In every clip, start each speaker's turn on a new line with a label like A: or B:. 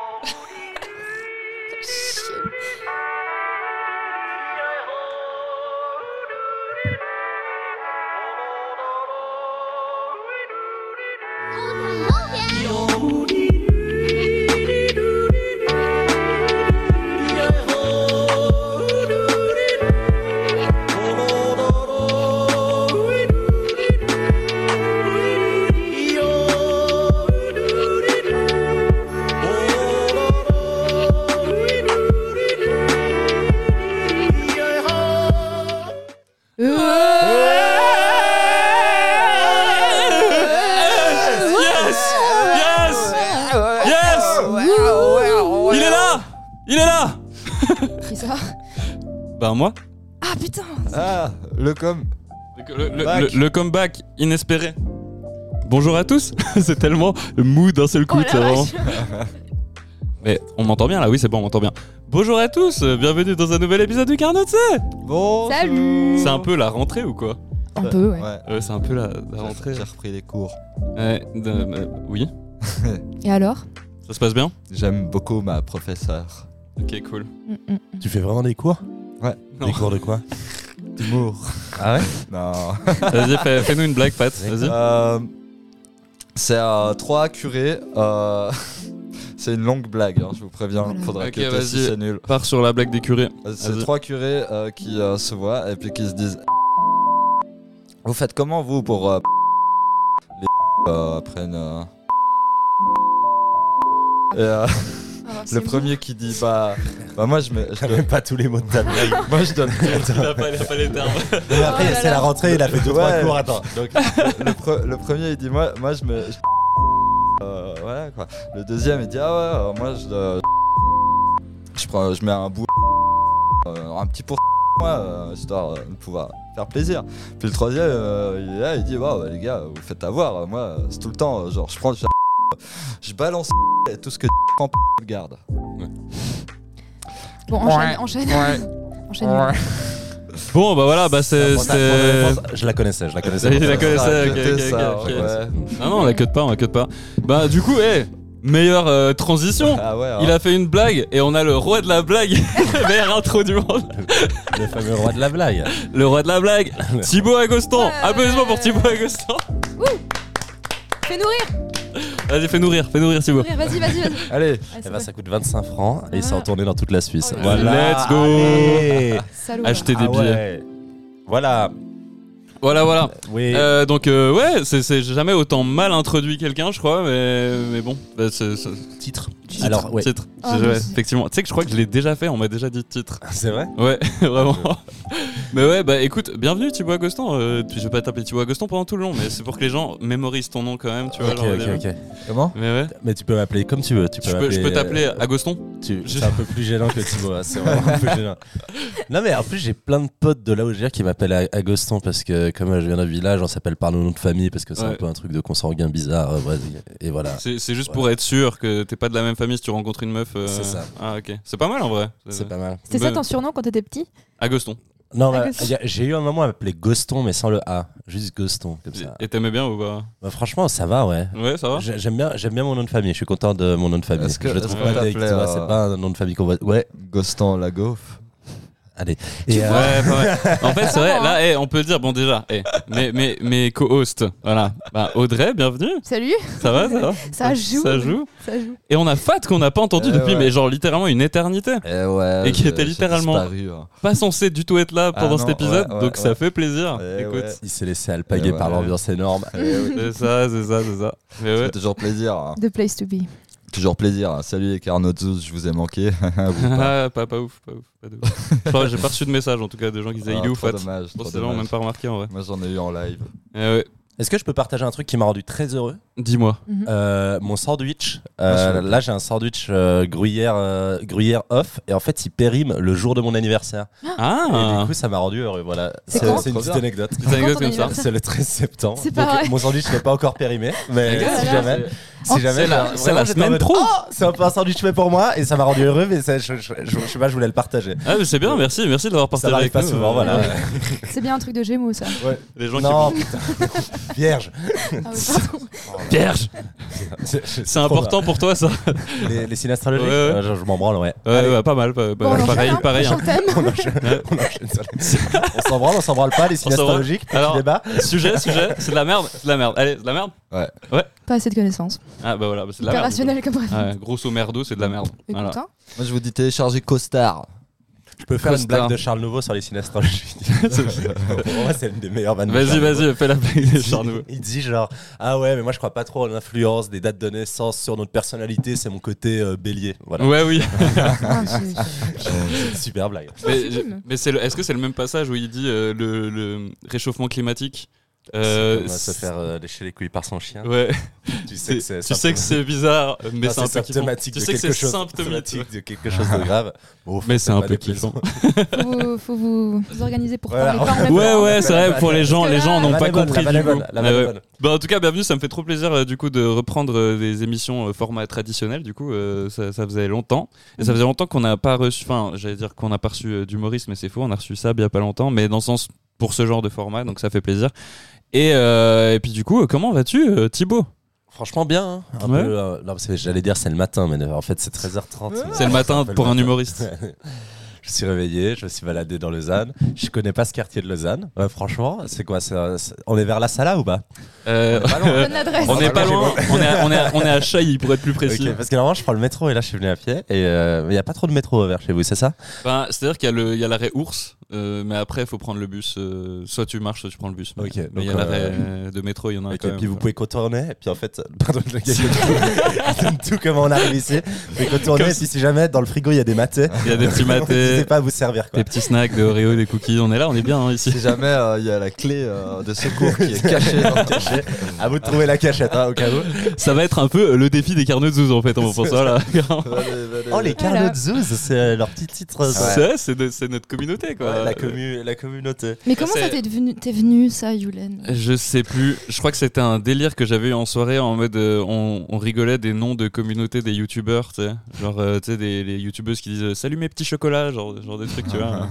A: Oh
B: Il est là
A: Trésor
B: Ben moi.
A: Ah putain
C: Ah, le com.
B: Le, le-
C: Back.
B: le- le comeback inespéré. Bonjour à tous. c'est tellement mou d'un seul coup.
A: Oh la
B: c'est vraiment-
A: vache.
B: Mais on m'entend bien là, oui c'est bon, on m'entend bien. Bonjour à tous, euh, bienvenue dans un nouvel épisode du Carnot de C.
C: Bon.
A: Salut.
B: C'est un peu la rentrée ou quoi
A: Un peu, ouais.
B: Ouais, c'est un peu la, la
C: J'ai-
B: rentrée.
C: J'ai repris les cours.
B: Ouais, de- euh, oui,
A: Et alors
B: ça se passe bien
C: J'aime beaucoup ma professeure.
B: Ok, cool.
A: Mm, mm, mm.
D: Tu fais vraiment des cours
C: Ouais.
B: Non.
D: Des cours de quoi
C: D'humour.
D: Ah ouais
C: non.
B: Vas-y, fais- fais-nous une blague, Pat. Vas-y.
C: Euh, c'est euh, trois curés. euh, c'est une longue blague, hein, je vous préviens.
A: Voilà.
C: Faudra
B: Ok,
C: que
B: vas-y.
C: si c'est nul.
B: Part sur la blague des curés.
C: Euh, C'est
B: Vas-y.
C: trois curés euh, qui euh, se voient et puis qui se disent. Vous faites comment vous pour euh, les euh, prennent. euh, Et, euh,
A: Ah, c'est
C: le
A: bon.
C: premier qui dit bah bah moi je mets- je
D: T'as
C: donne-
D: même pas tous les mots de ta blague.
C: moi je donne
B: Il a pas, les termes.
D: Mais après,
A: là
D: c'est
A: là.
D: la rentrée, il a fait deux trois
C: Ouais.
D: cours. Attends.
C: Donc, le, le pre- le premier il dit moi, moi je me. je- Euh, voilà quoi. Le deuxième il dit ah ouais euh, moi je. euh, je prends, je mets un bout. euh, un petit pour moi euh, histoire euh, de pouvoir faire plaisir. Puis le troisième euh, il est là il dit waouh les gars vous faites avoir moi euh, c'est tout le temps euh, genre je prends le je balance et tout ce que prends le garde.
A: Bon, enchaîne, enchaîne. enchaîne.
B: Bon, bah voilà, bah
D: Ah,
B: c'est.
D: bon,
B: c'était-
D: t'as- Je la connaissais, je la connaissais.
B: Il la
D: Bon, ça va.
B: connaissait, ok,
C: C'était
B: ok,
C: ça,
B: ok, ok.
C: ouais.
B: Non, non, on la cut pas, on la cut pas. Bah, du coup, eh, meilleure euh, transition.
C: Ah ouais.
B: Il
C: hein.
B: a fait une blague et on a le roi de la blague, meilleure intro du monde.
D: Le fameux roi de la blague.
B: Le roi de la blague, Thibaut Agostan.
A: Ouais.
B: Applaudissements pour Thibaut Agostan.
A: Fais-nous rire,
B: Vas-y, fais nous rire, fais nous rire Thibaut.
A: rire. Vas-y, vas-y, vas-y.
C: Allez.
A: Ah,
D: Eh
A: c'est
D: ben,
A: vrai.
D: ça coûte 25 francs et c'est
A: Ah.
D: en tournée dans toute la Suisse.
A: Oh là
D: voilà.
B: Let's go.
D: Allez.
A: Salaud.
B: Achetez des
D: Ah
B: billets.
D: ouais. Voilà.
B: Voilà, voilà.
D: Oui.
B: Euh, donc, euh, ouais, c'est c'est jamais autant mal introduit quelqu'un, je crois, mais, mais bon. bah, c'est- c'est-
D: Titre.
B: titre,
D: Alors, ouais.
B: titre.
A: Ah,
B: Je-
A: non, c'est-
B: effectivement. Tu sais que je crois que je l'ai déjà fait, on m'a déjà dit titre.
D: C'est vrai
B: Ouais, vraiment.
D: Ah,
B: mais ouais, bah écoute, bienvenue Thibaut Agostan. Euh, tu- je vais pas t'appeler Thibaut Agostan pendant tout le long, mais c'est pour que les gens mémorisent ton nom quand même, tu vois.
D: Ok,
B: genre,
D: ok,
B: euh,
D: ok.
C: Comment
B: Mais ouais.
D: Mais tu peux m'appeler comme tu veux. Tu peux
B: Je peux, je peux
D: m'appeler,
B: t'appeler
D: euh,
B: Agoston
D: Tu-
B: Je-
D: C'est un peu plus gênant que Thibaut, hein, c'est vraiment un peu gênant. Non mais en plus j'ai plein de potes de là où je viens qui m'appellent A- Agoston parce que comme euh, je viens d'un village on s'appelle par nos noms de famille parce que c'est
B: Ouais.
D: un peu un truc de consanguin bizarre euh, bref, et voilà.
B: C'est c'est juste
D: Ouais.
B: pour être sûr que t'es pas de la même famille si tu rencontres une meuf. euh,
D: C'est ça.
B: Ah ok. C'est pas mal en vrai.
D: C'est pas mal.
A: C'était ça
B: Bah,
A: ton surnom quand t'étais petit
B: Agoston.
D: Non bah,
A: Agoston.
D: y a- j'ai eu un moment à m'appeler Goston mais sans le A, juste Goston comme ça.
B: Et t'aimais bien ou pas
D: Bah, franchement ça va ouais.
B: Ouais, ça va.
D: J'ai- J'aime bien, j'aime bien mon nom de famille, je suis content de mon nom de famille.
C: Est-ce que-
D: je le
C: est-ce
D: trouve
B: qu'on
D: pas
C: t'appelait,
D: dingue, tu vois,
C: euh,
D: c'est pas un nom de famille qu'on voit. Ouais,
C: Gostan la gaufre.
D: allez.
A: Tu
D: Et, euh,
B: Ouais, pas mal. En fait, c'est vrai,
A: Vraiment,
B: là, eh, on peut dire, bon, déjà, eh, mes, mes, mes co-hosts, voilà. Bah, Audrey, bienvenue.
A: Salut
B: Ça va, ça va
A: Ça joue
B: Ça joue.
A: Ça joue.
B: Et on a Fat qu'on n'a pas entendu
C: Eh
B: depuis,
C: ouais.
B: mais genre littéralement une éternité.
C: Et Eh ouais.
B: Et qui
C: j'ai-
B: était
C: j'ai
B: littéralement-
C: disparu, hein.
B: pas censé du tout être là
C: Ah
B: pendant
C: non,
B: cet épisode,
C: ouais, ouais,
B: donc ça
C: ouais.
B: fait plaisir.
C: Eh
B: Ah, Écoute,
C: ouais.
D: il s'est laissé alpaguer
C: Eh ouais.
D: par l'ambiance énorme.
B: c'est ça, c'est ça, c'est ça. Mais
C: Ça fait
B: ouais.
C: toujours plaisir. hein.
A: The place to be.
C: Toujours plaisir. hein. Salut les Carnotzous, je vous ai manqué. Vous pas.
B: Ah, pas, pas ouf, pas ouf, pas de ouf. Je crois que J'ai pas reçu de message en tout cas de gens qui disaient
C: Ah,
B: il est ouf,
C: trop
B: Fat.
C: dommage,
B: Je pense
C: trop
B: que les gens ont
C: dommage.
B: même pas remarqué en vrai.
C: Moi j'en ai eu en live.
B: Eh ouais.
D: Est-ce que je peux partager un truc qui m'a rendu très heureux
B: Mmh. Dis-moi.
D: Euh, mon sandwich,
C: Ah,
D: euh,
C: je vois.
D: là j'ai un sandwich euh, gruyère, euh, gruyère off et en fait il périme le jour de mon anniversaire. Et
B: Ah
D: du coup ça m'a rendu heureux, voilà.
A: C'est
D: C'est
A: quand
D: c'est une
C: Trop
D: petite
C: bien.
D: anecdote.
B: Des anecdotes
A: Quand on
B: comme ça.
A: est-
D: C'est le 13 septembre.
A: C'est pas
D: donc,
A: vrai.
D: Mon sandwich n'est pas encore périmé, mais
B: Les gars,
D: si
B: Ah, c'est-
D: jamais, si jamais,
B: la-
D: genre,
B: c'est
D: vraiment,
B: la
D: j'étais en
B: semaine
D: mode,
B: pro.
D: Oh, c'est un peu un sandwich fait pour moi et ça m'a rendu heureux, mais ça, je, je, je- je sais pas, je voulais le partager.
B: Ah, mais c'est bien, merci, merci de l'avoir
D: Ça
B: partagé.
D: m'arrive
B: avec
D: pas
B: nous.
D: souvent, voilà.
B: Ouais.
A: C'est bien un truc de Gémeaux, ça.
B: Les gens
D: non, putain, vierge.
A: Ah oui, pardon.
B: qui. Vierge C'est important pour toi ça
D: Les, les signes astrologiques,
B: Ouais, ouais.
D: Euh, je, je m'en branle, ouais.
B: Ouais,
D: Allez,
B: ouais, pas mal. pas-
A: Bon,
B: pas-
A: on
B: pareil,
A: enchaîne, hein,
B: pareil. hein.
A: prochain thème.
D: On enchaîne, on enchaîne sur les- On s'en branle, on s'en branle pas, les signes
B: s'en branle.
D: astrologiques, petit
B: Alors-
D: débat.
B: Sujet, sujet, c'est de la merde, c'est de la merde. Allez, c'est de la merde
A: Pas assez de connaissances.
B: Ah bah voilà, bah, c'est de la
A: Hyper
B: merde.
A: rationnel comme
B: Ah
A: réponse.
B: ouais, grosso merdo, c'est de la merde.
A: Écoute,
B: Voilà.
A: hein.
C: Moi je vous dis télécharger Costar.
D: Je peux faire une
B: Costard.
D: blague de Charles Nouveau sur les signes astrologiques. Pour moi, c'est une des meilleures vannes. de
B: Vas-y,
D: Charles Nouveau.
B: vas-y, fais la blague
D: Il
B: de
D: dit-
B: Charles Nouveau.
D: Il dit genre ah ouais mais moi je crois pas trop à l'influence des dates de naissance sur notre personnalité c'est mon côté euh, bélier voilà
B: Ouais, oui.
A: Ah, c'est- c'est-
D: Euh, c'est une super blague
B: Mais,
A: sublime.
B: mais c'est le- est-ce que c'est le même passage où il dit euh, le, le réchauffement climatique Euh,
D: c'est comme, euh, se faire euh, lécher les couilles par son chien.
B: Ouais,
D: Tu
B: c'est-
D: sais que c'est
B: tu sais que c'est bizarre, mais
D: Non,
B: c'est un peu kiffant.
D: symptomatique
B: Tu
D: de
B: sais que
D: quelque
B: c'est
D: chose-
B: symptomatique.
D: symptomatique de quelque chose de grave. Bon,
B: Mais
D: faut
B: c'est un
D: pas
B: peu
D: des plaisants.
A: Faut vous, faut vous vous organiser pour
D: Voilà.
A: parler par la
B: Ouais,
A: voix.
B: ouais, c'est vrai, pour les gens, les gens n'ont
D: La
B: pas
D: vanne est bonne,
B: compris
D: la
B: du
D: vanne
B: coup.
D: est bonne, la
B: Mais
D: vanne est
B: ouais.
D: bonne.
B: Bah, en tout cas, bienvenue, ça me fait trop plaisir euh, du coup de reprendre euh, des émissions euh, format traditionnel. Du coup, euh, ça, ça faisait longtemps. Et ça faisait longtemps qu'on n'a pas reçu, enfin, j'allais dire qu'on n'a pas reçu euh, d'humoriste, mais c'est faux, on a reçu ça il y a pas longtemps, mais dans le sens pour ce genre de format, donc ça fait plaisir. Et, euh, et puis du coup, euh, comment vas-tu, euh, Thibaut
D: Franchement, bien. hein. Un
B: Ouais.
D: peu, euh, non, parce que J'allais dire c'est le matin, mais en fait, c'est 13h30. mais-
B: C'est le matin
D: fait le
B: pour un
D: matin.
B: humoriste.
D: Je suis réveillé, je me suis baladé dans Lausanne. Je connais pas ce quartier de Lausanne. Ouais, franchement, c'est quoi c'est un- c'est- On est vers la Sala ou pas
B: Euh,
A: Bonne adresse.
B: on n'est pas loin, on est à, on est à- on est à Chailly pour être plus précis.
D: Ok, Parce que normalement, je prends le métro et là, je suis venu à pied. Et euh, il y a pas trop de métro vers chez vous, c'est ça
B: Ben, C'est-à-dire qu'il y a le- il y a l'arrêt ours, euh, mais après, il faut prendre le bus. euh, soit tu marches, soit tu prends le bus. Mais
D: Ok,
B: mais il y a
D: donc,
B: l'arrêt
D: euh,
B: euh, de métro, il y en a un
D: Ok,
B: quand même.
D: puis vous pouvez contourner, et puis en fait, pardon, je donne tout comment on arrive ici. Vous pouvez contourner,
B: Comme Ah,
D: et puis si jamais dans le frigo il y a des matés,
B: Il y a des petits
D: n'hésitez
B: matés,
D: pas à vous servir. Quoi.
B: des petits snacks, des Oreos, des cookies. On est là, on est bien hein, ici.
C: Si jamais euh, il y a la clé euh, de secours qui est cachée dans le
D: Cachez. à vous de trouver la cachette, hein, au cas où.
B: Ça va être un peu euh, le défi des carnets de zouz en fait, on pense ça là.
C: Valais, valais,
D: Oh, les
A: Voilà.
D: carnets de Zouz, c'est euh, leur petit titre. ça.
B: Ça, c'est de- c'est notre communauté quoi.
D: Ouais, la, commu- la communauté.
A: Mais comment
B: C'est- Euh,
A: ça t'es devenu, t'es venu ça, Yulen
B: Je sais plus, je crois que c'était un délire que j'avais eu en soirée en mode euh, on, on rigolait des noms de communautés des youtubeurs, tu sais. Genre, euh, tu sais, des les youtubeuses qui disent euh, salut mes petits chocolats, genre, genre des trucs, tu vois.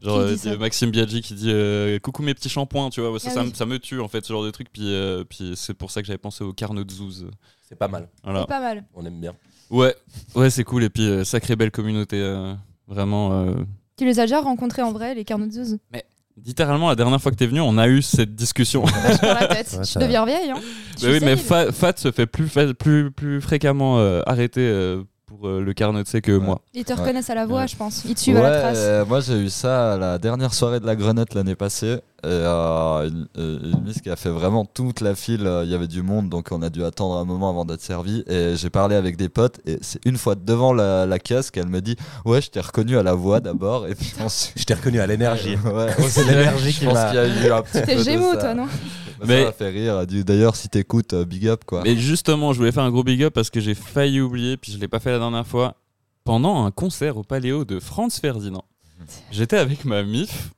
B: Genre
A: Qui
B: euh,
A: dit ça
B: de Maxime Biaggi qui dit euh, coucou mes petits shampoings, tu vois. Ouais, ça,
A: Ah
B: ça,
A: oui.
B: me- ça me tue en fait, ce genre de truc. Puis, euh, puis c'est pour ça que j'avais pensé au Carnot de Zouz.
D: C'est pas mal,
B: Voilà.
A: Pas mal.
D: on aime bien.
B: Ouais, ouais, c'est cool. Et puis, euh, sacrée belle communauté, euh, vraiment. euh,
A: Tu les as déjà rencontrés en vrai, les carnets de Zeus
B: Littéralement, la dernière fois que t'es venu, on a eu cette discussion.
A: Je prends la tête.
D: Ouais,
A: Je
D: ça-
A: deviens vieille. Hein. Je
B: Bah oui,
A: suis
B: mais
A: sénile.
B: Fa- Fat se fait plus, fa- plus, plus fréquemment euh, arrêter euh, pour euh, le carnet de C que moi.
A: Ils te
C: Ouais.
A: reconnaissent à la voix,
B: Ouais.
A: je pense. Ils te suivent à la
C: Ouais,
A: trace.
C: euh, moi j'ai eu ça à la dernière soirée de la Grenette l'année passée. Et euh, une, euh, une miss qui a fait vraiment toute la file. euh, Il y avait du monde, donc on a dû attendre un moment avant d'être servi. Et j'ai parlé avec des potes. Et c'est une fois devant la, la caisse qu'elle me dit Ouais, je t'ai reconnu à la voix d'abord. Et puis ensuite.
D: Je t'ai reconnu à l'énergie.
C: Ouais,
D: C'est l'énergie
C: je
D: qui
C: pense
D: m'a-
C: qu'il y a eu un petit peu.
A: T'es
C: de
A: Gémeaux,
C: ça.
A: toi, non
B: Mais-
C: Mais ça m'a fait rire. Elle dit, D'ailleurs, si t'écoutes, euh, big up quoi.
B: Et justement, je voulais faire un gros big up parce que j'ai failli oublier, puis je l'ai pas fait la dernière fois. Pendant un concert au Paléo de Franz Ferdinand, j'étais avec ma mif.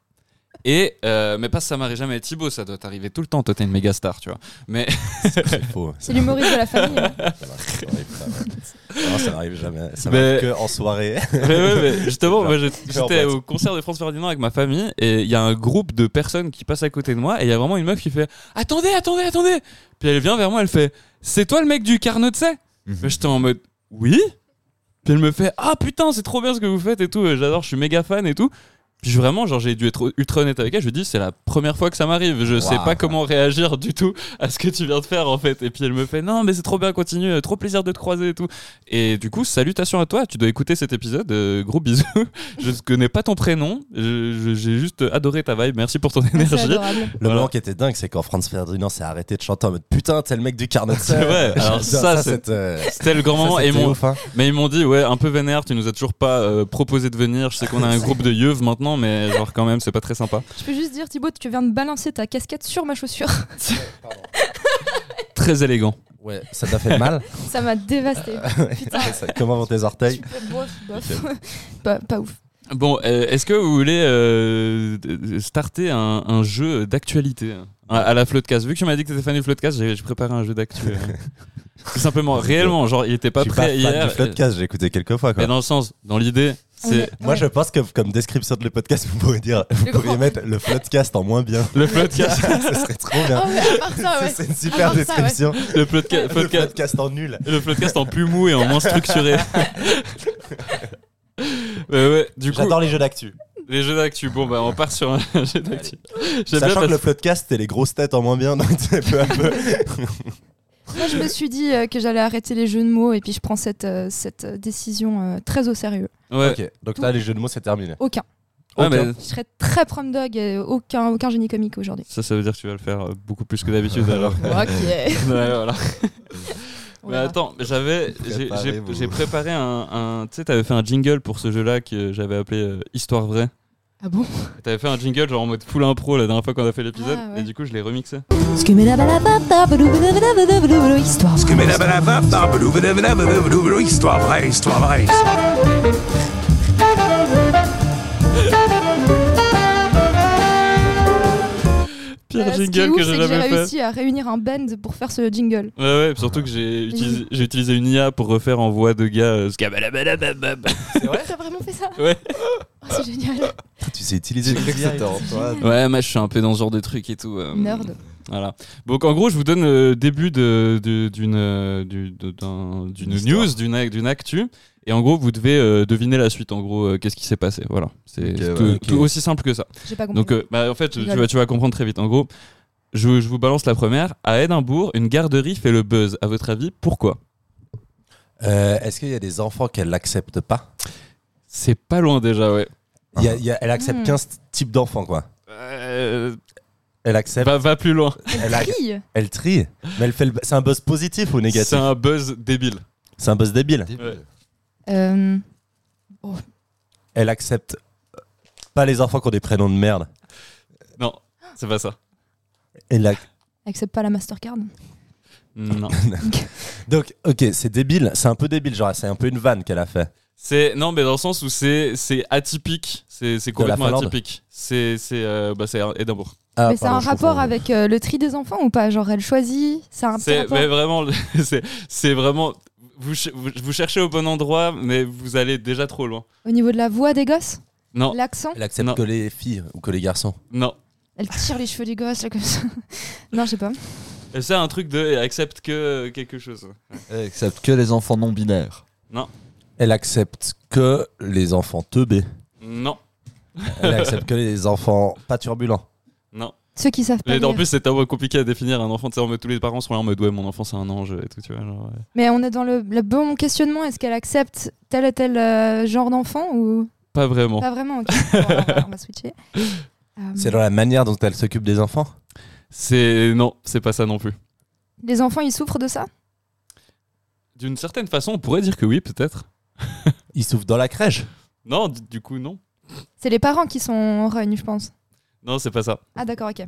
B: Et, euh, mais pas ça m'arrive jamais. Thibaut, ça doit t'arriver tout le temps. Toi, t'es une méga star, tu vois. Mais
D: C'est faux.
A: C'est l'humoriste de la famille. hein.
D: Ça marche, ça arrive pas, ouais. Non, ça n'arrive jamais. Ça
B: Mais-
D: m'arrive que en soirée.
B: Ouais, ouais, mais justement, moi, j'ai-
D: Genre
B: j'étais
D: boîte.
B: au concert de France Ferdinand avec ma famille et il y a un groupe de personnes qui passent à côté de moi et il y a vraiment une meuf qui fait Attendez, attendez, attendez Puis elle vient vers moi, elle fait C'est toi le mec du Carnot de C
D: Mhm.
B: Mais J'étais en mode Oui Puis elle me fait Ah putain, c'est trop bien ce que vous faites et tout, euh, j'adore, je suis méga fan et tout. Puis je- vraiment, genre, j'ai dû être ultra honnête avec elle. Je lui dis, c'est la première fois que ça m'arrive. Je sais
D: Waouh.
B: pas comment réagir du tout à ce que tu viens de faire, en fait. Et puis elle me fait, non, mais c'est trop bien, continue. euh, Trop plaisir de te croiser et tout. Et du coup, salutations à toi. Tu dois écouter cet épisode. euh, gros bisous. je ne connais pas ton prénom. Je- je- J'ai juste adoré ta vibe. Merci pour ton
A: C'est
B: énergie.
A: adorable.
D: Le
B: Voilà.
D: moment qui était dingue, c'est quand Franz Ferdinand s'est arrêté de chanter en mode putain, t'es le mec du carnet.
B: C'est vrai. Alors ça, c'est-
D: c'était. euh,
B: C'était le grand
D: ça,
B: moment. Et
D: c'était
B: mon,
D: ouf, hein.
B: Mais ils m'ont dit, ouais, un peu vénère, tu nous as toujours pas euh, proposé de venir. Je sais qu'on a un groupe de yeuves maintenant, mais genre quand même, c'est pas très sympa.
A: Je peux juste dire, Thibaut, tu viens de balancer ta casquette sur ma chaussure.
B: Très élégant.
D: Ouais, ça t'a fait mal.
A: Ça m'a dévasté. Putain.
D: Ça- Comment vont tes orteils
A: Euh, Bof, bof. pas, pas ouf.
B: Bon, euh, est-ce que vous voulez euh, d- d- starter un, un jeu d'actualité hein, à, à la Floodcast Vu que tu m'as dit que t'étais fan du Floodcast, j'ai j'ai préparé un jeu d'actu. hein. Tout simplement, réellement, genre, il était pas
D: Je suis pas
B: prêt
D: fan
B: hier.
D: du podcast, j'ai écouté quelques fois. Quoi.
B: mais dans le sens, dans l'idée, c'est.
D: Moi, je pense que comme description de le podcast, vous pourriez dire, vous
A: Le
D: pourriez
A: grand-
D: mettre le floodcast en moins bien.
B: Le Floodcast,
D: Ce serait trop bien.
A: Oh, mais à part ça, ouais.
D: C'est une super
A: Ah, ça, ouais.
D: description.
B: le Floodcast,
D: Le podcast en nul.
B: le Floodcast en plus mou et en moins structuré. Ouais, ouais, du coup,
D: J'adore les jeux d'actu.
B: Les jeux d'actu, bon bah on part sur un jeu d'actu. J'aime bien
D: Sachant que le
B: parce-
D: podcast, c'est les grosses têtes en moins bien, donc c'est peu à peu.
A: Moi, je me suis dit euh, que j'allais arrêter les jeux de mots et puis je prends cette, euh, cette euh, décision euh, très au sérieux.
B: Ouais.
D: Ok, donc là, les jeux de mots, c'est terminé.
A: Aucun.
B: Ouais,
D: Aucun.
B: mais
A: Je serais très prom dog et aucun, aucun génie comique aujourd'hui.
B: ça, ça veut dire que tu vas le faire euh, beaucoup plus que d'habitude alors.
A: Ok. Ouais,
B: Ouais, voilà. Mais
A: voilà.
B: attends, j'avais, j'ai- j'ai
C: Préparez-vous.
B: j'ai préparé un, un- tu sais, t'avais fait un jingle pour ce jeu-là que j'avais appelé euh, Histoire vraie.
A: Ah bon
B: T'avais fait un jingle genre en mode full impro la dernière fois qu'on a fait l'épisode,
A: Ah ouais.
B: et du coup je l'ai remixé.
E: Histoire.
F: Histoire vraie, histoire vraie.
B: Pire
A: Euh, ce qui est
B: jingle
A: ouf,
B: que j'ai
A: c'est
B: jamais
A: J'ai
B: fait.
A: réussi à réunir un band pour faire ce jingle.
B: Ouais, ouais, surtout que j'ai utilisé, j'ai utilisé une IA pour refaire en voix de gars euh, Skabalabalabalab.
A: T'as vraiment fait ça
B: Ouais.
A: Oh, c'est génial.
D: Tu sais utiliser.
C: cru que c'était en toi.
B: Ouais, moi je suis un peu dans ce genre de truc et tout. euh,
A: Nerd.
B: Voilà. Donc en gros, je vous donne le début de- de- d'une euh, du- de- d'un- d'une
D: Histoire.
B: news, d'une ac- d'une actu. Et en gros, vous devez euh, deviner la suite, en gros, euh, qu'est-ce qui s'est passé. Voilà. C'est
C: Ok,
B: tout-
C: ouais, ok.
B: tout aussi simple que ça.
A: J'ai pas compris.
B: Donc, euh, bah, en fait, tu
A: Rigole.
B: vas, tu vas comprendre très vite. En gros, je, je vous balance la première. À Édimbourg, une garderie fait le buzz. À votre avis, pourquoi
D: Euh, Est-ce qu'il y a des enfants qu'elle n'accepte pas
B: C'est pas loin déjà, ouais.
D: Il y a- il y a- Elle accepte
A: Hmm.
D: 15 types d'enfants, quoi.
B: Euh,
D: Elle accepte,
B: va, va plus loin.
D: elle, a-
A: Fille
D: elle trie, mais elle fait. le- C'est un buzz positif ou
B: C'est
D: négatif
B: un buzz débile.
D: C'est un buzz débile.
B: Ouais.
A: Euh,
D: Elle accepte pas les enfants qui ont des prénoms de merde.
B: Non, c'est pas ça.
D: Elle a-
A: accepte pas la Mastercard.
B: Non.
D: Donc, ok, c'est débile. C'est un peu débile, genre c'est un peu une vanne qu'elle a fait.
B: C'est non, mais dans le sens où c'est c'est atypique. C'est c'est complètement
D: Finlande
B: atypique. C'est c'est euh, bah c'est Édimbourg.
D: Ah,
A: Mais c'est
D: pardon,
A: un
D: je
A: rapport
D: confonds.
A: avec euh, le tri des enfants ou pas Genre elle choisit C'est un petit
B: C'est
A: rapport
B: mais vraiment c'est c'est vraiment vous, ch- vous vous cherchez au bon endroit, mais vous allez déjà trop loin.
A: au niveau de la voix des gosses
B: Non,
A: L'accent
D: Elle accepte
B: Non.
D: que les filles ou que les garçons.
B: non.
A: Elle tire les cheveux des gosses là comme ça. non, je sais pas.
B: Et C'est un truc de accepte que quelque chose.
C: Excepte que les enfants non binaires.
D: Elle accepte que les enfants teubés.
B: Non,
D: Elle accepte que les enfants pas turbulents.
B: non.
A: Ceux qui savent pas.
B: Mais en
A: lire.
B: plus, c'est tellement compliqué à définir un enfant. Tu sais, en mode, tous les parents sont là en mode ouais, mon enfant c'est un ange et tout, tu vois. Genre, ouais.
A: Mais on est dans le, le bon questionnement. Est-ce qu'elle accepte tel et tel euh, genre d'enfant ou
B: Pas vraiment.
A: pas vraiment ok. Bon, on, va, on va switcher. Euh,
D: C'est dans la manière dont elle s'occupe des enfants
B: C'est non, c'est pas ça non plus.
A: Les enfants, ils souffrent de ça
B: D'une certaine façon, on pourrait dire que oui, peut-être.
D: Ils souffrent dans la crèche.
B: Non, du- du coup, non.
A: C'est les parents qui sont en run, je pense.
B: Non, c'est pas ça.
A: Ah d'accord, ok.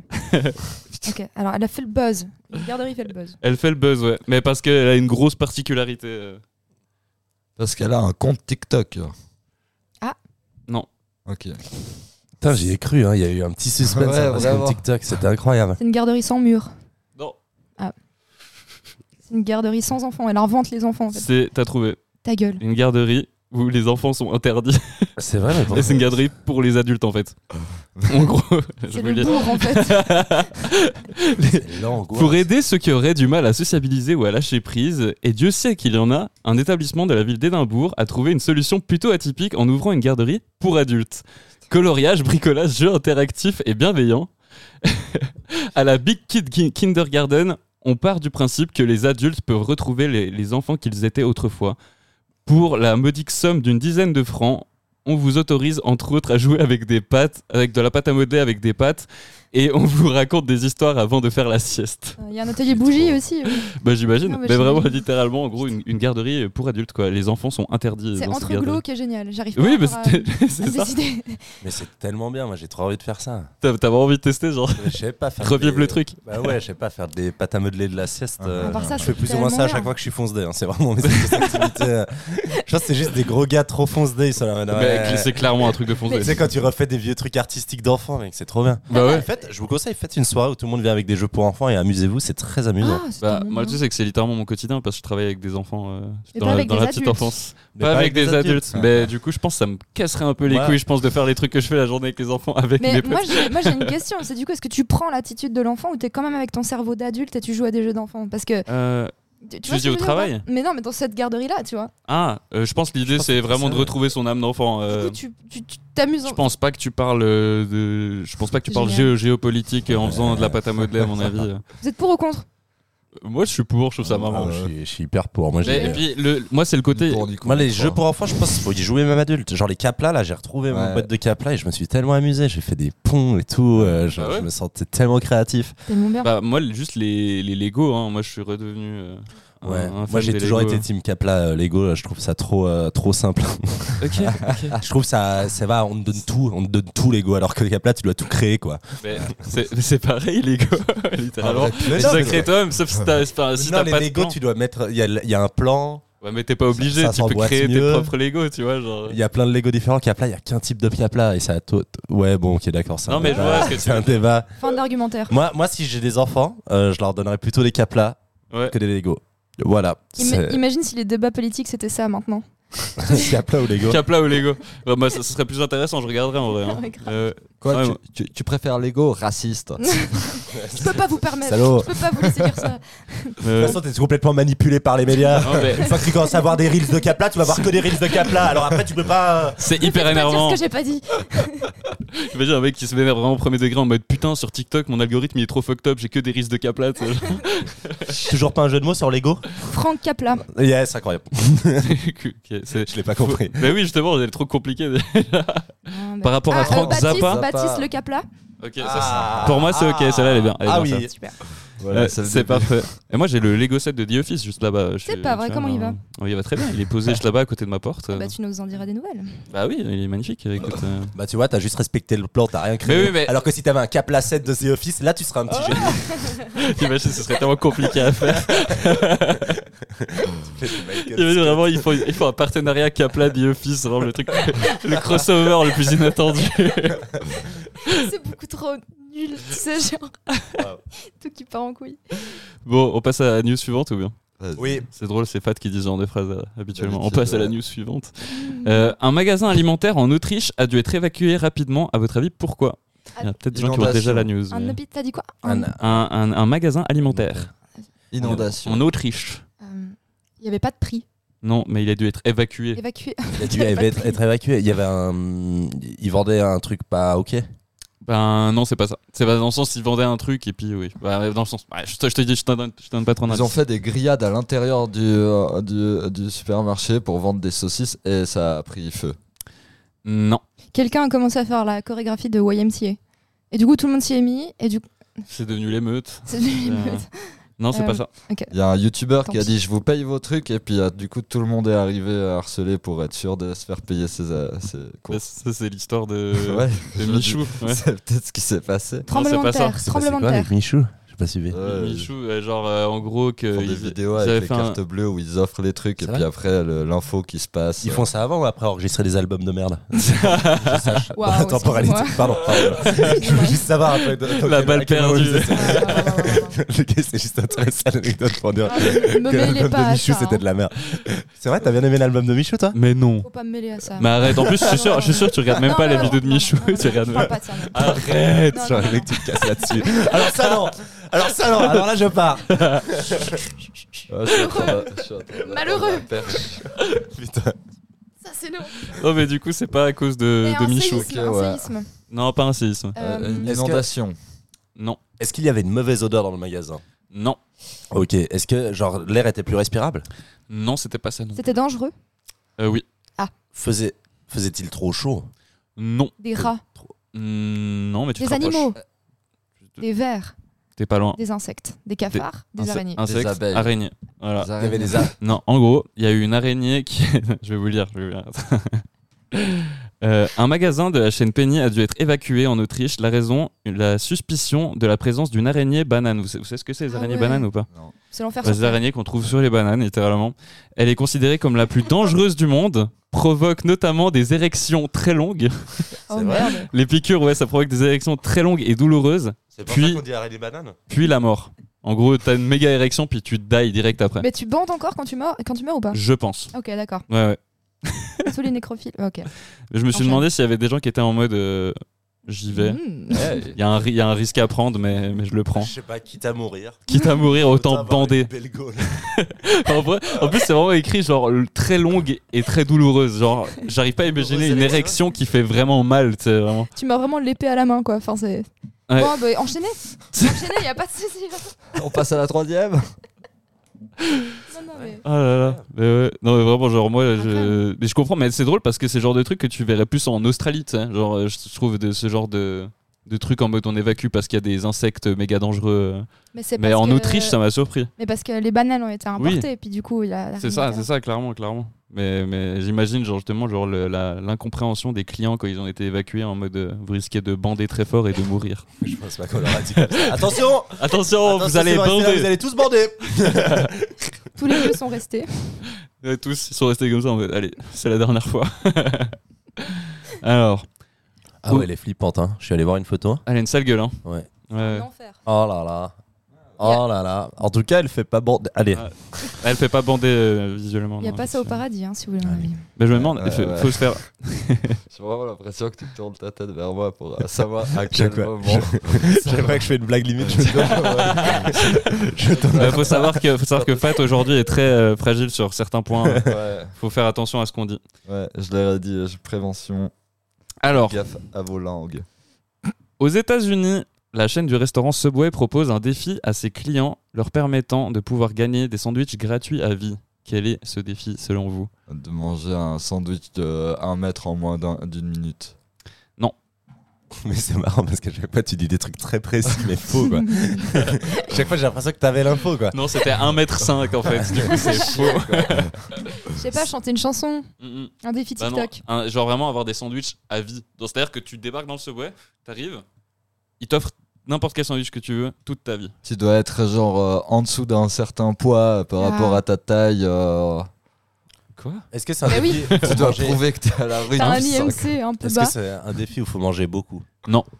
A: ok. Alors elle a fait le buzz. La garderie fait le buzz.
B: Elle fait le buzz, ouais. Mais parce qu'elle a une grosse particularité. euh.
C: Parce qu'elle a un compte TikTok.
A: Ah.
B: Non.
C: Ok.
D: Putain, j'y ai cru, hein, il y a eu un petit suspense
C: Ouais,
D: hein, parce que
C: vraiment.
D: TikTok, c'était incroyable.
A: C'est une garderie sans mur.
B: Non.
A: C'est une garderie sans enfants. Elle invente les enfants en fait.
B: C'est, t'as trouvé,
A: Ta gueule.
B: une garderie où les enfants sont interdits.
D: C'est vrai, mais
B: Et c'est une garderie pour les adultes, en fait. En gros, je
A: C'est
B: vous le
A: le
B: dis.
A: bourg en fait.
B: Pour aider ceux qui auraient du mal à sociabiliser ou à lâcher prise, et Dieu sait qu'il y en a, un établissement de la ville d'Édimbourg a trouvé une solution plutôt atypique en ouvrant une garderie pour adultes. Coloriage, bricolage, jeux interactifs et bienveillants. à la Big Kid Ki- Kindergarten, on part du principe que les adultes peuvent retrouver les, les enfants qu'ils étaient autrefois. Pour la modique somme d'une dizaine de francs, on vous autorise entre autres à jouer avec des pattes, avec de la pâte à modeler avec des pattes, et on vous raconte des histoires avant de faire la sieste.
A: Euh, Il y a un atelier bougie aussi. oui.
B: Bah j'imagine,
A: Non, mais
B: mais vraiment
A: j'imagine.
B: littéralement en gros une, une garderie pour adultes quoi. Les enfants sont interdits
A: C'est
B: dans cette
A: entre euh,
B: garderie.
A: glauque et génial. J'arrive pas
B: Oui, mais
A: encore à,
B: c'était-
A: à
B: c'est
A: me
B: ça.
A: décider.
D: Mais c'est tellement bien, moi j'ai trop envie de faire ça.
B: T'as t'as vraiment envie de tester genre
D: Je sais pas faire.
B: revivre
D: des-
B: le truc.
D: Bah ouais, je sais pas faire des pâtes à modeler de la sieste.
C: Ah,
D: euh,
A: À part ça,
D: je
A: c'est
D: fais plus ou moins ça à
A: tellement
D: chaque
A: bien.
D: fois que je suis foncedé. Hein. C'est vraiment mes activités. euh, Je pense que c'est juste des gros gars trop foncedés. Ils sont là, ouais,
B: Mais
D: ouais.
B: C'est clairement un truc de fond.
D: Tu sais, quand tu refais des vieux trucs artistiques d'enfants, mec, c'est trop bien.
B: Bah ouais.
D: En fait, je vous conseille, faites une soirée où tout le monde vient avec des jeux pour enfants et amusez-vous, c'est très amusant.
A: Ah, c'est
B: Bah,
A: tellement
B: moi
A: bien.
B: tu sais que c'est littéralement mon quotidien parce que je travaille avec des enfants euh,
A: Et
B: dans,
A: pas
B: la-
A: avec
B: dans
A: des
B: la petite
A: adultes.
B: enfance.
D: Mais
B: Pas, avec, des adultes.
D: Ouais.
B: Mais du coup je pense que ça me casserait un peu les
D: Ouais.
B: couilles je pense de faire les trucs que je fais la journée avec les enfants avec mes
A: Mais
B: potes.
A: moi j'ai moi, j'ai une question, c'est du coup est-ce que tu prends l'attitude de l'enfant ou t'es quand même avec ton cerveau d'adulte et tu joues à des jeux d'enfant Parce que
B: Euh,
A: tu,
B: Tu
A: vois ce
B: dis
A: que je veux dire
B: au
A: ou pas
B: travail
A: Mais non, mais dans cette garderie là, tu vois.
B: ah, euh, je pense que l'idée
D: pense
B: c'est
D: que c'est
B: vraiment
D: ça,
B: de
D: ouais.
B: retrouver son âme d'enfant. euh,
A: Du coup, tu tu- tu t'amuses.
B: Je
A: en-
B: pense pas que tu parles euh, de. Je pense pas que tu
A: C'est
B: parles
A: génial.
B: géo- géopolitique en faisant de la pâte à modeler, à mon avis. Euh,
A: Vous êtes pour ou contre
B: Moi, je suis pour, je trouve ça marrant.
D: Ah, je, suis, je suis hyper pour. Moi,
B: Mais-
D: j'ai-
B: et puis, le- moi, c'est le côté.
D: Moi, les jeux pour enfants, je pense qu'il faut y jouer même adulte. Genre les Capla, là, j'ai retrouvé mon
C: Ouais.
D: boîte de Capla et je me suis tellement amusé. J'ai fait des ponts et tout. euh, je,
B: Bah ouais.
D: je me sentais tellement créatif.
A: Tellement bien.
B: Bah, moi, juste les, les Lego, hein. moi, je suis redevenu. euh, un-
D: Ouais.
B: un fan
D: Moi j'ai
B: des
D: toujours
B: Lego.
D: été team Capla euh, Lego, là, je trouve ça trop euh, trop simple.
B: Ok, ok.
D: je trouve ça ça va, on te donne tout, on te donne tout Lego alors que Capla tu dois tout créer quoi.
B: Mais c'est mais c'est pareil, Lego, littéralement.
D: mais
B: C'est
D: Ah, non, mais-
B: sacré homme, sauf si t'as enfin, si
D: non,
B: t'as
D: les
B: pas de
D: Lego
B: plan.
D: tu dois mettre il y, a le- il y a un plan,
B: Ouais, mais t'es pas obligé,
D: ça
B: tu peux
D: s'emboîte
B: créer tes
D: mieux.
B: propres Lego, tu vois, genre.
D: il y a plein de Lego différents Capla, il y a qu'un type de Capla et ça a tout. Ouais, bon, OK, d'accord, ça.
B: Non, mais je vois ce que tu
D: c'est
B: veux
D: un débat.
B: euh,
A: Fin d'argumentaire.
D: Moi moi si j'ai des enfants, euh, je leur donnerais plutôt des Capla
B: Ouais.
D: que des Lego. Voilà.
A: Ima-
D: C'est-
A: imagine si les débats politiques c'était ça maintenant.
D: Capla ou Lego
B: Capla ou Lego Ouais, bah, ça, ça serait plus intéressant, je regarderais en vrai. hein.
A: Ouais, grave.
B: Euh,
C: Quoi,
B: Ouais,
C: tu-
B: moi-
C: tu, tu préfères Lego raciste
A: Je peux pas vous permettre.
D: Salaud.
A: Je peux pas vous laisser dire ça.
D: De
B: euh,
D: toute façon, t'es complètement manipulé par les médias.
B: non, mais
D: Une fois que tu commences à voir des reels de Capla, tu vas voir que des reels de Capla. Alors après, tu peux pas. euh,
B: C'est hyper
A: Je peux pas dire
B: énervant.
A: ce que j'ai pas dit.
B: Imagine un mec qui se vénère vraiment au premier degré en mode putain sur TikTok mon algorithme il est trop fucked up j'ai que des risques de caplat. tu sais, genre.
D: Toujours pas un jeu de mots sur Lego
A: Franck Capla.
D: Yes, incroyable.
B: Ok, c'est-
D: Je l'ai pas compris.
B: Mais oui justement elle est trop compliquée.
A: Non, mais-
B: Par rapport à
A: Ah,
B: Franck
A: Baptiste,
B: Zappa.
A: Baptiste
C: Zappa.
A: Le Capla.
B: Ok, ça,
C: Ah.
B: c'est- pour moi c'est ok celle-là elle est bien. elle est
D: Ah
B: bien,
D: oui.
A: Super.
B: ça. Euh, c'est parfait. Et moi j'ai le Lego set de The Office juste là-bas. Je
A: C'est
B: suis-
A: pas vrai,
B: tu vois,
A: comment il
B: genre,
A: va
B: oh, Il va très bien il est posé juste là-bas à côté de ma porte.
A: Bah, tu nous en diras des nouvelles.
B: Bah oui il est magnifique. écoute, euh.
D: Bah, tu vois, t'as juste respecté le plan, t'as rien créé.
B: Mais oui, mais-
D: Alors que si t'avais un Capla 7 de The Office, là, tu serais un petit génie.
B: Imagine ce serait tellement compliqué à faire. Imagine vraiment il faut, il faut un partenariat caplat The Office c'est vraiment le truc le crossover le plus inattendu.
A: C'est beaucoup trop nul, tu sais, genre. Tout qui part en couille.
B: Bon on passe à la news suivante ou bien
D: Oui.
B: C'est drôle, c'est Fat qui dit ce genre de phrases euh, habituellement. On
C: D'habitude,
B: passe à la
C: ouais.
B: news suivante. Euh, un magasin alimentaire en Autriche a dû être évacué rapidement. À votre avis, pourquoi Il y a peut-être des gens qui ont déjà la news.
A: Un
B: mais-
A: hôpital, t'as dit quoi
D: Un-
B: Un, un- un magasin alimentaire
C: Inondation.
B: en Autriche.
A: Euh, Il y avait pas de prix.
B: Non, mais il a dû être évacué.
A: Évacué.
D: Il a dû
A: J'avais pas
D: être, être évacué. Il y avait un. Il vendait un truc pas ok.
B: Ben non, c'est pas ça. C'est pas dans le sens, ils vendaient un truc et puis oui. Bah, dans le sens, ouais, je, te, je te dis, je te donne, je te donne pas trop
C: Ils ont
B: d'indices.
C: fait des grillades à l'intérieur du, euh, du, du supermarché pour vendre des saucisses et ça a pris feu.
B: Non,
A: Quelqu'un a commencé à faire la chorégraphie de YMCA. Et du coup, tout le monde s'y est mis. Et du coup,
B: c'est devenu l'émeute.
A: c'est devenu une
B: Euh,
A: meute.
B: Non, c'est
A: Euh,
B: pas ça.
C: Il y a un youtubeur
A: Tant
C: qui a
A: pis.
C: dit je vous paye vos trucs et puis euh, du coup tout le monde est arrivé à harceler pour être sûr de se faire payer ses, euh, ses
B: Ça,
C: courses.
B: ça, c'est l'histoire de,
C: Ouais,
B: de
C: je me dis,
B: Michou. ouais.
C: C'est peut-être ce qui s'est passé.
A: Tremblement
B: pas
A: de
B: ça.
A: terre. Tremblement de terre.
D: Michou J'ai pas suivi.
C: Ouais,
B: Michou, euh, genre euh, en gros que
C: ils font
B: ils-
C: des vidéos
B: ils avaient
C: avec les
B: fait un-
C: cartes bleues où ils offrent les trucs et
D: C'est
C: puis
D: vrai
C: après le- l'info qui se
B: Euh,
C: passe. euh,
D: Ils font ça avant ou après enregistrer des albums de merde
A: Waouh,
D: Dans la temporalité.
A: excuse-moi.
D: Pardon. pardon. Je veux juste savoir un peu. de- de-
B: La
D: de-
B: balle
D: à quel moment
B: perdue.
D: ils étaient.
A: Euh,
D: Le gars, c'est juste intéressant l'anecdote pour dire
A: Ah, ne me
D: que
A: mêlez
D: l'album
A: pas
D: de
A: à
D: Michou
A: ça.
D: c'était
A: hein.
D: de la merde. C'est vrai, t'as bien aimé l'album de Michou toi
B: Mais non.
A: Faut pas me mêler à ça.
B: Mais arrête, en plus, je suis sûr, je suis sûr que tu regardes même
A: Non,
B: pas
A: non,
B: la
A: non,
B: vidéo de
A: non,
B: Michou.
A: non, non, non,
B: tu
A: je parle
B: regardes.
A: pas de ça, non.
D: Arrête
A: Non,
D: Genre,
A: non,
D: le mec, tu te casses là-dessus. Alors ça non Alors ça non Alors là je pars
C: Ouais, je suis en train de- je suis en train de-
A: Malheureux.
D: Putain.
A: Ça, c'est long.
B: Non, mais du coup, c'est pas à cause de,
A: Et
B: de
A: un
B: Michou.
A: séisme,
C: ok,
A: un
C: ouais.
A: séisme.
B: Non, pas un séisme.
A: Euh,
C: Euh, Une
D: Est-ce que-
C: inondation.
B: Non,
D: Est-ce qu'il y avait une mauvaise odeur dans le magasin
B: non,
D: Ok, est-ce que genre l'air était plus respirable
B: non, c'était pas ça non.
A: C'était dangereux.
B: Euh, oui,
D: Faisait... Faisait-il trop chaud
B: non,
A: Des rats,
B: Mm, non, mais tu te
A: des
B: rapproches.
A: animaux,
B: de-
A: des vers,
B: T'es pas loin.
A: des insectes, des cafards, des,
B: Inse-
A: araignées.
B: insectes, Ah.
C: Des abeilles.
B: araignées. Voilà.
D: Il y avait des arbres.
B: Non, en gros, il y a eu une araignée qui. je vais vous lire. Je vais vous lire. Euh, un magasin de la chaîne Penny a dû être évacué en Autriche. La raison, la suspicion de la présence d'une araignée banane. Vous sa- vous savez ce que c'est les
A: Ah
B: araignées
A: ouais. Ah,
B: bananes ou pas Bah,
A: C'est l'enfer
B: Les
A: sur Terre.
B: araignées qu'on trouve sur les bananes, littéralement. Elle est considérée comme la plus dangereuse du monde, provoque notamment des érections très longues.
A: Oh
D: C'est vrai.
A: merde.
B: Les piqûres, ouais, ça provoque des érections très longues et douloureuses,
D: C'est
B: pour Puis- ça qu'on
D: dit arrêter les bananes
B: puis la mort. En gros, t'as une méga érection, puis tu die direct après.
A: Mais tu bandes encore quand tu meurs, quand tu meurs ou pas
B: Je pense.
A: Ok, d'accord.
B: Ouais, ouais.
A: Tous les nécrophiles. Ok.
B: Je me suis
A: Enchaîne.
B: demandé s'il y avait des gens qui étaient en mode euh, j'y vais.
A: Mmh.
D: Eh,
B: Il y, a un ri- il y a un risque à prendre, mais, mais je le prends.
D: sais pas, quitte à mourir.
B: Quitte à mourir, autant bander.
D: Est-ce
B: En, vrai- en plus, c'est vraiment écrit genre le- très longue et très douloureuse. Genre, j'arrive pas à imaginer une
D: Douloureuse
B: érection qui fait vraiment mal, tu sais, vraiment.
A: Tu m'as vraiment l'épée à la main, quoi. Enfin, c'est.
B: Ouais.
A: Bon, bah, enchaînez Enchaînez, y a pas de souci.
C: On passe à la troisième.
A: Non, non, mais.
B: Ah là là. Mais ouais. Non, mais vraiment, genre, moi, je,
A: Incroyable.
B: mais je comprends, mais c'est drôle parce que c'est le genre de truc que tu verrais plus en Australie, tu sais. Genre, euh, je je trouve de ce genre de. de trucs en mode on évacue parce qu'il y a des insectes méga dangereux.
A: Mais, c'est
B: Mais
A: parce
B: en
A: que-
B: Autriche, ça m'a surpris.
A: Mais parce que les bananes ont été importées, et puis du coup, il y a.
B: C'est ça, c'est ça, clairement, clairement. Mais, mais j'imagine genre, justement genre le- la- l'incompréhension des clients quand ils ont été évacués en mode euh, vous risquez de bander très fort et de mourir.
D: Je pense pas qu'on leur a dit comme ça. Attention,
B: Attention,
D: Attention,
B: vous allez
D: si restez là,
B: bander.
D: Vous allez tous bander
A: Tous les deux sont restés.
B: Ouais, tous ils sont restés comme ça en mode allez, c'est la dernière fois. Alors,
D: Ah ouais, elle est flippante, hein. Je suis allé voir une photo.
B: elle a une sale gueule hein.
D: Ouais.
B: Ouais.
A: L'enfer.
D: Oh là là. Oh là là. En tout cas, elle fait pas bander. Allez.
B: Ah. Elle fait pas bander euh, visuellement.
A: Il n'y a
B: non,
A: pas ça au
B: effectivement.
A: paradis, hein, si vous voulez
D: Ah
A: mon
D: oui.
A: avis.
B: Mais je me demande,
C: Ouais,
B: faut,
C: ouais.
B: faut se faire.
C: J'ai vraiment l'impression que tu tournes ta tête vers moi pour euh, savoir à
D: Je-
C: quel
D: quoi,
C: moment.
D: je- J'aimerais que je fais une blague limite. je- je te-
B: Bah, faut savoir que, faut savoir que Fat aujourd'hui est très euh, fragile sur certains points.
C: ouais,
B: Faut faire attention à ce qu'on dit.
C: ouais, je l'aurais dit, euh, je- prévention,
B: Alors,
C: gaffe à vos langues.
B: aux États-Unis, la chaîne du restaurant Subway propose un défi à ses clients leur permettant de pouvoir gagner des sandwichs gratuits à vie. Quel est ce défi selon vous
C: De manger un sandwich de 1 mètre en moins d'un- d'une minute.
D: Mais c'est marrant parce qu'à chaque fois, tu dis des trucs très précis, mais faux, quoi. chaque fois, j'ai l'impression que t'avais l'info, quoi.
B: Non, c'était 1m5 en fait. Du coup, c'est faux.
A: Je sais pas, chanter une chanson,
B: Mm, mm.
A: un défi
B: Bah non,
A: TikTok.
B: un- genre vraiment avoir des sandwichs à vie. Donc, C'est-à-dire que tu débarques dans le Subway, t'arrives, ils t'offrent n'importe quel sandwich que tu veux toute ta vie.
C: Tu dois être genre euh, en dessous d'un certain poids euh, par
A: Ah.
C: rapport à ta taille. euh,
B: Quoi
D: Est-ce que c'est un
A: Mais oui.
D: défi
C: tu dois prouver que t'es à la rue.
B: Bah
A: T'as un
C: du sang.
A: IMC un peu
D: Est-ce que
A: bas.
D: c'est un défi où faut manger beaucoup
C: Parce que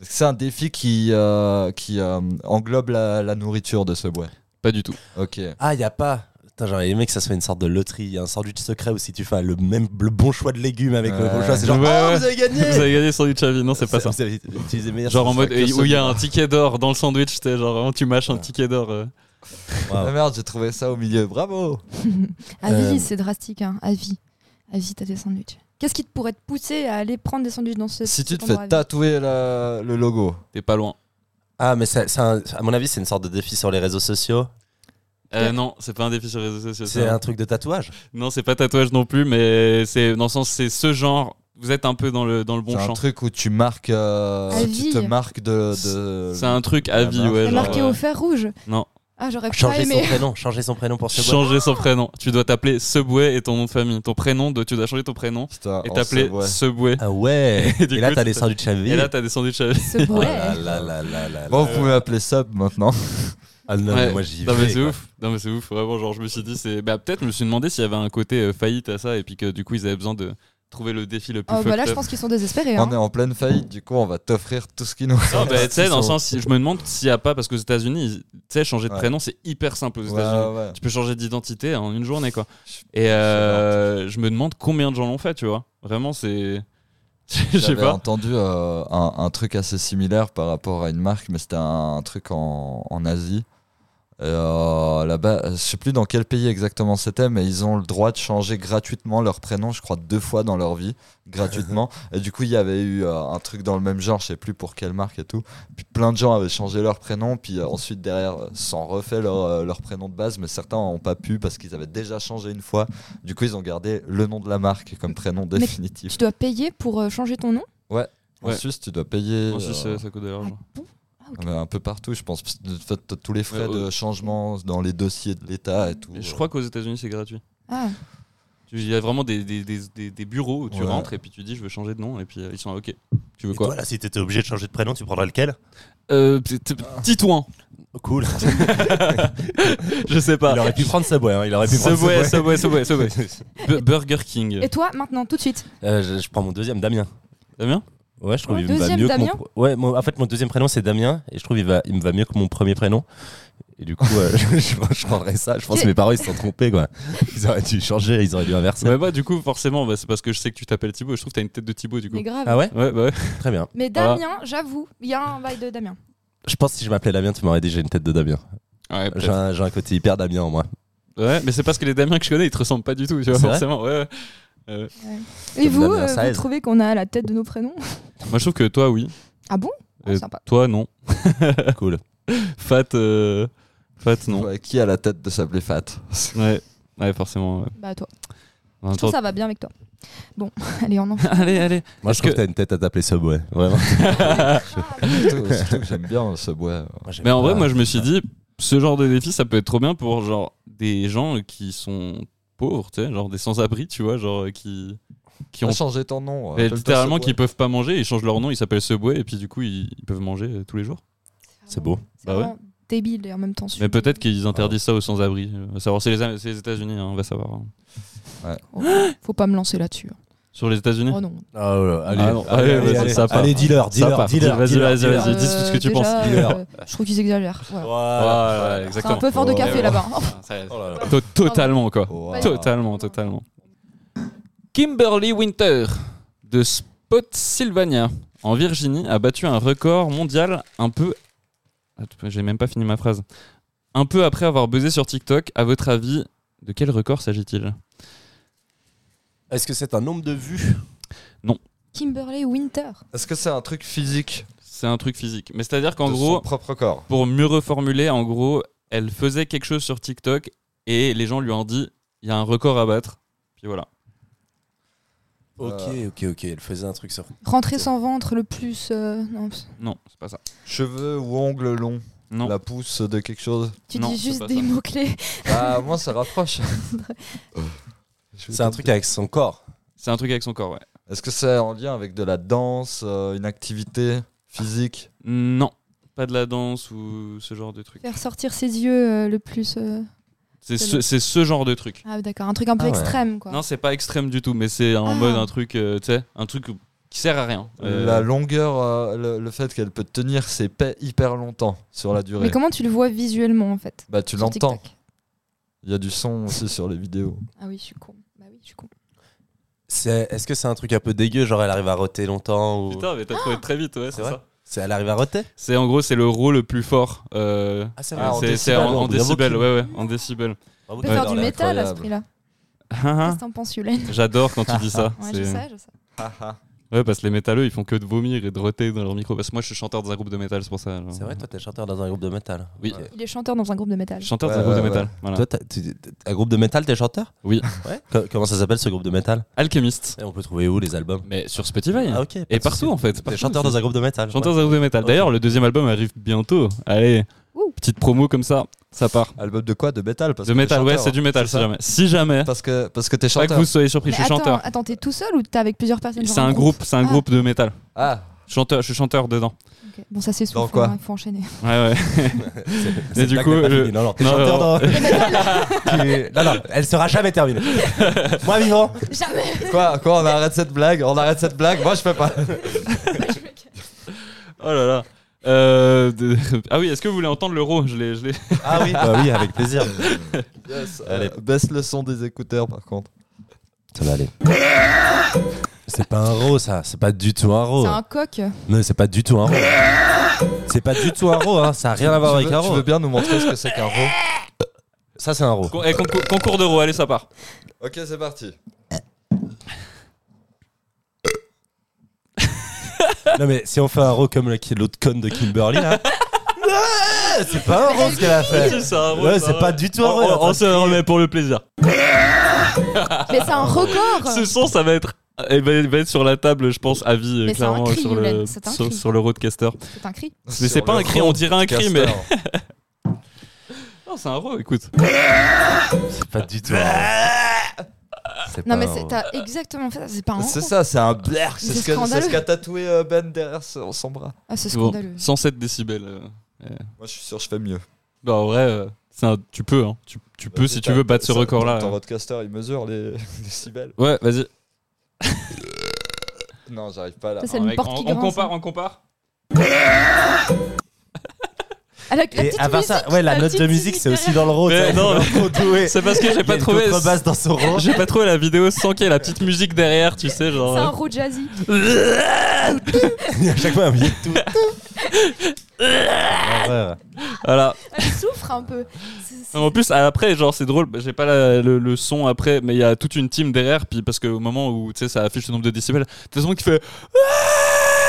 C: C'est un défi qui, euh, qui euh, englobe la, la nourriture de ce bois.
B: Pas du tout.
C: Ok.
D: Ah, y a pas. Putain, j'aurais aimé que ça soit une sorte de loterie. Y a un sandwich secret où si tu fais le même le bon choix de légumes avec le
C: Ouais.
D: bon choix, c'est genre
B: Ouais,
D: oh,
B: ouais.
D: vous avez gagné.
B: Vous avez gagné le sandwich à vie. Non, c'est pas ça.
D: Vous avez utilisé meilleur
B: Genre en
D: sens,
B: mode euh, eh,
D: c'est vrai que
B: où il y a
D: celui-là.
B: un ticket d'or dans le sandwich, t'es genre vraiment, tu mâches un
D: Ouais.
B: ticket d'or. euh.
D: Wow.
C: Ah merde, j'ai trouvé ça au milieu. Bravo
A: à
D: Euh,
A: vie, c'est drastique, hein. à vie. À vie, t'as des sandwichs. Qu'est-ce qui te pourrait te pousser à aller prendre des sandwichs dans ce
C: Si tu
A: cet
C: te fais
A: endroit à vie
C: tatouer la- le logo.
B: T'es pas loin.
D: Ah, mais ça, c'est un- à mon avis, c'est une sorte de défi sur les réseaux sociaux.
B: Euh, non, c'est pas un défi sur les réseaux sociaux.
D: C'est
B: ça.
D: un truc de tatouage.
B: Non, c'est pas tatouage non plus, mais c'est dans le sens c'est ce genre. Vous êtes un peu dans le dans le bon
C: c'est un
B: champ.
C: truc où tu marques. euh,
A: À
C: tu te
A: vie.
C: marques de. de-
B: C'est un truc à
C: euh, la
B: vie,
C: marque.
B: ouais.
A: C'est
B: genre,
A: marqué
B: euh,
A: au fer rouge.
B: Non.
A: Ah, j'aurais pas
D: Changer son
A: aimé.
D: prénom. Changer son prénom pour ce bois.
B: Changer son prénom. Tu dois t'appeler Subway et ton nom de famille. Ton prénom, doit- tu dois changer ton prénom
C: Putain,
B: et
C: on
B: t'appeler
C: sait, ouais.
B: Subway.
D: Ah ouais.
B: Et du
D: Et là,
B: coup,
D: t'as des
B: c'est-
D: sandwichs à vie.
B: Et là, t'as des sandwichs à vie.
A: Ce
D: Oh
A: bois.
D: là là là là là
C: Bon,
D: là.
B: euh,
C: vous pouvez m'appeler Sub maintenant.
D: Ah non, mais
B: Ouais.
D: moi j'y vais.
B: Non mais c'est
D: quoi.
B: ouf. Non mais c'est ouf. Vraiment, genre je me suis dit c'est. Bah peut-être je me suis demandé s'il y avait un côté euh, faillite à ça et puis que du coup ils avaient besoin de trouver le défi le plus.
A: Oh, bah
B: fucked
A: là, je
B: up.
A: pense qu'ils sont désespérés. hein.
C: on est en pleine faillite, du coup, on va t'offrir tout ce qui nous
B: Non,
C: reste.
B: bah, tu sais, dans le
C: Ils sont-
B: sens, si- je me demande s'il n'y a pas, parce qu'aux États-Unis, ils- tu sais, changer de
C: Ouais.
B: prénom, c'est hyper simple aux
C: Ouais,
B: États-Unis.
C: ouais.
B: Tu peux changer d'identité hein, en une journée, quoi. Et euh, je me demande combien de gens l'ont fait, tu vois. Vraiment, c'est. Je sais
C: J'avais
B: pas.
C: entendu euh, un, un truc assez similaire par rapport à une marque, mais c'était un, un truc en, en Asie. Et, euh, Là-bas, euh, je sais plus dans quel pays exactement c'était, mais ils ont le droit de changer gratuitement leur prénom, je crois deux fois dans leur vie, gratuitement. et du coup, il y avait eu euh, un truc dans le même genre, je sais plus pour quelle marque et tout. Puis plein de gens avaient changé leur prénom, puis euh, ensuite derrière, euh, s'en refait leur, euh, leur prénom de base, mais certains n'ont pas pu parce qu'ils avaient déjà changé une fois. Du coup, ils ont gardé le nom de la marque comme prénom
A: Mais
C: définitif.
A: Tu dois payer pour euh, changer ton nom
C: En
B: Ouais.
C: Suisse, tu dois payer
B: En Suisse,
C: euh,
B: ça coûte de l'argent.
C: mais un peu partout, je pense. parce que De fait, t'as tous les frais
B: Ouais,
C: de changement dans les dossiers de l'État et tout. euh,
B: Mais Je crois qu'aux États-Unis, c'est gratuit.
A: Ah,
B: Il y a vraiment des, des, des, des- des bureaux où tu
C: Ouais.
B: rentres et puis tu dis, je veux changer de nom, et puis euh, ils sont là, ok. Tu veux
D: Et
B: quoi
D: toi, là, si t'étais obligé de changer de prénom, tu prendrais lequel
B: Euh, p- t- Titouan,
D: Bah, Cool.
B: je sais
D: Il
B: pas.
D: aurait pu prendre Subway. Hein. Il aurait pu prendre
B: Subway, Subway, Subway, Subway. Bu- Burger King.
A: Et toi, maintenant, tout de suite
D: Euh, je, je prends mon deuxième, Damien.
B: T'as bien
D: Ouais, je trouve
A: Ouais,
D: il me va
A: deuxième
D: mieux
A: Damien
D: que mon. pr- Ouais, mon- en fait, mon deuxième prénom c'est Damien et je trouve il va, il me va mieux que mon premier prénom. Et du coup, euh, je, je prendrais ça. Je pense que mes parents ils se sont trompés quoi. Ils auraient dû changer, ils auraient dû inverser.
B: Ouais, bah, du coup, forcément, bah, c'est parce que je sais que tu t'appelles Thibaut, je trouve que t'as une tête de Thibaut, du coup.
A: Mais grave.
D: Ah ouais,
B: Ouais, bah ouais.
D: très bien.
A: Mais
B: Voilà.
A: Damien, j'avoue, il y a un bail de Damien.
D: Je pense que si je m'appelais Damien, tu m'aurais dit j'ai une tête de Damien.
B: Ouais, peut-être.
D: J'ai un, j'ai un côté hyper Damien en moi.
B: Ouais, mais c'est parce que les Damiens que je connais, ils te ressemblent pas du tout, tu vois,
D: C'est vrai
B: forcément. Ouais, ouais. Euh,
A: Et
D: Comme
A: vous,
D: Damien
A: euh,
D: Saez.
A: vous trouvez qu'on a la tête de nos prénoms
B: Moi, je trouve que toi, oui.
A: Ah bon Ah,
B: Euh,
A: Sympa.
B: Toi, non.
D: Cool.
B: Fat, euh, Fat, non.
C: Ouais, qui a la tête de s'appeler Fat
B: Ouais, ouais forcément. ouais.
A: Bah toi. Je
B: En même
A: trouve
B: temps,
A: ça va bien avec toi. Allez, on en
B: Allez, allez.
D: Moi, je trouve
B: que-
D: que t'as une tête à t'appeler Subway. Vraiment.
C: Surtout, surtout que j'aime bien euh, ce bois.
B: Mais en vrai, moi, je me suis dit, ce genre de défi, ça peut être trop bien pour genre des gens qui sont pauvres, tu sais, genre des sans-abri, tu vois, genre euh, qui qui ont
C: Qui ont changé ton nom. euh,
B: Mais
C: appelle-toi
B: littéralement
C: Subway.
B: qui peuvent pas manger, ils changent leur nom, ils s'appellent Subway et puis du coup ils, ils peuvent manger euh, tous les jours.
D: C'est beau.
A: C'est
B: Bah
A: vraiment débile et en même temps.
B: Mais
A: super.
B: peut-être qu'ils interdisent ça aux sans-abri. Euh, à savoir, c'est les, Am- c'est les États-Unis, hein, on va savoir. hein.
A: Faut pas me lancer là-dessus. hein.
B: Sur les États-Unis.
A: Oh non.
D: Oh, là, allez,
B: Ah non,
D: allez,
B: allez,
D: allez,
B: vas-y,
D: allez,
B: ça part.
D: Allez, dealer,
B: Ça
D: dealer,
B: part.
D: dealer.
B: Vas-y,
D: dealer,
B: vas-y,
D: dealer.
B: vas-y, dis tout ce que tu
A: Euh, déjà,
B: penses.
A: euh, je trouve qu'ils exagèrent. Voilà.
D: Voilà.
B: Ouais, ouais,
A: C'est un peu fort de
C: Oh,
A: café
C: ouais.
A: là-bas. hein.
D: Oh là là.
B: To- Totalement quoi.
C: Wow.
B: Totalement, totalement. Kimberly Winter de Spotsylvania en Virginie a battu un record mondial un peu. Attends, J'ai même pas fini ma phrase. Un peu après avoir buzzé sur TikTok, à votre avis, de quel record s'agit-il
D: Est-ce que c'est un nombre de vues
A: Kimberly Winter.
C: Est-ce que c'est un truc physique
B: C'est un truc physique. Mais c'est-à-dire qu'en
C: de
B: gros,
C: son propre corps.
B: pour mieux reformuler, en gros, elle faisait quelque chose sur TikTok et les gens lui ont dit il y a un record à battre. Puis voilà.
D: Ok,
C: Euh.
D: ok, ok. Elle faisait un truc sur.
A: Rentrer sans ventre le plus. euh, non, pff,
B: Non, c'est pas ça.
C: Cheveux ou ongles longs
B: Non.
C: La pousse de quelque chose
A: tu
B: Non,
A: dis
B: c'est
A: juste
B: pas
A: des
B: ça.
A: mots-clés.
C: Ah, moi, ça rapproche. Je vais
D: C'est un
C: tenter.
D: truc avec son corps.
B: C'est un truc avec son corps, ouais.
C: Est-ce que c'est en lien avec de la danse, euh, une activité physique
B: Non. Pas de la danse ou ce genre de truc.
A: Faire sortir ses yeux euh, le plus. euh,
B: C'est
A: C'est
B: ce,
A: le-
B: c'est ce genre de truc.
A: Ah, d'accord. Un truc un peu
C: Ah ouais.
A: extrême, quoi.
B: Non, c'est pas extrême du tout, mais c'est en
A: Ah.
B: mode un truc, euh, tu sais, un truc qui sert à rien. Euh,
C: La longueur, euh, le, le fait qu'elle peut tenir ses paix hyper longtemps sur la durée.
A: Mais comment tu le vois visuellement, en fait
C: Bah, tu
A: sur
C: l'entends.
A: TikTok
C: Il y a du son aussi sur les vidéos.
A: Ah oui, je suis con. Bah oui, je suis con.
D: C'est- Est-ce que c'est un truc un peu dégueu, genre elle arrive à roter longtemps ou...
B: Putain, mais t'as trouvé très vite, ouais, c'est
D: vrai
B: ça.
D: C'est- Elle arrive à roter
B: C'est en gros, c'est le rôle le plus fort. euh,
D: Ah, c'est
C: vrai. Ah, en
B: c'est c'est
C: décibels,
B: en, en
C: bravo,
B: décibels, ouais, ouais, en décibels.
A: On peut faire du métal à ce prix-là.
B: Hein
A: Qu'est-ce que t'en penses, Yulène
B: J'adore quand tu dis ça.
A: Ah, Ouais, je
B: c'est-
A: sais, je sais.
B: Ouais, parce que les métalleux, ils font que de vomir et de roter dans leur micro. Parce que moi, je suis chanteur dans un groupe de métal, c'est pour ça. genre.
D: C'est vrai, toi, t'es chanteur dans un groupe de métal.
B: Oui.
D: Ouais.
A: Il est chanteur dans un groupe de métal.
B: Chanteur dans
C: Ouais,
B: un groupe de
C: ouais,
B: métal.
C: ouais.
B: Voilà.
D: Toi, t'as- tu- t'as- un groupe de métal, t'es chanteur
B: Oui.
D: Ouais. Co- Comment ça s'appelle ce groupe de métal
B: Alchemist.
D: Et On peut trouver où les albums
B: Mais sur Spotify.
D: Ah, ok.
B: Et partout, en fait.
D: T'es
B: Partout,
D: chanteur dans un groupe de métal.
B: Chanteur d'un groupe de métal.
D: Ok.
B: D'ailleurs, le deuxième album arrive bientôt. Allez,
A: Ouh.
B: petite promo comme ça, ça part.
C: Album de quoi De métal parce
B: de
C: que t'es
B: métal, ouais,
C: chanteur,
B: c'est du métal
C: c'est
B: si
C: ça
B: jamais. Si jamais,
C: Parce que, parce que t'es
B: pas que
C: chanteur.
B: vous soyez surpris, je suis
A: Mais attends,
B: chanteur.
A: Attends, t'es tout seul ou t'es avec plusieurs personnes genre
B: C'est un groupe, c'est un
A: Ah.
B: groupe de métal.
C: Ah,
B: Chanteur, je suis chanteur dedans.
A: Ok. Bon, ça c'est
C: Dans
A: souffle,
C: quoi
A: il faut enchaîner.
B: Ouais, ouais.
D: Cette
B: Et du
D: blague
B: coup,
D: n'est pas
B: le-
D: finie. Non, euh, non, t'es
B: Non, non.
D: chanteur dans- Tu- non, non, elle sera jamais terminée. Moi vivant.
A: Jamais
C: quoi, quoi On arrête cette blague On arrête cette blague Moi, je peux pas.
B: Oh là là. Euh, de- Ah oui, est-ce que vous voulez entendre l'euro Je l'ai, je l'ai.
D: Ah oui, bah oui, avec plaisir.
C: Yes, euh,
D: Allez.
C: baisse le son des écouteurs, par contre.
D: Ça va aller. C'est pas un raw ça, c'est pas du tout un
B: Oh.
D: raw.
A: C'est un coq.
D: Non, c'est pas du tout un raw. C'est pas du tout un raw, hein. ça a rien à voir
C: tu
D: avec
C: veux,
D: un
C: tu
D: raw.
C: veux bien nous montrer ce que c'est qu'un row
D: Ça c'est un raw.
B: Con- eh, concours, concours d'euro, allez, ça part.
C: Ok, c'est parti.
D: Non mais si on fait un raw comme le- l'autre conne de Kimberly là. Ouais, c'est pas un raw ce qu'elle a fait.
B: C'est un euro,
D: Ouais,
B: ça,
D: c'est pas du
B: On,
D: tout un raw. elle est en
B: on-
D: train
B: on
D: de
B: se remet pour le plaisir.
A: Mais c'est un record
B: Ce son, ça va être. Il va, il va être sur la table, je pense, à vie, euh,
A: Mais c'est un
B: clairement,
A: cri,
B: sur, le,
A: Yulen, c'est un
B: sur,
A: cri.
B: sur le roadcaster.
A: C'est un cri.
B: Mais c'est
C: Sur
B: pas
C: le
B: un cri, on dirait un cri, mais.
C: roadcaster.
B: Non, c'est un euro, écoute.
D: C'est pas du tout un raw. C'est
A: Non
D: pas
A: mais
D: un
A: c'est-
D: raw.
A: t'as
B: euh,
A: exactement fait ça, c'est pas un
C: C'est
A: raw.
C: ça, c'est un blair. C'est
A: C'est
C: ce que- c'est ce
A: scandaleux.
C: qu'a tatoué euh, Ben derrière son son bras.
A: Ah, c'est
B: Bon,
A: scandaleux.
B: 107 décibels. euh.
C: Moi, je suis sûr, je fais mieux.
B: Bah, en vrai, euh, c'est un- tu peux, hein. tu, tu peux si tu veux battre ce
C: Ça,
B: record-là.
C: Ton
B: euh.
C: roadcaster, il mesure les décibels.
B: Ouais, vas-y.
C: Non, j'arrive pas là.
A: Ça, c'est
B: Ah,
A: une
B: mec,
A: porte qui
B: on, on
A: grince,
B: compare,
A: hein.
B: on compare.
A: Ah, la, la
D: Et
A: petite
D: à part ça,
A: musique,
D: ouais, la
A: la
D: note de
A: petite
D: musique, c'est aussi
A: derrière.
D: dans le raw.
B: Mais
D: t'as-
B: non, mais-
D: trop doué.
B: C'est parce que j'ai
D: Il y a
B: pas
D: une
B: trouvé.
D: contrebasse dans son raw.
B: J'ai pas trouvé la vidéo sans qu'il y ait la petite musique derrière, tu sais,
A: C'est un
B: genre. euh.
A: raw jazzy.
D: Et à chaque fois, un billet de tout. L'horreur.
B: Voilà.
A: Elle souffre un peu. C'est- c'est-
B: En plus, après, genre, c'est drôle, j'ai pas la- le, le son après, mais il y a toute une team derrière, puis parce qu'au moment où, tu sais, ça affiche le nombre de décibels, t'as tout le monde qui fait.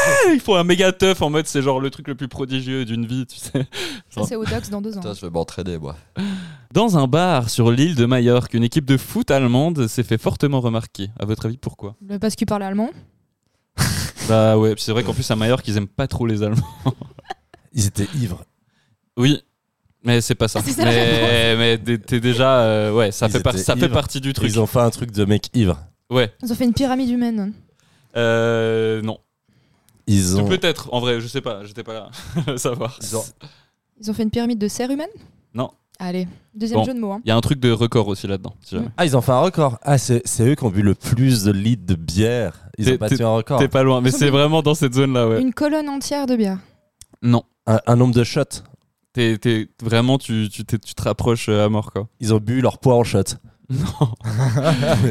B: Ah, ils font un méga teuf en mode c'est genre le truc le plus prodigieux d'une vie, tu sais.
A: Ça, c'est au Dox dans deux ans.
C: Putain, je vais m'entraîner, moi.
B: Dans un bar sur l'île de Majorque, une équipe de foot allemande s'est fait fortement remarquer. À votre avis, pourquoi
A: Le- hein. Parce qu'il parle allemand.
B: Bah ouais, puis c'est vrai qu'en plus à Majorque, ils aiment pas trop les Allemands.
D: Ils étaient ivres.
B: Oui. Mais c'est pas ça.
A: C'est ça la
B: mais mais t'es- t'es déjà. euh, ouais, ça,
D: Ils
B: fait, par-
D: étaient
B: ça fait
D: ivres.
B: partie du truc.
D: Ils ont fait un truc de mec ivre.
B: Ouais.
A: Ils ont fait une pyramide humaine.
B: Euh, non.
D: Ils ont.
B: Peut-être, en vrai, je sais pas, j'étais pas là à savoir.
C: Ils ont-
A: Ils ont fait une pyramide de serre humaine
B: Non.
A: Allez, deuxième
B: Bon.
A: jeu de mots. hein.
B: Il y a un truc de record aussi là-dedans. si jamais.
D: Ah, ils ont fait un record. Ah, c'est c'est eux qui ont bu le plus de litres de bière. Ils
B: T'es-
D: ont battu un record.
B: T'es pas loin, mais c'est vraiment dans cette zone-là, ouais.
A: Une colonne entière de bière.
B: Non.
D: Un, un nombre de shots.
B: T'es, t'es- vraiment, tu, tu, t'es- tu te rapproches euh, à mort, quoi.
D: Ils ont bu leur poids en shots.
B: Non.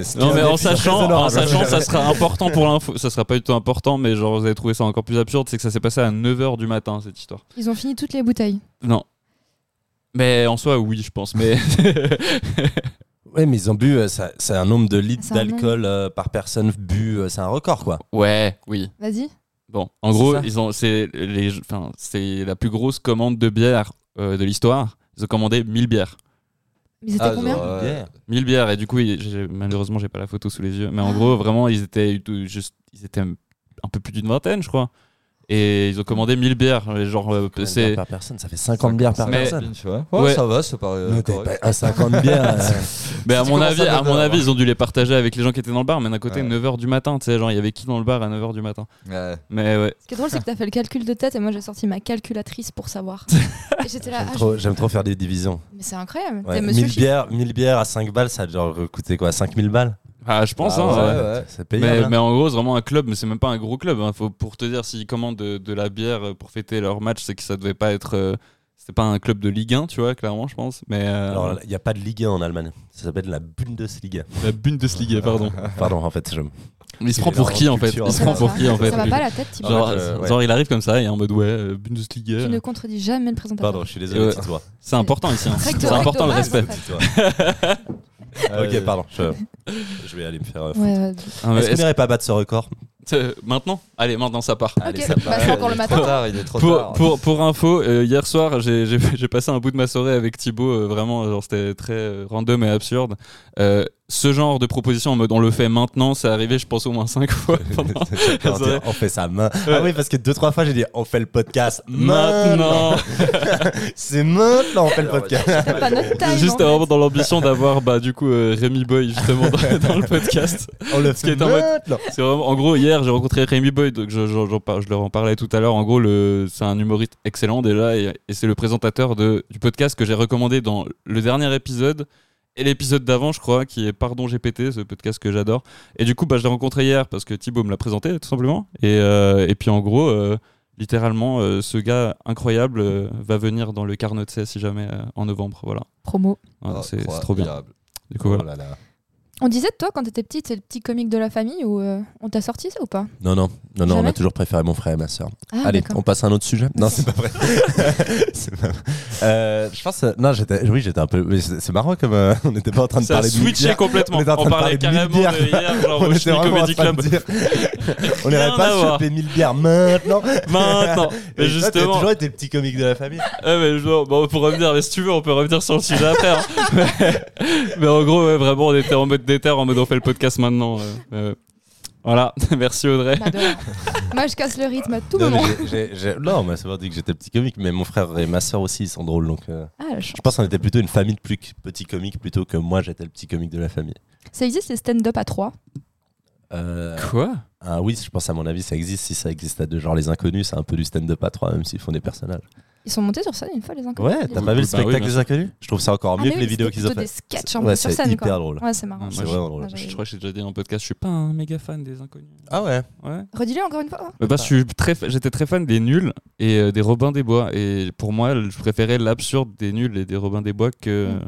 D: Ce qui
B: Non, mais
D: est
B: en
D: très
B: sachant, en
D: honorable.
B: sachant, ça sera important pour l'info. Ça sera pas du tout important, mais genre, vous avez trouvé ça encore plus absurde, c'est que ça s'est passé à 9h du matin, cette histoire.
A: Ils ont fini toutes les bouteilles.
B: Non. Mais en soi, oui, je pense. Mais
D: Ouais, mais ils ont bu. euh, ça- C'est un nombre de litres
A: C'est un nombre.
D: d'alcool euh, par personne bu. euh, C'est un record, quoi.
B: ouais, oui.
A: Vas-y.
B: Bon, en
D: C'est
B: gros,
D: ça.
B: ils ont, c'est, les, enfin, c'est la plus grosse commande de bière euh, de l'histoire. Ils ont commandé 1000 bières.
A: Mais c'était
C: Ah,
A: combien
C: genre, euh,
D: Bière.
B: 1000 bières, et du coup, ils- j'ai- malheureusement, j'ai pas la photo sous les yeux. Mais en gros, vraiment, ils étaient, juste- ils étaient un peu plus d'une vingtaine, je crois. Et ils ont commandé 1000 bières. et Genre, euh,
D: Combien de bières
B: c'est.
D: par personne. Ça fait 50 bières par
B: Mais-
D: personne.
C: Tu vois ouais,
B: Ouais.
C: ça va, ça paraît.
D: Non, t'es
C: correct.
D: pas- à 50 bières. euh,
B: Mais à
C: Si tu
B: mon
C: commences
B: avis,
C: à
B: à mon
C: neuf heures,
B: avis,
C: ouais.
B: ils ont dû les partager avec les gens qui étaient dans le bar. Mais d'un côté,
C: Ouais.
B: 9h du matin, tu sais, genre, il y avait qui dans le bar à 9h du matin
C: Ouais.
B: Mais ouais.
A: Ce qui est drôle, c'est que t'as fait le calcul de tête et moi j'ai sorti ma calculatrice pour savoir. Et J'étais là,
D: J'aime
A: ah,
D: trop, j'aime trop faire des divisions.
A: je- mais c'est incroyable.
D: Ouais,
A: T'es monsieur
D: 1000
A: Chiffre.
D: bières, 1000 bières à 5 balles, ça a genre coûté quoi 5000 balles
B: Ah, je
D: Bah
B: pense,
C: Ah
B: hein,
C: ouais,
B: ouais.
C: ouais.
D: C'est
B: Mais,
D: payable. hein.
B: mais en gros, c'est vraiment un club, mais c'est même pas un gros club. hein. Faut, pour te dire, s'ils commandent de, de la bière pour fêter leur match, c'est que ça devait pas être. euh, c'était pas un club de Ligue 1, tu vois, clairement, je pense. Mais. euh,
D: Alors, il n'y a pas de Ligue 1 en Allemagne. Ça s'appelle la Bundesliga.
B: la Bundesliga, pardon.
D: Pardon, en fait, je me-
B: Ah. Mais il se
D: Il
B: prend
D: est
B: pour
D: dans
B: qui
D: la
B: en fait
D: culture,
B: Il se
A: Ça
B: prend
A: va
B: pour
A: pas.
B: qui en fait
A: Ça va pas la tête, Thibaut.
B: Genre,
D: En fait, euh, ouais.
B: genre, il arrive comme ça et en mode ouais, euh, Bundesliga.
A: Tu ne contredis jamais le présentateur.
D: Pardon, je suis désolé,
B: Ouais.
D: dis-toi.
B: C'est important ici. hein.
A: Recto-
B: C'est important le
A: recto
B: respect.
A: verso, en fait.
C: Euh,
D: ok, pardon. Je... je vais aller me faire. euh, foutre.
A: Ouais, ouais.
B: Ah, mais
D: Est-ce qu'on
B: est-ce-
D: n'irait pas battre ce record
B: euh, Maintenant Allez, maintenant ça part.
D: Allez,
A: Ok,
D: ça
A: bah, c'est
C: Ouais,
A: encore le
C: il est
A: matin.
C: Trop tard, il est trop
B: Pour,
C: tard.
B: pour, pour info, euh, hier soir, j'ai- j'ai j'ai passé un bout de ma soirée avec Thibaut. euh, vraiment, genre, c'était très euh, random et absurde. Euh, ce genre de proposition en mode on le fait maintenant, c'est arrivé, je pense, au moins 5 fois. pendant-
D: Chacun
B: vrai.
D: dit, On fait ça main. Ah oui, parce que deux, trois fois, j'ai dit on fait le podcast maintenant.
B: Maintenant
D: C'est maintenant on fait le podcast.
A: T'as pas notre time. hein.
B: Juste
A: en
B: avant, dans l'ambition d'avoir bah, du coup euh, Rémi Boy justement dans- dans le podcast.
D: On le
B: Ce qui
D: fait
B: est en mode-
D: maintenant.
B: C'est vraiment- en gros, hier, j'ai rencontré Rémi Boy, donc je, je- j'en par- je leur en parlais tout à l'heure. En gros, le, c'est un humoriste excellent déjà, et, et c'est le présentateur de, du podcast que j'ai recommandé dans le dernier épisode et l'épisode d'avant, je crois, qui est Pardon GPT, ce podcast que j'adore. Et du coup, bah, je l'ai rencontré hier parce que Thibaut me l'a présenté, tout simplement. Et, euh, et puis, en gros, euh, littéralement, euh, ce gars incroyable euh, va venir dans le Carnot C si jamais euh, en novembre. Voilà.
A: Promo.
B: Voilà,
C: Ah,
B: c'est, c'est trop bien.
C: incroyable.
B: Du coup, voilà.
D: Oh là là.
A: On disait de toi quand t'étais petite, c'est le petit comique de la famille ou euh, on t'a sorti ça ou pas
D: Non, non, non, non on
A: Jamais
D: a toujours préféré mon frère et ma soeur.
A: Ah,
D: Allez,
A: d'accord.
D: on passe à un autre sujet. Non, c'est pas vrai. C'est pas vrai. Euh, je pense. euh, non, j'étais. Oui, j'étais un peu. mais C'est c'est marrant comme euh, on n'était pas en train de
B: Ça a
D: parler de mille
B: switché
D: bières.
B: complètement.
D: On
B: On,
D: était en train de
B: parlait
D: parler de
B: carrément
D: mille
B: de hier, genre au
D: on était
B: Chenille
D: vraiment en
B: Comedy
D: train
B: Club.
D: de dire. on
B: Rien
D: n'aurait
B: à
D: pas
B: voir.
D: chopé 1000 bières maintenant.
B: Maintenant. Mais
D: Et toi, t'as
B: justement,
D: toujours été le petit comique de la famille.
B: Ouais, mais je- bon, pour revenir, mais si tu veux, on peut revenir sur le sujet après. hein. mais, mais en gros, ouais, vraiment, on était en mode déter, en mode on fait le podcast maintenant. euh, euh. voilà, merci Audrey.
A: Bah, de rien. Moi je casse le rythme à tout
D: Non, mais
A: moment.
D: j'ai- j'ai- j'ai- non, mais c'est pas dit que j'étais petit comique, mais mon frère et ma soeur aussi, ils sont drôles. Donc, euh,
A: Ah, la chance.
D: je pense qu'on était plutôt une famille de plus petits comiques plutôt que moi, j'étais le petit comique de la famille.
A: Ça existe les stand-up à trois
D: Euh,
B: Quoi
D: Ah oui, je pense à mon avis, ça existe. Si ça existe à deux, genre les inconnus, c'est un peu du stand-up à trois, même s'ils font des personnages.
A: Ils sont montés sur scène une fois les inconnus.
D: Ouais, t'as
B: Oui,
D: pas vu
B: bah oui,
D: le spectacle
B: bien
D: des inconnus Je trouve ça encore
A: Ah,
D: mieux
A: mais
D: que
A: oui,
D: les
A: mais
D: vidéos
A: c'était
D: qu'ils ont
A: plutôt des
D: fait.
A: sketchs en
D: Ouais,
A: sur
D: c'est
A: scène
D: hyper
A: quoi.
D: drôle.
A: Ouais, c'est marrant.
B: Non,
D: C'est
B: moi,
D: vraiment drôle.
A: Ah,
B: Je
A: j'avais-
B: crois que j'ai déjà dit dans un podcast, je suis pas un méga fan des inconnus.
D: Ah ouais
B: Ouais.
A: Redis-le encore une fois. hein.
B: Bah, parce que je suis très fa- j'étais très fan des nuls et euh, des Robins des Bois. Et pour moi, je préférais l'absurde des nuls et des Robins des Bois que euh,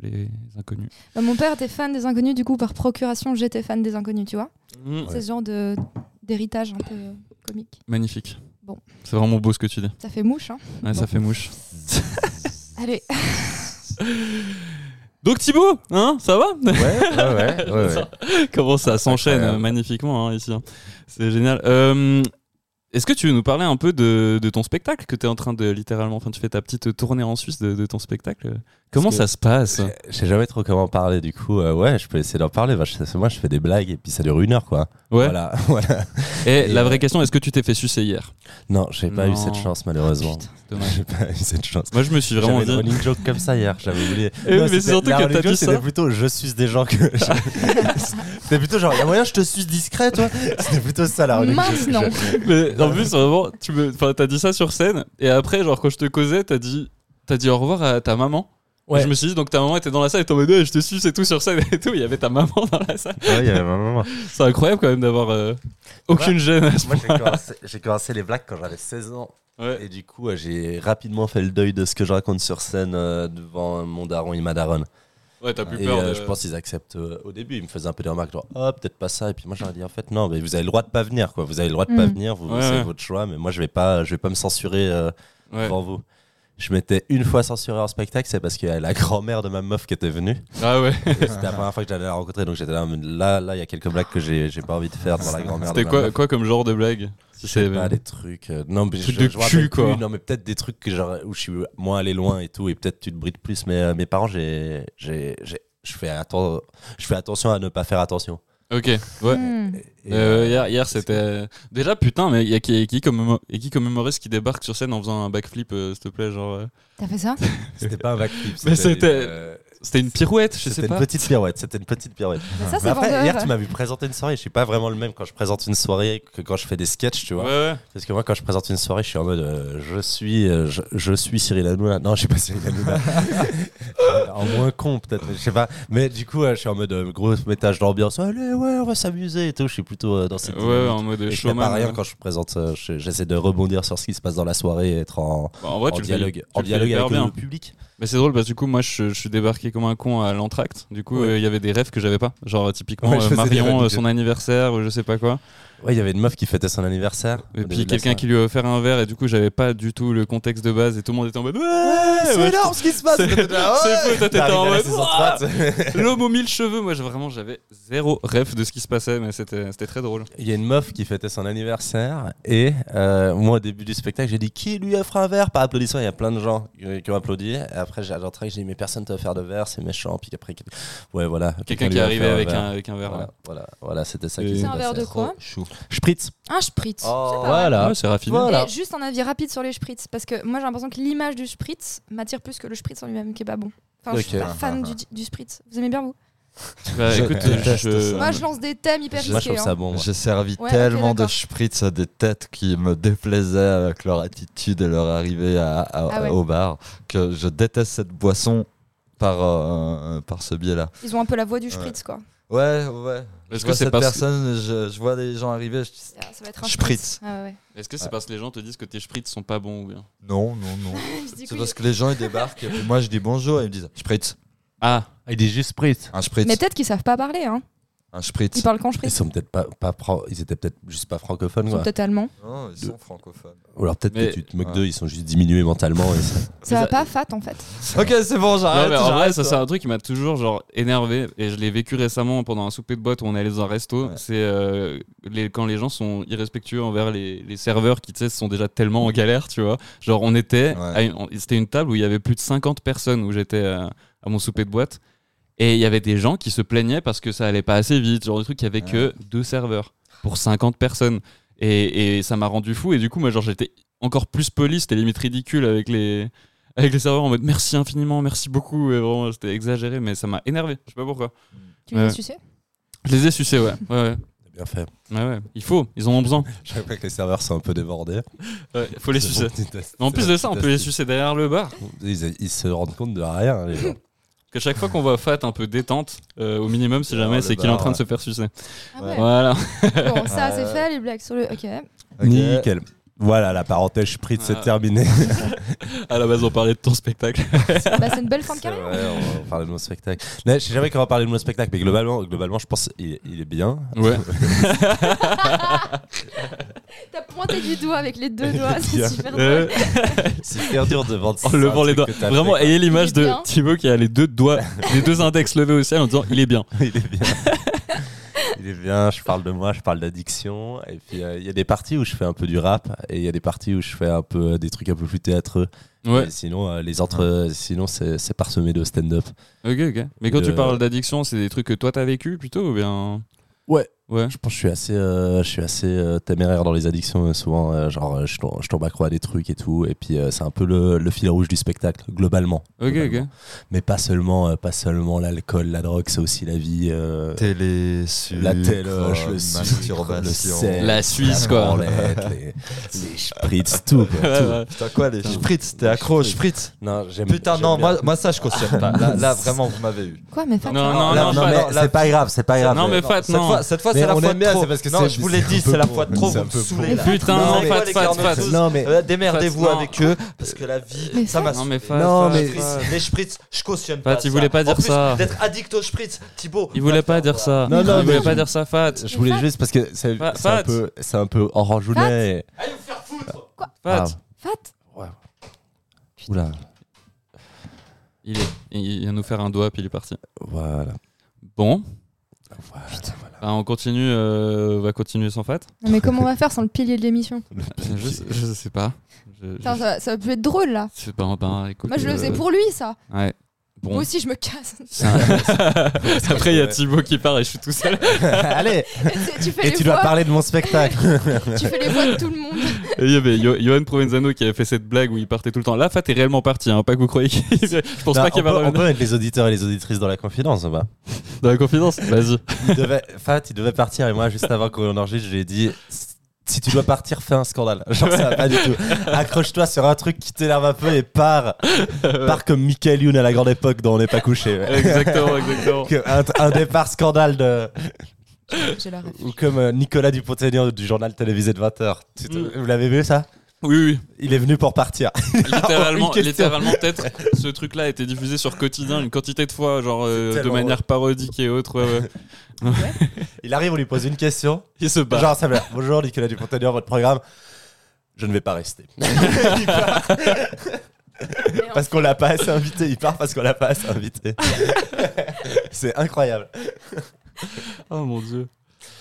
B: les inconnus.
A: Bah, mon père était fan des inconnus, du coup, par procuration, j'étais fan des inconnus, tu vois.
B: Mm.
A: C'est ce genre de- d'héritage un peu euh, comique.
B: Magnifique.
A: Bon.
B: C'est vraiment beau ce que tu dis.
A: Ça fait mouche, hein.
B: Ouais, Ça fait mouche.
A: Allez,
B: Donc Thibaut, hein, ça va
D: Ouais, ouais, ouais. ouais, ouais.
B: Comment ça s'enchaîne
D: Incroyable.
B: euh, magnifiquement hein, ici. hein. C'est génial. Euh, Est-ce que tu veux nous parler un peu de, de ton spectacle que tu es en train de littéralement, enfin tu fais ta petite tournée en Suisse de, de ton spectacle Comment
D: que-
B: ça se passe
D: Je sais jamais trop comment en parler, du coup, euh, ouais, je peux essayer d'en parler. Bah, je- moi, je fais des blagues et puis ça dure une heure, quoi.
B: Ouais.
D: Voilà, voilà.
B: Et la
D: euh,
B: vraie question, est-ce que tu t'es fait sucer hier
D: Non, Ah, j'ai pas
B: Non.
D: eu cette chance, malheureusement.
B: Dommage.
D: J'ai pas eu cette chance.
B: Moi je me suis vraiment
D: J'avais une
B: dit.
D: running joke comme ça hier, j'avais oublié.
B: Eh oui, mais
D: c'était-
B: c'est surtout
D: la
B: que
D: running
B: t'as
D: joke,
B: dit ça.
D: C'était plutôt je suce des gens que. c'était plutôt genre, il y a moyen, je te suce discret, toi. C'était plutôt ça la running joke.
A: Maintenant.
B: Mais en plus, vraiment, tu me... enfin, t'as dit ça sur scène, et après, genre, quand je te causais, t'as dit... t'as dit au revoir à ta maman.
D: Ouais.
B: Et Je me suis dit, donc ta maman était dans la salle, et t'es en mode, Ouais, je te suis, c'est tout sur scène, et tout. Il y avait ta maman dans la salle.
D: Ah oui, il y avait ma maman.
B: C'est incroyable quand même d'avoir euh, aucune gêne à ce
D: Moi,
B: point.
D: j'ai commencé, j'ai commencé les blagues quand j'avais 16 ans.
B: Ouais.
D: Et du coup, euh, j'ai rapidement fait le deuil de ce que je raconte sur scène euh, devant mon daron et ma daronne.
B: Ouais, t'as plus
D: Et
B: peur.
D: euh,
B: de-
D: je pense qu'ils acceptent. euh, au début, ils me faisaient un peu des remarques, genre, ah, peut-être pas ça. Et puis moi, j'aurais dit, en fait, non, mais vous avez le droit de pas venir, quoi. Vous avez le droit de pas
A: Mm.
D: venir, vous,
B: Ouais,
D: c'est
B: ouais.
D: votre choix, mais moi, je vais pas, je vais pas me censurer euh,
B: Ouais.
D: devant vous. Je m'étais une fois censuré en spectacle, c'est parce qu'il y a la grand-mère de ma meuf qui était venue.
B: Ah ouais.
D: Et C'était la première fois que j'allais la rencontrer, donc j'étais là, mais là, là, il y a quelques blagues que j'ai j'ai pas envie de faire devant la grand-mère. de
B: C'était
D: ma
B: quoi,
D: meuf.
B: quoi comme genre de blague
D: Je sais
B: C'est-
D: pas, des trucs. euh, non, mais
B: Trucs
D: je,
B: de
D: je me rappelle
B: cul, quoi.
D: plus, non, mais peut-être des trucs que genre, où je suis moins allé loin et tout, et peut-être tu te brides plus. Mais euh, mes parents, j'ai, j'ai, j'ai- je, fais atten- je fais attention à ne pas faire attention.
B: Ok, ouais.
A: Hmm.
D: Et,
B: Euh,
D: euh,
B: hier, hier c'était. Déjà, putain, mais il y a qui, qui comme, humo- y a qui comme humoriste qui débarque sur scène en faisant un backflip, euh, s'il te plaît, genre. euh,
A: T'as fait ça
D: C'était pas un backflip.
B: Mais c'était-
D: une, euh,
B: C'était une pirouette, je sais
D: c'était
B: pas.
D: une petite pirouette. C'était une petite pirouette.
A: Bah, Ça,
D: Mais
A: c'est
D: après, hier, tu
A: vendeur.
D: m'as vu présenter une soirée. Je suis pas vraiment le même quand je présente une soirée que quand je fais des sketchs, tu
B: Ouais,
D: vois.
B: ouais.
D: Parce que moi, quand je présente une soirée, je suis en mode euh, je suis euh, je, je suis Cyril Hanouna. Non, je suis pas Cyril Hanouna. en moins con, peut-être, mais je sais pas. Mais du coup, euh, je suis en mode euh, gros métage d'ambiance. Allez, ouais, on va s'amuser et tout. Je suis plutôt euh, dans cette.
B: Ouais, en mode
D: Et je
B: showman.
D: prépare rien
B: ouais.
D: quand je présente. euh, je- J'essaie de rebondir sur ce qui se passe dans la soirée et être en,
B: Bah, en vrai,
D: en
B: tu le fais-
D: dialogue,
B: tu
D: en
B: le fais
D: dialogue
B: hyper
D: avec
B: bien.
D: le public.
B: Mais c'est drôle parce que du coup, moi, je, je suis débarqué comme un con à l'entracte. Du coup, euh, il
D: Ouais.
B: y avait des rêves que j'avais pas. Genre, typiquement,
D: Ouais, je
B: euh,
D: faisais des
B: Marion,
D: rêves,
B: euh, son anniversaire, ou je sais pas quoi.
D: Ouais, il y avait une meuf qui fêtait son anniversaire. au
B: Et
D: début
B: puis,
D: de la
B: quelqu'un
D: soirée.
B: qui lui a offert un verre, et du coup, j'avais pas du tout le contexte de base, et tout le monde était en mode. Ouais, ouais,
D: C'est énorme ce qui se passe.
B: C'est-
D: T'étais là,
B: c'est
D: ouais.
B: fou, toi, t'étais
D: T'arrives
B: en
D: à la
B: mode,
D: saison
B: Ouah
D: 3,
B: je- L'homme aux mille cheveux, moi, j'ai- vraiment, j'avais zéro rêve de ce qui se passait, mais c'était c'était très drôle.
D: Il y a une meuf qui fêtait son anniversaire et euh, moi au début du spectacle j'ai dit qui lui offre un verre par applaudissement il y a plein de gens qui qui ont applaudi et après j'ai à l'entrée j'ai dit mais personne t'a offert de verre c'est méchant puis après ouais voilà
B: Quelqu'un qui
D: lui
B: est
D: a
B: arrivé
D: offert
B: avec
D: verre.
B: un, avec un verre.
D: voilà voilà, voilà, c'était ça
B: Et-
D: qui
B: C'est
D: s'est
A: un
D: passé.
A: verre de quoi
B: Chou.
C: Oh,
D: Spritz
A: Un spritz.
D: bah, Oh,
A: pas
C: Ah.
D: voilà
B: Ouais, c'est raffiné.
D: Voilà.
A: Et juste un avis rapide sur les spritz, parce que moi j'ai l'impression que l'image du spritz m'attire plus que le spritz en lui-même, qui est pas bon. Enfin, je suis
D: Ok.
A: pas fan du, du spritz. Vous aimez bien vous
B: Bah,
C: Je
B: écoute,
C: déteste
B: je-
C: ça.
A: Moi je lance des thèmes hyper
D: moi je
A: risqués.
D: trouve ça
A: hein.
D: bon ouais.
C: J'ai servi
A: Ouais, ok,
C: tellement de
A: d'accord.
C: spritz à des têtes qui me déplaisaient avec leur attitude et leur arrivée à- à-
A: Ah ouais.
C: au bar que je déteste cette boisson par, euh, par ce biais-là.
A: hein. Ils ont un peu la voix du
C: Ouais.
A: spritz quoi.
C: Ouais, ouais.
B: Est-ce
C: je
B: que
C: vois
B: c'est
C: cette
B: parce...
C: personne, je, je vois des gens arriver, je dis
A: Ah, Ça va être un
C: Spritz.
A: spritz. Ah, ouais,
B: est-ce que c'est
C: Ouais.
B: parce que les gens te disent que tes spritz sont pas bons ou bien
C: non, non, non.
A: ouais. Je dis
C: C'est
A: oui.
C: parce que les gens ils débarquent et puis moi je dis bonjour et ils me disent spritz,
B: Ah,
D: il dit juste Spritz
C: un spritz,
A: Mais peut-être qu'ils savent pas parler, hein.
C: un
A: Ils
C: spritz.
A: parlent qu'en
D: ils
A: spritz.
D: sont peut-être pas, pas fran- ils étaient peut-être juste pas francophones
A: Ils sont
D: quoi.
A: peut-être allemands.
C: Non, ils sont francophones.
D: ou alors peut-être
B: Mais-
D: que tu te moques
C: Ouais.
D: d'eux ils sont juste diminués mentalement et ça-
A: Ça va
B: ça-
A: pas fat en fait.
C: Ok, c'est bon, j'arrête.
B: Non, mais en vrai,
C: j'arrête.
B: ça c'est un truc qui m'a toujours genre énervé et je l'ai vécu récemment pendant un souper de boîte où on est allé dans un resto.
C: Ouais.
B: C'est euh, les- quand les gens sont irrespectueux envers les, les serveurs qui tu sais sont déjà tellement en galère, tu vois. Genre on était,
C: Mm. Ouais.
B: à une- on- c'était une table où il y avait plus de 50 personnes où j'étais euh, à mon souper de boîte et il y avait des gens qui se plaignaient parce que ça allait pas assez vite, genre des trucs qui avait que deux serveurs pour 50 personnes et, et ça m'a rendu fou et du coup moi genre j'étais encore plus poli, c'était limite ridicule avec les avec les serveurs en mode merci infiniment, merci beaucoup. Et vraiment, c'était exagéré, mais ça m'a énervé. Je sais pas pourquoi.
A: Tu les
B: Ouais.
A: as sucés
B: Je les ai sucés, ouais. Ouais, ouais.
D: C'est bien fait
B: Ouais, ouais. Il faut, ils en ont besoin.
D: je sais pas que les serveurs sont un peu débordés
B: Ouais, faut les
D: C'est
B: sucer.
D: bon, déteste-
B: Mais en plus de ça, on peut les
D: déteste-
B: sucer derrière le bar.
D: Ils, ils se rendent compte de rien, hein, les gens.
B: Que chaque fois qu'on voit Fat un peu détente, euh, au minimum, si
C: Derrière
B: jamais,
C: le
B: c'est qu'il est en
C: bar,
B: train de
C: ouais.
B: se faire sucer.
A: Ah
C: Ouais.
A: ouais.
B: Voilà.
A: Bon, ça
C: Ouais,
A: c'est
C: ouais.
A: fait les blagues sur le. Ok.
C: Ok.
D: Nickel. Voilà, la parenthèse Spritz
B: Ah.
D: c'est terminé.
B: À la base, on parlait de ton spectacle.
A: Bah, c'est une belle fin de
D: C'est
A: carrière.
D: vrai, on va parler de mon spectacle. Mais je sais jamais comment parler de mon spectacle, mais globalement, globalement je pense qu'il il est bien.
B: Ouais.
A: T'as pointé du doigt avec les deux doigts, c'est
D: Bien.
A: super
B: Euh,
A: drôle.
D: C'est hyper dur de vendre
B: en
D: ça,
B: levant
D: un
B: les doigts.
D: truc que t'as fait,
B: Vraiment,
D: quoi.
B: ayez l'image
A: Il est
B: de
A: bien.
B: Thibaut qui a les deux doigts, les deux index levés au ciel en disant il est bien.
D: Il est bien. il est bien, je parle de moi, je parle d'addiction. Et puis, euh, il y a des parties où je fais un peu du rap, et il y a des parties où je fais un peu euh, des trucs un peu plus théâtreux.
B: Ouais,
D: Et sinon, euh, les entre, euh, sinon c'est c'est parsemé de stand-up.
B: ok, ok. Mais quand
D: Et
B: tu
D: de-
B: parles d'addiction, c'est des trucs que toi t'as vécu plutôt ou bien.
D: Ouais.
B: Ouais.
D: Je pense que je suis assez, euh, je suis assez euh, téméraire dans les addictions, euh, souvent. euh, genre, euh, je tombe, je tombe accro à des trucs et tout. Et puis, euh, c'est un peu le, le fil rouge du spectacle, globalement.
B: Ok, ok.
D: Globalement. Mais pas seulement, euh, pas seulement l'alcool, la drogue, c'est aussi la vie. euh,
C: Télé, sucre,
D: la téloche, le sucre, le
C: masturbation.
D: sel,
B: La Suisse,
D: la
B: quoi.
D: branlette, les, les spritz, tout. quoi, tout.
C: Putain, quoi, les spritz, t'es accro aux spritz.
D: Non, j'aime-
C: Putain,
D: j'aime
C: non,
D: bien.
C: moi, moi ça je cautionne pas. Là, là, vraiment, vous m'avez eu.
A: Quoi, mais fat
B: Non, non,
C: là,
B: non,
C: non,
B: Fat.
C: mais-
D: Mais c'est pas grave, c'est pas grave.
B: Non, mais Fat,
C: Cette
B: non.
C: fois, cette fois
D: Mais
C: c'est la
D: on
C: fois
D: aime
C: de
D: bien,
C: trop.
D: c'est parce que
C: non,
D: c'est-
C: je vous l'ai
D: c'est
C: dit,
D: un peu
C: c'est la
D: pour-
C: fois de trop.
D: c'est un
C: Vous me
D: peu pour-
C: saoulez.
B: Putain,
C: Vous
B: non,
C: savez
B: Fat,
C: quoi, les
B: Fat,
C: carnets,
B: Fat.
C: tous
D: Non, mais-
C: Euh, Démerdez-vous
B: Fat, non.
C: avec eux, parce que la vie,
A: Mais
C: ça
A: Fat.
C: m'a
B: Non, mais Fat.
D: Non,
B: Fat,
D: mais-
B: Fat.
C: Les spritz, je cautionne
B: Fat,
C: pas.
B: il
C: ça.
B: voulait pas
C: En
B: dire
C: plus,
B: ça.
C: D'être addict aux spritz, Thibaut.
B: Il voulait pas dire ça.
D: Non, non,
B: Il voulait
D: mais-
B: pas dire ça, Euh, Fat.
D: Je voulais juste parce que c'est
B: Fa-
D: c'est un
B: Fat.
D: peu, c'est un peu orangeunet. et- Ah.
B: Fat.
A: Fat
D: Oula,
B: Il, est, il vient nous faire un doigt, puis il est parti.
D: voilà.
B: Bon,
D: Voilà, voilà.
B: bah, on continue, euh, on va continuer sans Fat.
A: Non, mais comment on va faire sans le pilier de l'émission
B: Je, sais- je sais pas. Je, je-
A: Putain, ça, ça va plus être drôle là.
B: je sais pas, ben, écoute,
A: Moi je le
B: euh,
A: faisais pour lui ça.
B: Ouais. Bon.
A: Moi aussi je me casse.
B: C'est un- Après, il y a Thibaut qui part et je suis tout seul.
D: Allez,
A: tu fais
D: et
A: les
D: tu dois
A: voix,
D: parler de mon spectacle.
A: tu fais les voix de tout le monde.
B: Et il y avait Yo- Johan Provenzano qui avait fait cette blague où il partait tout le temps. Là, Fat est réellement parti, hein, pas que vous croyez. qu'il- je pense
D: Non,
B: pas qu'il
D: Bah, on,
B: va
D: peut, on
B: revenir
D: peut être les auditeurs et les auditrices dans la confidence, on va.
B: dans la confidence. Vas-y.
D: Il devait, Fat, il devait partir et moi, juste avant qu'on enregistre, j'ai dit si tu dois partir, fais un scandale. Genre, ça va pas du tout. Accroche-toi sur un truc qui t'énerve un peu et pars. Pars comme Michael Youn à la grande époque dont on n'est pas couché. ouais.
B: exactement, exactement.
D: Que un, un départ scandale de.
A: J'ai la ref.
D: Ou comme euh, Nicolas Dupont-Aignan du journal télévisé de 20h. Tu te-
B: Mm.
D: Vous l'avez vu ça
B: Oui, oui.
D: Il est venu pour partir.
B: Littéralement,
D: Ah, Une question.
B: littéralement peut-être, ce truc-là a été diffusé sur Quotidien une quantité de fois, genre euh,
D: C'est
B: de
D: tellement
B: manière parodique et autre. ouais, ouais.
D: Il arrive, on lui pose une question.
B: Il se bat.
D: Genre, ça me Bonjour Nicolas Dupont-Aignan, votre programme. Je ne vais pas rester. Il part parce qu'on l'a pas assez invité. Il part parce qu'on l'a pas assez invité. C'est incroyable.
B: Oh mon dieu.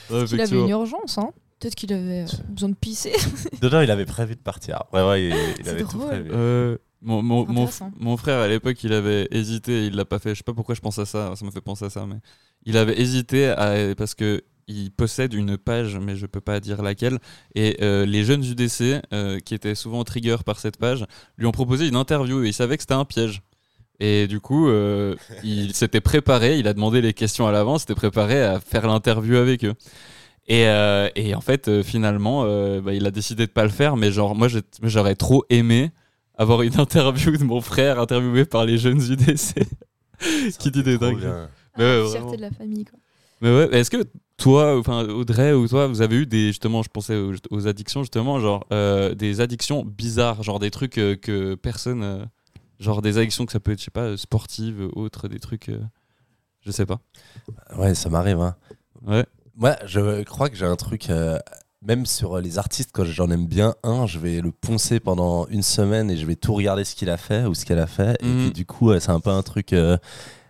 A: Il avait une urgence, hein Peut-être qu'il avait euh, besoin de pisser.
D: Dedans, il avait prévu de partir. Ouais, ouais, il, il
A: C'est
D: avait tout
A: drôle.
D: prévu.
B: Euh, mon, mon, mon,
A: Intéressant.
B: mon frère, à l'époque, il avait hésité, il l'a pas fait. Je sais pas pourquoi je pense à ça, ça me fait penser à ça, mais il avait hésité à- parce que il possède une page, mais je peux pas dire laquelle. Et euh, les jeunes UDC, euh, qui étaient souvent trigger par cette page, lui ont proposé une interview et il savait que c'était un piège. Et du coup, euh, il s'était préparé, il a demandé les questions à l'avance, s'était préparé à faire l'interview avec eux. Et, euh, et en fait, euh, finalement, euh, bah, il a décidé de pas le faire, mais genre, moi, j'ai- j'aurais trop aimé avoir une interview de mon frère interviewé par les jeunes UDC qui dit des
D: Trop
B: dingues.
D: bien.
B: Mais ouais, vraiment.
A: Fierté de la famille quoi.
B: Mais ouais, est-ce que toi, enfin Audrey ou toi, vous avez eu des justement, je pensais aux, aux addictions justement, genre euh, des addictions bizarres, genre des trucs euh, que personne, euh, genre des addictions que ça peut être, je sais pas, euh, sportives, euh, autres, des trucs, euh, je sais pas.
D: Ouais, ça m'arrive. Hein.
B: Ouais.
D: Moi, je crois que j'ai un truc, euh, même sur euh, les artistes, quand j'en aime bien un, je vais le poncer pendant une semaine et je vais tout regarder ce qu'il a fait ou ce qu'elle a fait.
B: Mhm.
D: Et puis, du coup, euh, c'est un peu un truc. euh,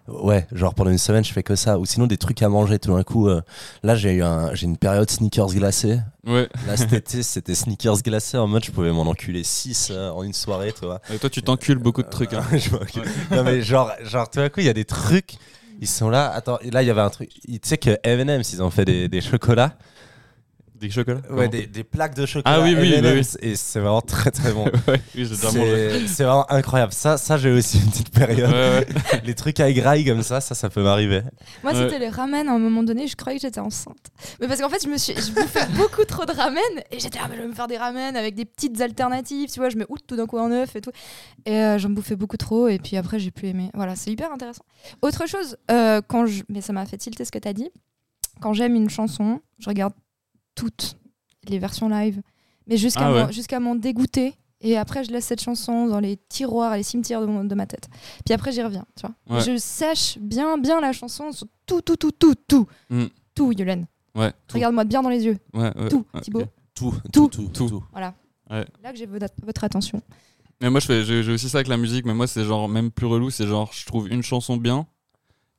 D: Ouais, genre pendant une semaine, je fais que ça. Ou sinon, des trucs à manger tout d'un coup. euh, là, j'ai eu un, j'ai une période sneakers glacés.
B: Ouais.
D: Là, cet été, c'était sneakers glacés en mode je pouvais m'en enculer 6 en une soirée, tu vois.
B: Et Euh, toi, tu t'encules beaucoup de trucs. Hein.
D: Je m'en- non mais genre, genre tout à coup il y a des trucs, ils sont là. Attends, et là il y avait un truc. il- Tu sais que M&M's ils ont fait des, des chocolats,
B: Des chocolats.
D: ouais, des, des plaques de chocolat.
B: Ah oui, oui,
D: M&M's,
B: bah oui.
D: Et c'est vraiment très très bon.
B: Comment ouais, oui, j'ai déjà mangé.
D: C'est c'est vraiment incroyable. Ça, ça j'ai aussi une petite
B: Ouais,
D: période.
B: ouais.
D: Les trucs à graille comme ça, ça, ça peut m'arriver.
A: Moi,
B: Ouais.
A: c'était les ramen à un moment donné, je croyais que j'étais enceinte. Mais parce qu'en fait, je me suis je bouffais beaucoup trop de ramen et j'étais là, mais je vais me faire des ramen avec des petites alternatives, tu vois, je mets out tout d'un coup un œuf et tout. Et euh, j'en bouffais beaucoup trop et puis après, j'ai plus aimé. Voilà, c'est hyper intéressant. Autre chose, euh, quand je... mais ça m'a fait tilter ce que t'as dit. Quand j'aime une chanson, je regarde toutes les versions live, mais jusqu'à
B: Ah ouais.
A: m'en- jusqu'à m'en dégoûter. Et après, je laisse cette chanson dans les tiroirs, les cimetières de, mon- de ma tête. Puis après, j'y reviens, tu vois.
B: Ouais.
A: Je sache bien, bien la chanson sur tout, tout, tout, tout, tout.
B: Mm.
A: Tout, Yolène.
B: Ouais, tout.
A: Regarde-moi bien dans les yeux.
B: Ouais, ouais.
A: tout,
B: Ok.
A: Thibaut.
D: Tout,
A: Tout.
D: tout,
B: Tout.
A: Là que j'ai vo- votre attention.
B: Mais moi, je fais, j'ai j'ai aussi ça avec la musique, mais moi, c'est genre même plus relou, c'est genre, je trouve une chanson bien,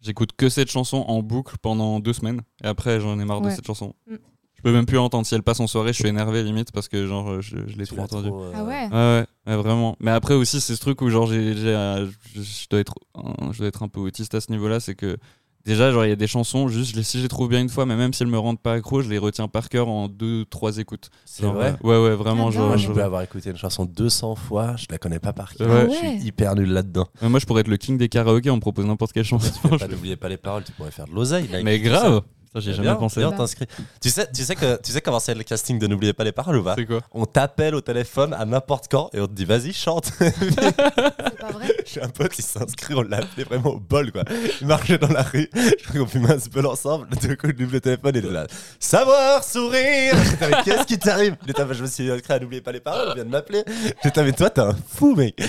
B: J'écoute que cette chanson en boucle pendant deux semaines. Et après, j'en ai marre de
A: Ouais.
B: cette chanson.
A: Mm.
B: Je peux même plus l'entendre. Si elle passe en soirée, je suis énervé limite parce que genre, je, je l'ai
D: Tu
B: trop
D: l'as
B: entendue.
D: trop, euh,
A: Ah ouais
B: Bah Ouais, ouais, ouais, vraiment. Mais après aussi, c'est ce truc où genre, j'ai, j'ai, euh, je, je dois être, un- je dois être un peu autiste à ce niveau-là, c'est que déjà, genre, il y a des chansons, juste, je les- si je les trouve bien une fois, mais même si elles me rendent pas accro, je les retiens par cœur en deux, trois écoutes.
D: C'est
B: Genre,
D: vrai.
B: euh, Ouais, ouais, vraiment.
A: Ah,
B: genre,
D: Moi,
A: bien.
D: je
B: genre-
D: peux avoir écouté une chanson 200 fois, je la connais pas par cœur.
B: Ouais.
D: Je
A: Ah Ouais.
D: suis hyper nul là-dedans.
B: Ouais, Euh, Moi, je pourrais être le king des karaokés, on me propose n'importe quelle chanson.
D: Pas N'oubliez pas les paroles, tu pourrais faire de l'oseille. mec.
B: mais
D: Tu sais,
B: grave! Putain, J'ai
D: bien,
B: jamais pensé.
A: Bah.
D: bien t'inscris. Tu sais, tu sais que tu sais comment c'est le casting de N'oubliez pas les paroles ou pas
B: C'est quoi?
D: On t'appelle au téléphone à n'importe quand et on te dit vas-y chante.
A: C'est pas vrai.
D: J'ai un pote qui s'inscrit, on l'appelait vraiment au bol quoi. Il marchait dans la rue, je crois qu'on fumait un spell ensemble, du coup il ouvre le téléphone et il est là. Savoir sourire J'étais, mais qu'est-ce qui t'arrive Il était, bah, Je me suis inscrit à n'oubliez pas les paroles, on vient de m'appeler. J'étais mais toi t'es un fou mec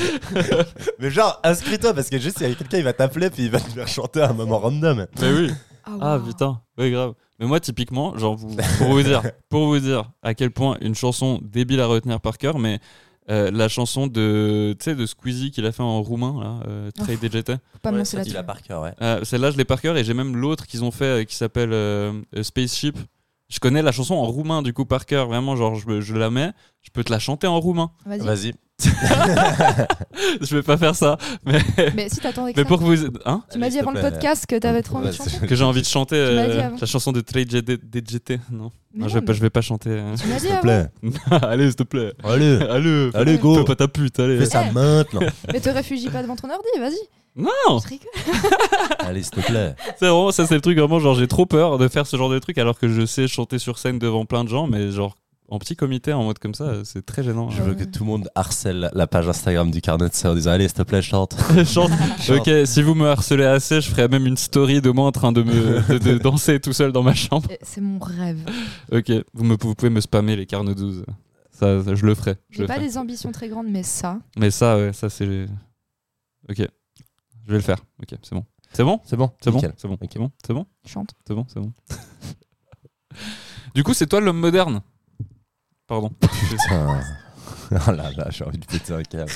D: Mais genre inscris-toi parce que juste il y a quelqu'un il va t'appeler puis il va te faire chanter à un moment random.
B: Mais oui! Ah
A: wow.
B: putain, ouais grave. Mais moi typiquement, genre vous- pour vous dire, pour vous dire à quel point une chanson débile à retenir par cœur, mais euh, la chanson de tu sais de Squeezie qu'il a fait en roumain là, euh, Trei de Jete.
A: Faut pas me lancer
D: il
A: là-dessus.
D: a par cœur ouais.
B: Euh, Celle-là je l'ai par cœur et j'ai même l'autre qu'ils ont fait euh, qui s'appelle euh, euh, Spaceship. Je connais la chanson en roumain du coup par cœur, vraiment genre je, me- je la mets, je peux te la chanter en roumain.
A: Vas-y.
D: Vas-y.
B: je vais pas faire ça, mais
A: Mais si t'attendais que
B: mais
A: ça.
B: pour vous hein
A: Tu m'as dit
D: S'il te
A: avant le
D: plaît.
A: podcast que t'avais trop envie de
D: Ouais,
A: chanter.
D: c'est-
B: que j'ai envie de chanter euh,
A: m'as dit avant.
B: la chanson de Trei de de Jete. Non,
A: Mais
B: Non,
A: non,
B: je vais pas
A: mais
B: je vais pas chanter. euh.
A: Tu m'as dit
D: S'il te
A: avant.
D: plaît.
B: allez s'il te plaît.
D: Allez
B: Allez,
D: Allez,
B: fais-
D: go.
B: fais pas ta pute, allez.
D: Fais ça
A: Eh.
D: maintenant
A: Mais te réfugie pas devant ton ordi, vas-y.
B: Non
A: Je rigole.
D: Allez s'il te plaît
B: C'est vraiment, ça c'est le truc vraiment, genre j'ai trop peur de faire ce genre de truc alors que je sais chanter sur scène devant plein de gens, mais genre en petit comité, en mode comme ça, c'est très gênant.
D: Je veux que tout le monde harcèle la page Instagram du carnet de sœurs en disant allez s'il te plaît chante
B: Chante. Ok, si vous me harcelez assez, je ferai même une story de moi en train de me de, de danser tout seul dans ma chambre.
A: Eh, C'est mon rêve.
B: Ok, vous, me, vous pouvez me spammer les carnes 12. Ça, ça, je le ferai. je
A: J'ai
B: le
A: pas
B: ferai.
A: des ambitions très grandes, mais ça.
B: Mais ça, ouais, ça c'est. Ok, je vais le faire. Ok, c'est bon. C'est bon
D: C'est bon,
B: C'est bon
D: nickel.
B: C'est bon
D: Ok.
B: C'est bon C'est bon
A: Chante.
B: C'est bon, c'est bon. du coup, c'est toi l'homme moderne. Pardon.
D: Putain. Oh là là, j'ai envie de péter un câble.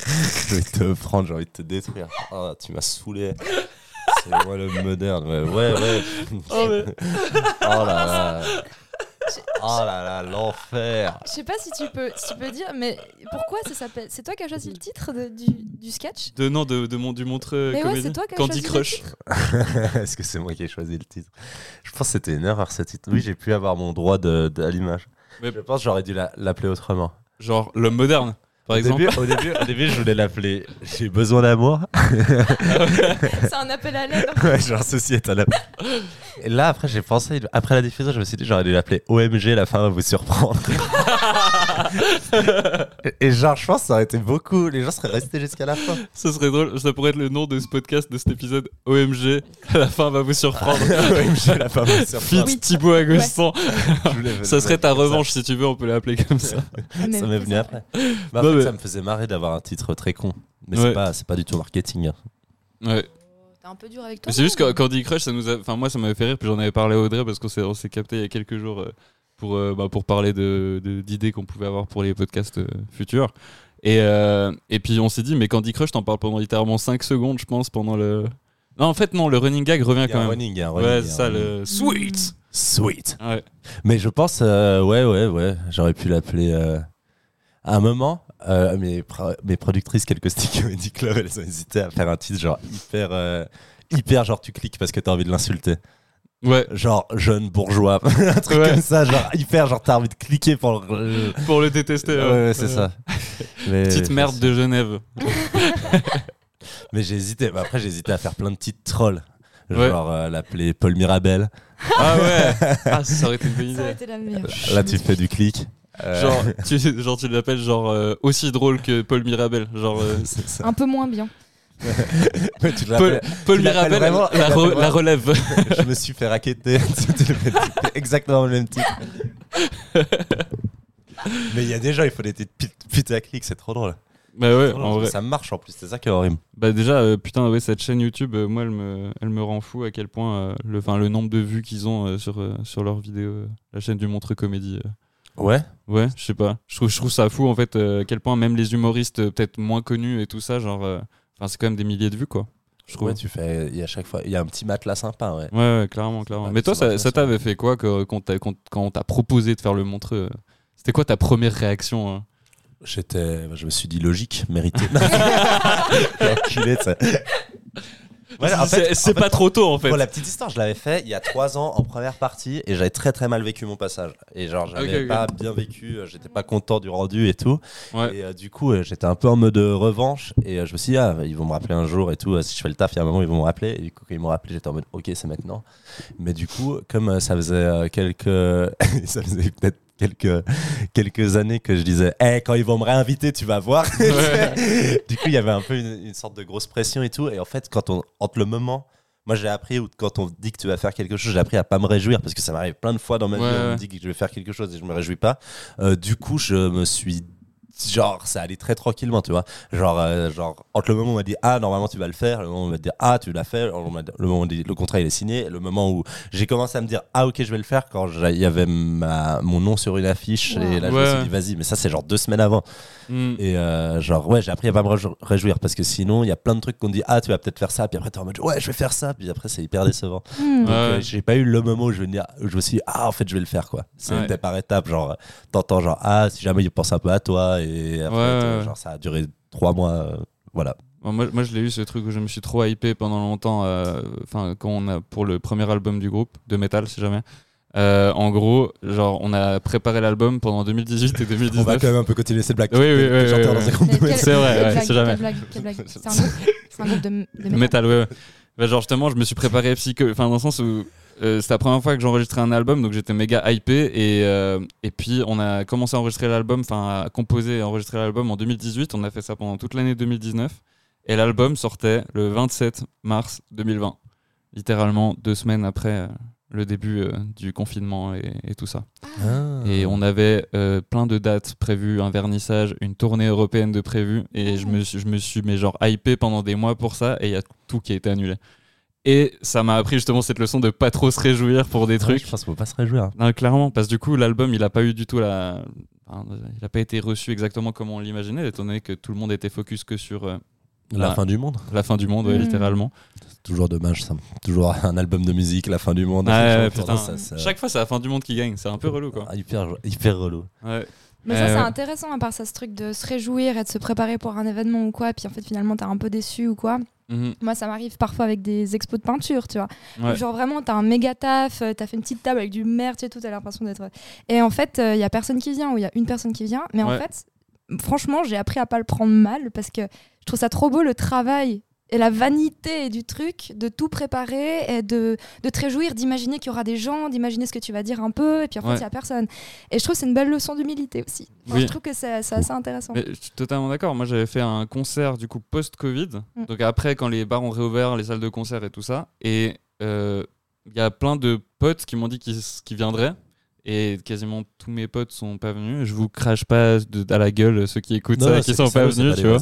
D: Je vais te prendre, j'ai envie de te détruire. Oh, tu m'as saoulé. C'est moi le moderne. Ouais, ouais, ouais.
B: Oh,
D: Oh là là. Oh là là, l'enfer.
A: Je sais pas si tu peux, si tu peux dire, mais pourquoi ça s'appelle C'est toi qui as choisi le titre de- du, du sketch
B: De non, de, de mon du montreux
A: Mais ouais,
B: comédie.
A: c'est toi qui as
B: Candy
A: choisi le
B: Crush.
D: Est-ce que c'est moi qui ai choisi le titre Je pense que c'était une erreur ce titre. Oui, j'ai pu avoir mon droit de, de- à l'image.
B: Mais-
D: Je pense que j'aurais dû la- l'appeler autrement.
B: Genre l'homme moderne, par
D: Au
B: exemple.
D: début, au, début, au début, je voulais l'appeler J'ai besoin d'amour.
A: C'est un appel à l'aide.
D: Ouais, genre ceci est un appel. Et là, après, j'ai pensé, après la diffusion, je me suis dit, j'aurais dû l'appeler OMG, la fin va vous surprendre. et, et genre, je pense que ça aurait été beaucoup, les gens seraient restés jusqu'à la fin.
B: Ça serait drôle. Ça pourrait être le nom de ce podcast, de cet épisode. OMG. À la fin, va vous surprendre.
D: OMG, la fin va vous
B: Fit
D: surprendre.
B: Thibaut Agostin.
D: Je voulais-
B: Ça serait ta
D: comme ça.
B: revanche si tu veux. On peut l'appeler comme ça.
D: Ça m'est venu après. Mais
B: Non,
D: en fait,
B: mais-
D: ça me faisait marrer d'avoir un titre très con. Mais
B: Ouais.
D: c'est pas, c'est pas du tout marketing. hein.
B: Ouais.
A: T'es un peu dur avec toi.
B: Mais c'est juste que Candy Crush, ça nous a... enfin, moi ça m'avait fait rire, puis j'en avais parlé à Audrey parce qu'on s'est, on s'est capté il y a quelques jours euh, pour, euh, bah, pour parler de, de- d'idées qu'on pouvait avoir pour les podcasts euh, futurs. Et, euh, et puis on s'est dit, mais Candy Crush, t'en parles pendant littéralement 5 secondes, je pense, pendant le. Non, en fait, non, le running gag revient
D: Il
B: Ah,
D: y a
B: quand
D: un
B: même.
D: running, il y a un running,
B: ouais,
D: il y a un
B: ça,
D: running.
B: le. Sweet
D: Sweet.
B: Ouais.
D: Mais je pense, euh, ouais, ouais, ouais, j'aurais pu l'appeler. euh, à un moment, euh, mes, pro- mes productrices, quelques stick comedy club, elles ont hésité à faire un titre genre hyper, euh, hyper genre tu cliques parce que t'as envie de l'insulter.
B: Ouais,
D: Genre jeune bourgeois, un truc
B: Ouais.
D: comme ça, genre hyper genre t'as envie de cliquer pour le.
B: pour le détester.
D: Ouais, ouais, c'est
B: Euh,
D: ça. Mais,
B: Petite merde de Genève.
D: Mais j'ai hésité, bah, après j'ai hésité à faire plein de petites trolls. Genre
B: Ouais.
D: euh, l'appeler Paul Mirabel.
B: Ah ouais Ah, ça aurait été une bonne
A: Ça aurait
B: idée.
A: été la meilleure.
D: Là tu fais du clic. Euh,
B: Genre, tu, genre, tu l'appelles genre euh, aussi drôle que Paul Mirabel. Genre, euh,
D: c'est ça.
A: Un peu moins bien.
D: Ouais, tu
B: Paul,
D: l'appelles-
B: Paul
D: tu l'appelles
B: Mirabel,
D: vraiment- tu
B: la,
D: l'appelles
B: re-
D: vraiment-
B: la relève.
D: je me suis fait raqueter. C'était le même type. exactement le même titre. Mais il y a déjà, il faut des titres pit- putaclic, c'est trop drôle.
B: Bah ouais,
D: C'est trop
B: en
D: drôle.
B: vrai.
D: Ça marche en plus, c'est ça qui est horrible.
B: Bah déjà, euh, putain, ouais, cette chaîne YouTube, euh, moi, elle me, elle me rend fou à quel point euh, le, enfin, le nombre de vues qu'ils ont euh, sur, euh, sur leur vidéo, euh, la chaîne du Montre Comédie. euh.
D: Ouais.
B: Ouais, je sais pas. Je trouve, je trouve ça fou, en fait, euh, à quel point même les humoristes euh, peut-être moins connus et tout ça, genre... euh, Enfin, c'est quand même des milliers de vues, quoi. je trouve.
D: Ouais, tu fais. Il y a chaque fois. Il y a un petit matelas sympa, ouais.
B: Ouais, ouais, clairement, clairement.
D: pas-
B: Mais toi,
D: c'est pas
B: ça, ça
D: facile.
B: t'avait fait quoi que- euh, quand, t'as- quand- quand on t'a proposé de faire le montreux euh, C'était quoi ta première réaction hein
D: J'étais.
B: bah,
D: Je me suis dit logique, mérité. J'ai enculé, tu sais. Ouais, en fait-
B: C'est- C'est
D: en fait-
B: pas trop tôt, en fait.
D: Pour la petite histoire, je l'avais fait il y a trois ans en première partie et j'avais très très mal vécu mon passage. Et genre, j'avais
B: Ok, ok.
D: pas bien vécu, euh, j'étais pas content du rendu et tout.
B: Ouais.
D: Et euh, du coup, euh, j'étais un peu en mode euh, revanche et euh, je me suis dit, ah, ils vont me rappeler un jour et tout. euh, si je fais le taf, il y a un moment, ils vont me rappeler. Et du coup, quand ils m'ont rappelé, j'étais en mode, ok, c'est maintenant. Mais du coup, comme euh, ça faisait euh, quelques. ça faisait peut-être. Quelques, quelques années que je disais, Eh, quand ils vont me réinviter, tu vas voir. du coup, il y avait un peu une, une sorte de grosse pression et tout. Et en fait, quand on, entre le moment moi, j'ai appris, ou quand on dit que tu vas faire quelque chose, j'ai appris à pas me réjouir parce que ça m'arrive plein de fois dans ma vie.
B: Ouais,
D: On
B: ouais.
D: me dit que je vais faire quelque chose et je me réjouis pas. Euh, du coup, je me suis. Genre, ça allait très tranquillement, tu vois. Genre, euh, genre entre le moment où on m'a dit Ah, normalement tu vas le faire, le moment où on m'a dit Ah, tu l'as fait, le moment où on m'a dit, le contrat il est signé, le moment où j'ai commencé à me dire Ah, ok, je vais le faire quand j'ai- il y avait ma, mon nom sur une affiche
A: Wow.
D: et là je
B: Ouais,
D: me suis
B: ouais.
D: dit Vas-y, mais ça c'est genre deux semaines avant.
B: Hmm.
D: Et euh, genre, ouais, j'ai appris à pas me rejou- réjouir parce que sinon, il y a plein de trucs qu'on dit, ah, tu vas peut-être faire ça, puis après, t'es en mode, ouais, je vais faire ça, puis après, c'est hyper décevant.
A: Hmm.
D: Donc, euh,
B: Mm. Ouais.
D: j'ai pas eu le moment où je, vais me dire, où je me suis dit, ah, en fait, je vais le faire, quoi.
B: Ouais.
D: C'était par étapes, genre, t'entends, genre, ah, si jamais il pense un peu à toi, et après,
B: Ouais,
D: t'es-
B: ouais.
D: genre, ça a duré trois mois, euh, voilà.
B: Bon, moi, moi, je l'ai eu ce truc où je me suis trop hypé pendant longtemps. euh, Enfin, quand on a pour le premier album du groupe de metal, si jamais. Euh, en gros, genre, on a préparé l'album pendant 2018 et 2019.
D: même un peu continuer cette blague.
B: Oui, oui, oui, oui,
D: Chanteur
B: oui, oui.
D: groupe de
A: Mais quel-
D: métal.
B: C'est
A: quelle
B: vrai, ouais,
A: blague,
B: c'est jamais.
A: quelle blague, quelle blague. C'est un groupe- c'est un groupe de, de métal.
B: Metal, ouais, ouais. Bah, genre, justement, je me suis préparé psycho. Enfin, dans le sens où euh, c'était la première fois que j'enregistrais un album, donc j'étais méga hypé. Et, euh, et puis, on a commencé à enregistrer l'album, enfin, à composer et enregistrer l'album en 2018. On a fait ça pendant toute l'année 2019. Et l'album sortait le 27 mars 2020. Littéralement deux semaines après euh, le début euh, du confinement et- et tout ça. Et on avait euh, plein de dates prévues, un vernissage, une tournée européenne de prévu. Et je me, suis- je me suis, mais genre, hypé pendant des mois pour ça. Et il y a tout qui a été annulé. Et ça m'a appris justement cette leçon de pas trop se réjouir pour des trucs.
D: Je pense qu'on peut pas se réjouir. hein.
B: Non, clairement, parce que du coup, l'album, il a pas eu du tout la. enfin, il a pas été reçu exactement comme on l'imaginait, étant donné que tout le monde était focus que sur euh,
D: La
B: Ah.
D: fin du monde.
B: la fin du monde, ouais,
A: Mm.
B: littéralement.
D: C'est toujours dommage, ça. Toujours un album de musique, la fin du monde.
B: Ouais,
D: J'ai
B: ouais,
D: tendance
B: putain.
D: à ça-
B: Chaque fois, c'est la fin du monde qui gagne. C'est un peu relou, quoi.
D: Ah, Hyper, hyper relou.
B: Ouais.
A: Mais ça,
B: Euh,
A: c'est
B: ouais.
A: intéressant, à part ça, ce truc de se réjouir et de se préparer pour un événement ou quoi, puis en fait, finalement, t'es un peu déçu ou quoi.
B: Mhm.
A: Moi, ça m'arrive parfois avec des expos de peinture, tu vois.
B: Ouais.
A: Où Genre vraiment, t'as un méga taf, euh, t'as fait une petite table avec du merde et tout, t'as l'impression d'être. euh. Et en fait, il y a personne qui vient ou il y a une personne qui vient. Mais en
B: Ouais.
A: fait, franchement, j'ai appris à pas le prendre mal parce que je trouve ça trop beau le travail et la vanité du truc, de tout préparer et de, de te réjouir, d'imaginer qu'il y aura des gens, d'imaginer ce que tu vas dire un peu. Et puis en fait, il
B: Ouais.
A: y a personne. Et je trouve que c'est une belle leçon d'humilité aussi. Enfin,
B: Oui.
A: Je trouve que c'est c'est assez intéressant.
B: Mais je suis totalement d'accord. Moi, j'avais fait un concert du coup post-Covid.
A: Mm.
B: Donc après, quand les bars ont réouvert, les salles de concert et tout ça, et euh, il y a plein de potes qui m'ont dit qu'ils qu'ils viendraient. Et quasiment tous mes potes sont pas venus. Je vous crache pas de- à la gueule ceux qui écoutent ça et qui sont pas venus, tu vois.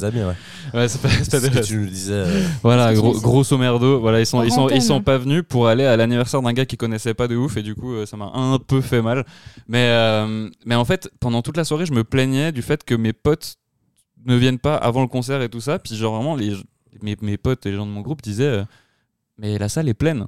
B: Ouais, c'est pas, c'est pas
D: C'est ce
B: des-
D: que tu nous disais. euh,
B: Voilà,
A: C'est ce que tu
B: gros-
A: disais.
B: grosso merdo. Voilà, ils sont,
A: Hors
B: ils sont, ils
A: antenne.
B: sont pas venus pour aller à l'anniversaire d'un gars qu'ils connaissaient pas de ouf et du coup, euh, ça m'a un peu fait mal. Mais, euh, mais en fait, pendant toute la soirée, je me plaignais du fait que mes potes ne viennent pas avant le concert et tout ça. Puis genre vraiment, les, mes, mes potes et les gens de mon groupe disaient, euh, mais la salle est pleine.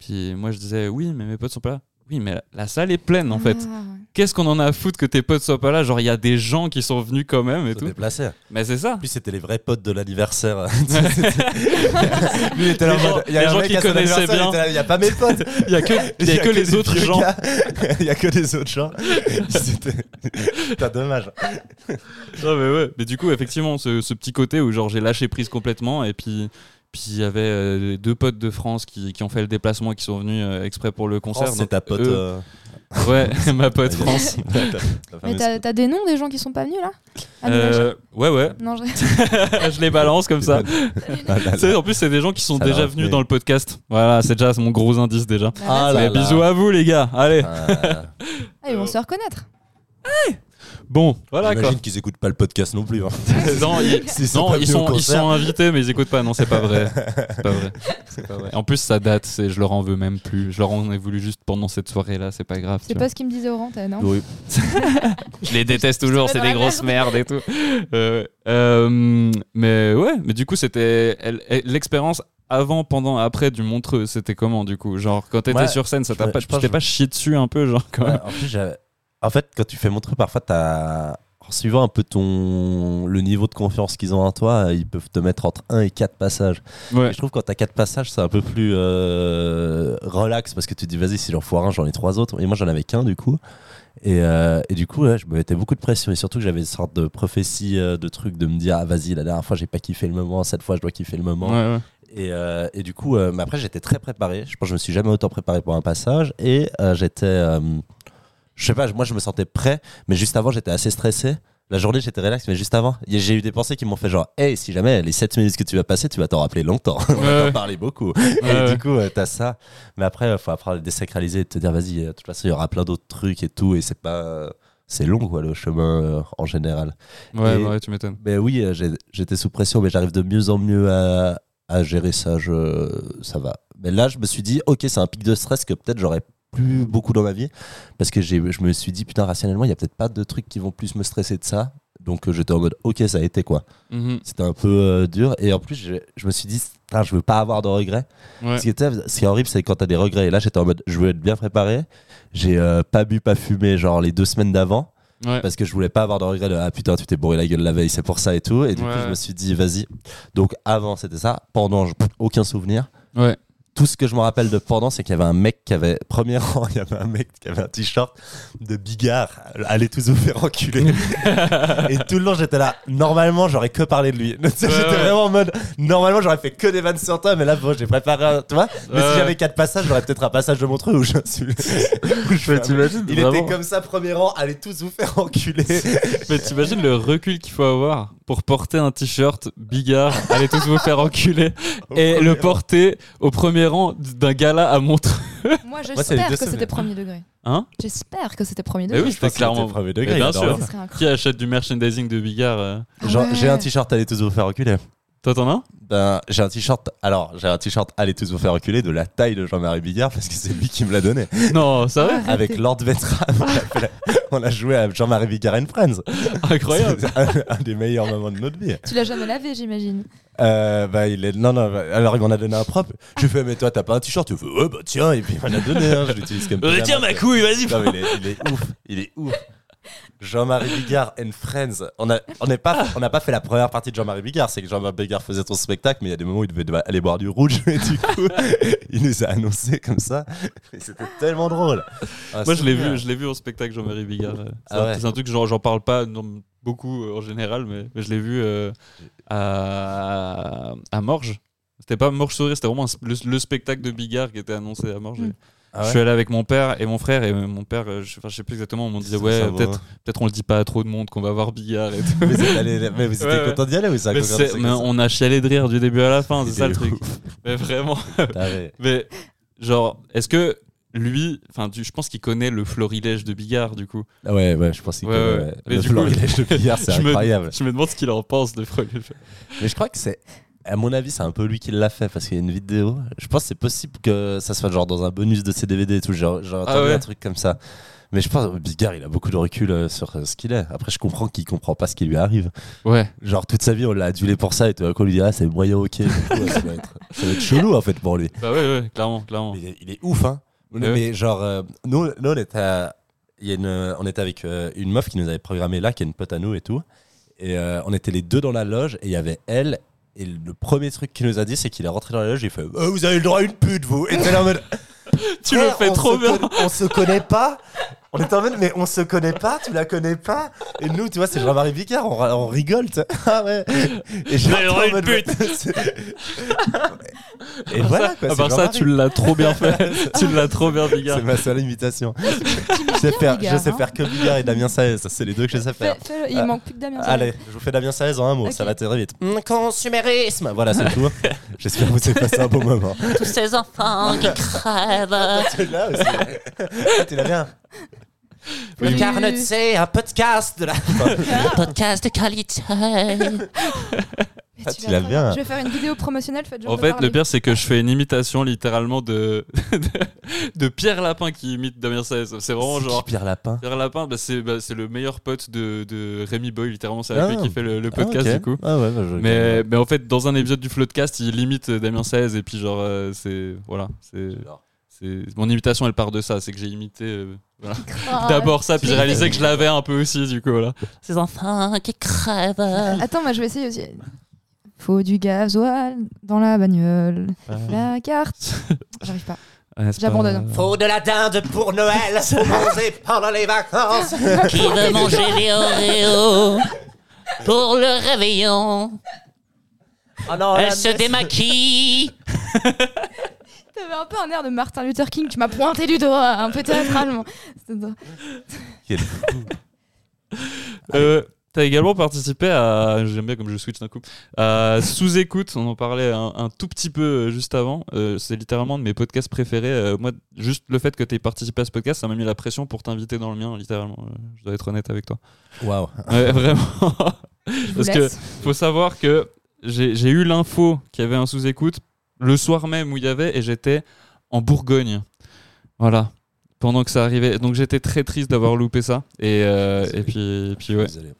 B: Puis moi, je disais, oui, mais mes potes sont pas là. Oui, mais la, la salle est pleine en fait.
A: Ah, ouais.
B: Qu'est-ce qu'on en a à foutre que tes potes soient pas là Genre, il y a des gens qui sont venus quand même et
D: se
B: tout.
D: déplacer.
B: Mais c'est ça.
D: En plus, c'était les vrais potes de l'anniversaire. Lui, il était là en
B: Les gens-
D: mode, il y a
B: les
D: un
B: gens
D: mec
B: qui
D: à son
B: connaissaient
D: anniversaire,
B: bien.
D: il était là, Il n'y a pas mes potes.
B: Il y a que, il y a que les
D: des
B: autres
D: vieux
B: gens.
D: gars. Il n'y a que les autres gens. C'était- Putain, dommage.
B: Non, mais ouais. Mais du coup, effectivement, ce, ce petit côté où genre j'ai lâché prise complètement et puis puis il y avait euh, deux potes de France qui, qui ont fait le déplacement et qui sont venus euh, exprès pour le concert.
D: France, Oh, Ah, c'est
B: Donc,
D: ta pote.
B: eux-
D: euh,
B: Ouais, ma pote
D: la-
B: France.
D: la- la- la
A: Mais
D: fameuse
A: t'as
D: pote.
A: t'as des noms des gens qui sont pas venus là Ah, mais là,
B: Euh, ouais, ouais.
A: je- Non, je-
B: je les balance comme ça.
D: Ah là
B: Tu sais, en plus, c'est des gens qui sont
D: Ça
B: déjà
D: leur
B: venus
D: plaît.
B: dans le podcast. Voilà, c'est déjà mon gros indice déjà.
A: Bah,
D: Ah
B: Mais
D: là là.
B: bisous à vous, les gars. Allez.
D: là.
A: Ah, ils vont se reconnaître.
B: Bon, voilà quoi.
D: J'imagine qu'ils écoutent pas le podcast non plus. hein.
B: non, ils,
D: S'ils sont
B: non,
D: pas
B: ils
D: venus
B: sont,
D: au
B: ils
D: concert.
B: sont invités, mais ils écoutent pas. Non, c'est pas vrai. C'est pas vrai. C'est pas vrai. En plus, ça date. C'est, je leur en veux même plus. Je leur en ai voulu juste pendant cette soirée-là. C'est pas grave.
A: C'est
B: tu
A: pas ce qu'ils me disaient aux rentes, non
D: Oui.
B: Je les déteste toujours,
A: Je te
B: c'est
A: mets
B: des
A: dans la
B: grosses merdes et tout. Euh, euh, mais ouais, mais du coup, c'était elle- elle- l'expérience avant, pendant, après du Montreux, c'était comment du coup Genre quand t'étais
D: Ouais,
B: sur scène, ça
D: je
B: t'a
D: me-
B: pas,
D: je
B: tu
D: pense
B: t'es
D: que-
B: pas chié dessus un peu, genre quand
D: Ouais,
B: même
D: en plus, j'avais- en fait, quand tu fais mon truc, parfois, t'as. En suivant un peu ton le niveau de confiance qu'ils ont en toi, ils peuvent te mettre entre 1 et 4 passages.
B: Ouais.
D: Et je trouve que quand t'as 4 passages, c'est un peu plus euh, relax parce que tu te dis vas-y, si j'en foire un, j'en ai trois autres. Et moi, j'en avais qu'un du coup. Et, euh, et du coup, ouais, je me mettais beaucoup de pression et surtout que j'avais une sorte de prophétie euh, de truc de me dire ah, vas-y, la dernière fois, j'ai pas kiffé le moment, cette fois, je dois kiffer le moment.
B: Ouais, ouais.
D: Et, euh, et du coup, euh, mais après, j'étais très préparé. Je pense que je me suis jamais autant préparé pour un passage. Et euh, j'étais. euh, je sais pas, moi, je me sentais prêt. Mais juste avant, j'étais assez stressé. La journée, j'étais relax. Mais juste avant, y- j'ai eu des pensées qui m'ont fait genre, hey, si jamais les 7 minutes que tu vas passer, tu vas t'en rappeler longtemps. On
B: Ouais,
D: va
B: ouais.
D: t'en parler beaucoup.
B: Ouais,
D: Et
B: ouais.
D: du coup, euh, t'as ça. Mais après, euh, faut apprendre à le désacraliser et te dire, vas-y, euh, de toute façon, il y aura plein d'autres trucs et tout. Et c'est pas. euh, c'est long, quoi, le chemin euh, en général.
B: Ouais,
D: Et-
B: bah ouais, tu m'étonnes.
D: Ben oui, euh, j'ai- j'étais sous pression, mais j'arrive de mieux en mieux à, à gérer ça. Je, ça va. Mais là, je me suis dit, ok, c'est un pic de stress que peut-être j'aurais plus beaucoup dans ma vie. Parce que j'ai- je me suis dit, putain, rationnellement, il n'y a peut-être pas de trucs qui vont plus me stresser de ça. Donc euh, j'étais en mode, ok, ça a été quoi.
B: Mhm.
D: C'était un peu euh, dur. Et en plus, je, je me suis dit, putain, je veux pas avoir de regrets.
B: Ouais.
D: Ce, qui était, ce qui est horrible, c'est quand t'as des regrets. Et là, j'étais en mode, je veux être bien préparé. J'ai euh, pas bu, pas fumé, genre les deux semaines d'avant
B: Ouais.
D: parce que je voulais pas avoir de regret de ah putain tu t'es bourré la gueule la veille c'est pour ça et tout et du
B: Ouais.
D: coup je me suis dit vas-y donc avant c'était ça pendant je- aucun souvenir
B: Ouais.
D: tout ce que je me rappelle de pendant c'est qu'il y avait un mec qui avait premier rang il y avait un mec qui avait un t-shirt de bigard allez tous vous faire enculer et tout le long j'étais là normalement j'aurais que parlé de lui j'étais
B: ouais.
D: vraiment en mode normalement j'aurais fait que des vannes sur toi mais là bon j'ai préparé un- tu vois mais
B: Ouais.
D: si j'avais quatre passages j'aurais peut-être un passage de Montreux où je où je fais un- il était comme ça premier rang allez tous vous faire enculer
B: Mais t'imagines le recul qu'il faut avoir pour porter un t-shirt bigard, allez tous vous faire enculer, et le porter au premier rang d'un gala à Montreux.
A: Moi,
D: c'est les
A: j'espère
D: deux
A: que c'était
D: semaines.
A: premier degré.
B: Hein
A: J'espère que c'était premier
B: Mais
A: degré.
B: oui, c'était clairement.
D: premier
B: degré, Mais bien il adore sûr.
A: Ce serait incroyable.
B: Qui achète du merchandising de bigard euh
A: Ah ouais.
D: J'ai un t-shirt Allez tous vous faire reculer.
B: Toi, t'en as un
D: Ben, j'ai un t-shirt. Alors, j'ai un t-shirt Allez tous vous faire reculer de la taille de Jean-Marie Bigard parce que c'est lui qui me l'a donné.
B: Non, sérieux
D: Avec Lord Vetram, on a, fait la- on a joué à Jean-Marie Bigard and Friends.
B: Incroyable
D: C'est un, un des meilleurs moments de notre vie.
A: Tu l'as jamais lavé, j'imagine.
D: Euh, ben, il est. Non, non, ben, alors il m'en a donné un propre. Je fais, mais toi, t'as pas un t-shirt Tu fais, ouais, bah tiens, et puis il m'en a donné un. Je l'utilise comme
B: Euh,
D: pyjama.
B: Tiens ma couille, vas-y
D: Non, mais il est, il est ouf, il est ouf. Jean-Marie Bigard and Friends. On n'a on n'est pas, on n'a pas fait la première partie de Jean-Marie Bigard. C'est que Jean-Marie Bigard faisait son spectacle, mais il y a des moments où il devait aller boire du rouge. Et du coup, il nous a annoncé comme ça. Et c'était tellement drôle. Un
B: Moi, je l'ai
D: souvenir.
B: vu, je l'ai vu en spectacle, Jean-Marie Bigard. euh. C'est
D: Ah
B: un-
D: ouais.
B: c'est un truc, genre, j'en parle pas non, beaucoup euh, en général, mais, mais je l'ai vu euh, à, à Morges. C'était pas Morges Sourire, c'était vraiment un sp- le, le spectacle de Bigard qui était annoncé à Morges.
A: Mm.
D: Ah
B: Je
D: ouais
B: suis allé avec mon père et mon frère, et euh, mon père, euh, je, enfin, je sais plus exactement, on me disait, ouais,
D: Ça va.
B: peut-être peut on le dit pas à trop de monde qu'on va voir Bigard et tout.
D: Mais vous êtes allé- mais vous étiez
B: Ouais, ouais.
D: content d'y aller ou ça a
B: Mais
D: commencé
B: c'est-
D: comme
B: mais
D: ça
B: on a chialé de rire du début à la fin, c'est
D: Il
B: ça
D: est
B: le truc. Mais vraiment.
D: Ah ouais.
B: Mais genre, est-ce que lui, enfin, du- je pense qu'il connaît le florilège de Bigard du coup.
D: Ah ouais, ouais, je pense que
B: Ouais, ouais.
D: ouais.
B: Mais
D: le
B: du coup,
D: florilège de Bigard, c'est
B: je me-
D: incroyable.
B: Je me demande ce qu'il en pense de florilège.
D: Mais je crois que c'est. À mon avis, c'est un peu lui qui l'a fait parce qu'il y a une vidéo. Je pense que c'est possible que ça soit genre dans un bonus de ses DVD et tout. Genre, genre
B: Ah
D: entendu
B: ouais.
D: un truc comme ça. Mais je pense que Bigard, il a beaucoup de recul euh, sur euh, ce qu'il est. Après, je comprends qu'il comprend pas ce qui lui arrive.
B: Ouais.
D: Genre, toute sa vie, on l'a adulé pour ça et tout à coup, on lui dit Ah, c'est moyen, ok. Du coup, ouais, ça, va être, ça va être chelou en fait pour lui.
B: Bah ouais, ouais, clairement, clairement.
D: Mais Il est, il est ouf, hein.
B: Eh Ouais.
D: Mais genre, euh, nous, nous, on était, à- il y a une- on était avec euh, une meuf qui nous avait programmé là, qui est une pote à nous et tout. Et euh, on était les deux dans la loge et il y avait elle. Et le premier truc qu'il nous a dit, c'est qu'il est rentré dans la loge, il fait Euh, Vous avez le droit à une pute, vous Et t'es là en mode
B: Tu le
D: Eh,
B: fais
D: on
B: trop
D: se
B: bien.
D: conna- on se connaît pas On était en mode Mais on se connaît pas, tu la connais pas Et nous, tu vois, c'est Jean-Marie Vicard, on, ra- on rigole, tu sais. Ah ouais Et je
B: Vous avez le droit à une
D: Et voilà quoi,
B: à
D: c'est
B: part ça,
D: Jean-Marie.
B: tu l'as trop bien fait. tu l'as trop bien, Bigard.
D: C'est ma seule imitation. je sais, faire,
A: Bigard,
D: je sais
A: hein.
D: faire que Bigard et Damien Saez. C'est les deux que je sais faire.
A: Fais- fais-le, Il
D: Ah.
A: manque plus que Damien.
D: Allez, je vous fais Damien Saez en un mot.
A: Ok.
D: Ça va très vite. Mm, Consumérisme. Voilà, c'est tout. J'espère que vous avez passé un bon moment.
E: tous ces enfants qui crèvent.
D: tu l'as aussi. Ah, tu l'as bien.
A: Oui, oui.
D: c'est un podcast de la.
E: Podcast de qualité.
A: Mais
D: fait,
A: tu
D: il a
A: très
D: bien.
A: Je vais faire une vidéo promotionnelle. faites genre
B: En
A: de
B: fait,
A: parler.
B: le pire, c'est que je fais une imitation littéralement de, de, de Pierre Lapin qui imite Damien Saez. C'est vraiment
D: C'est
B: genre.
D: qui, Pierre Lapin
B: Pierre Lapin, bah, c'est bah, c'est le meilleur pote de, de Rémi Boy, littéralement. C'est avec
D: Ah.
B: lui qui fait le, le podcast,
D: Ah, ok.
B: du coup.
D: Ah ouais, bah, je-
B: Mais, mais en fait, dans un épisode du Floodcast, il imite Damien Saez et puis genre, euh, c'est. Voilà. c'est c'est Mon imitation, elle part de ça. C'est que j'ai imité euh, voilà.
A: Ah
B: d'abord ça, puis j'ai réalisé que je l'avais un peu aussi, du coup, voilà.
E: Ces enfants qui crèvent.
A: euh, Attends, moi je vais essayer aussi. Faut du gasoil dans la bagnole. La carte. J'arrive pas.
D: Ah,
A: J'abandonne.
G: Faut de la dinde pour Noël, faut manger pendant les vacances.
E: Qui veut manger les Oreos pour le réveillon
G: Oh non,
E: Elle
G: la
E: se
G: messe.
E: démaquille.
A: T'avais un peu un air de Martin Luther King. Tu m'as pointé du doigt, un peu théâtralement. C'était drôle.
B: Euh, T'as également participé à, j'aime bien comme je switch d'un coup, à Sous Écoute, on en parlait un, un tout petit peu euh, juste avant, Euh, c'est littéralement un de mes podcasts préférés. Euh, moi, juste le fait que t'aies participé à ce podcast, ça m'a mis la pression pour t'inviter dans le mien, littéralement, Euh, je dois être honnête avec toi.
D: Waouh.
B: Ouais, vraiment.
A: Je vous
B: Parce que
A: laisse.
B: faut savoir que j'ai j'ai eu l'info qu'il y avait un sous-écoute le soir même où il y avait et j'étais en Bourgogne. Voilà. Pendant que ça arrivait. Donc j'étais très triste d'avoir loupé ça. Et, euh, et puis, et puis ouais.
D: Désolé.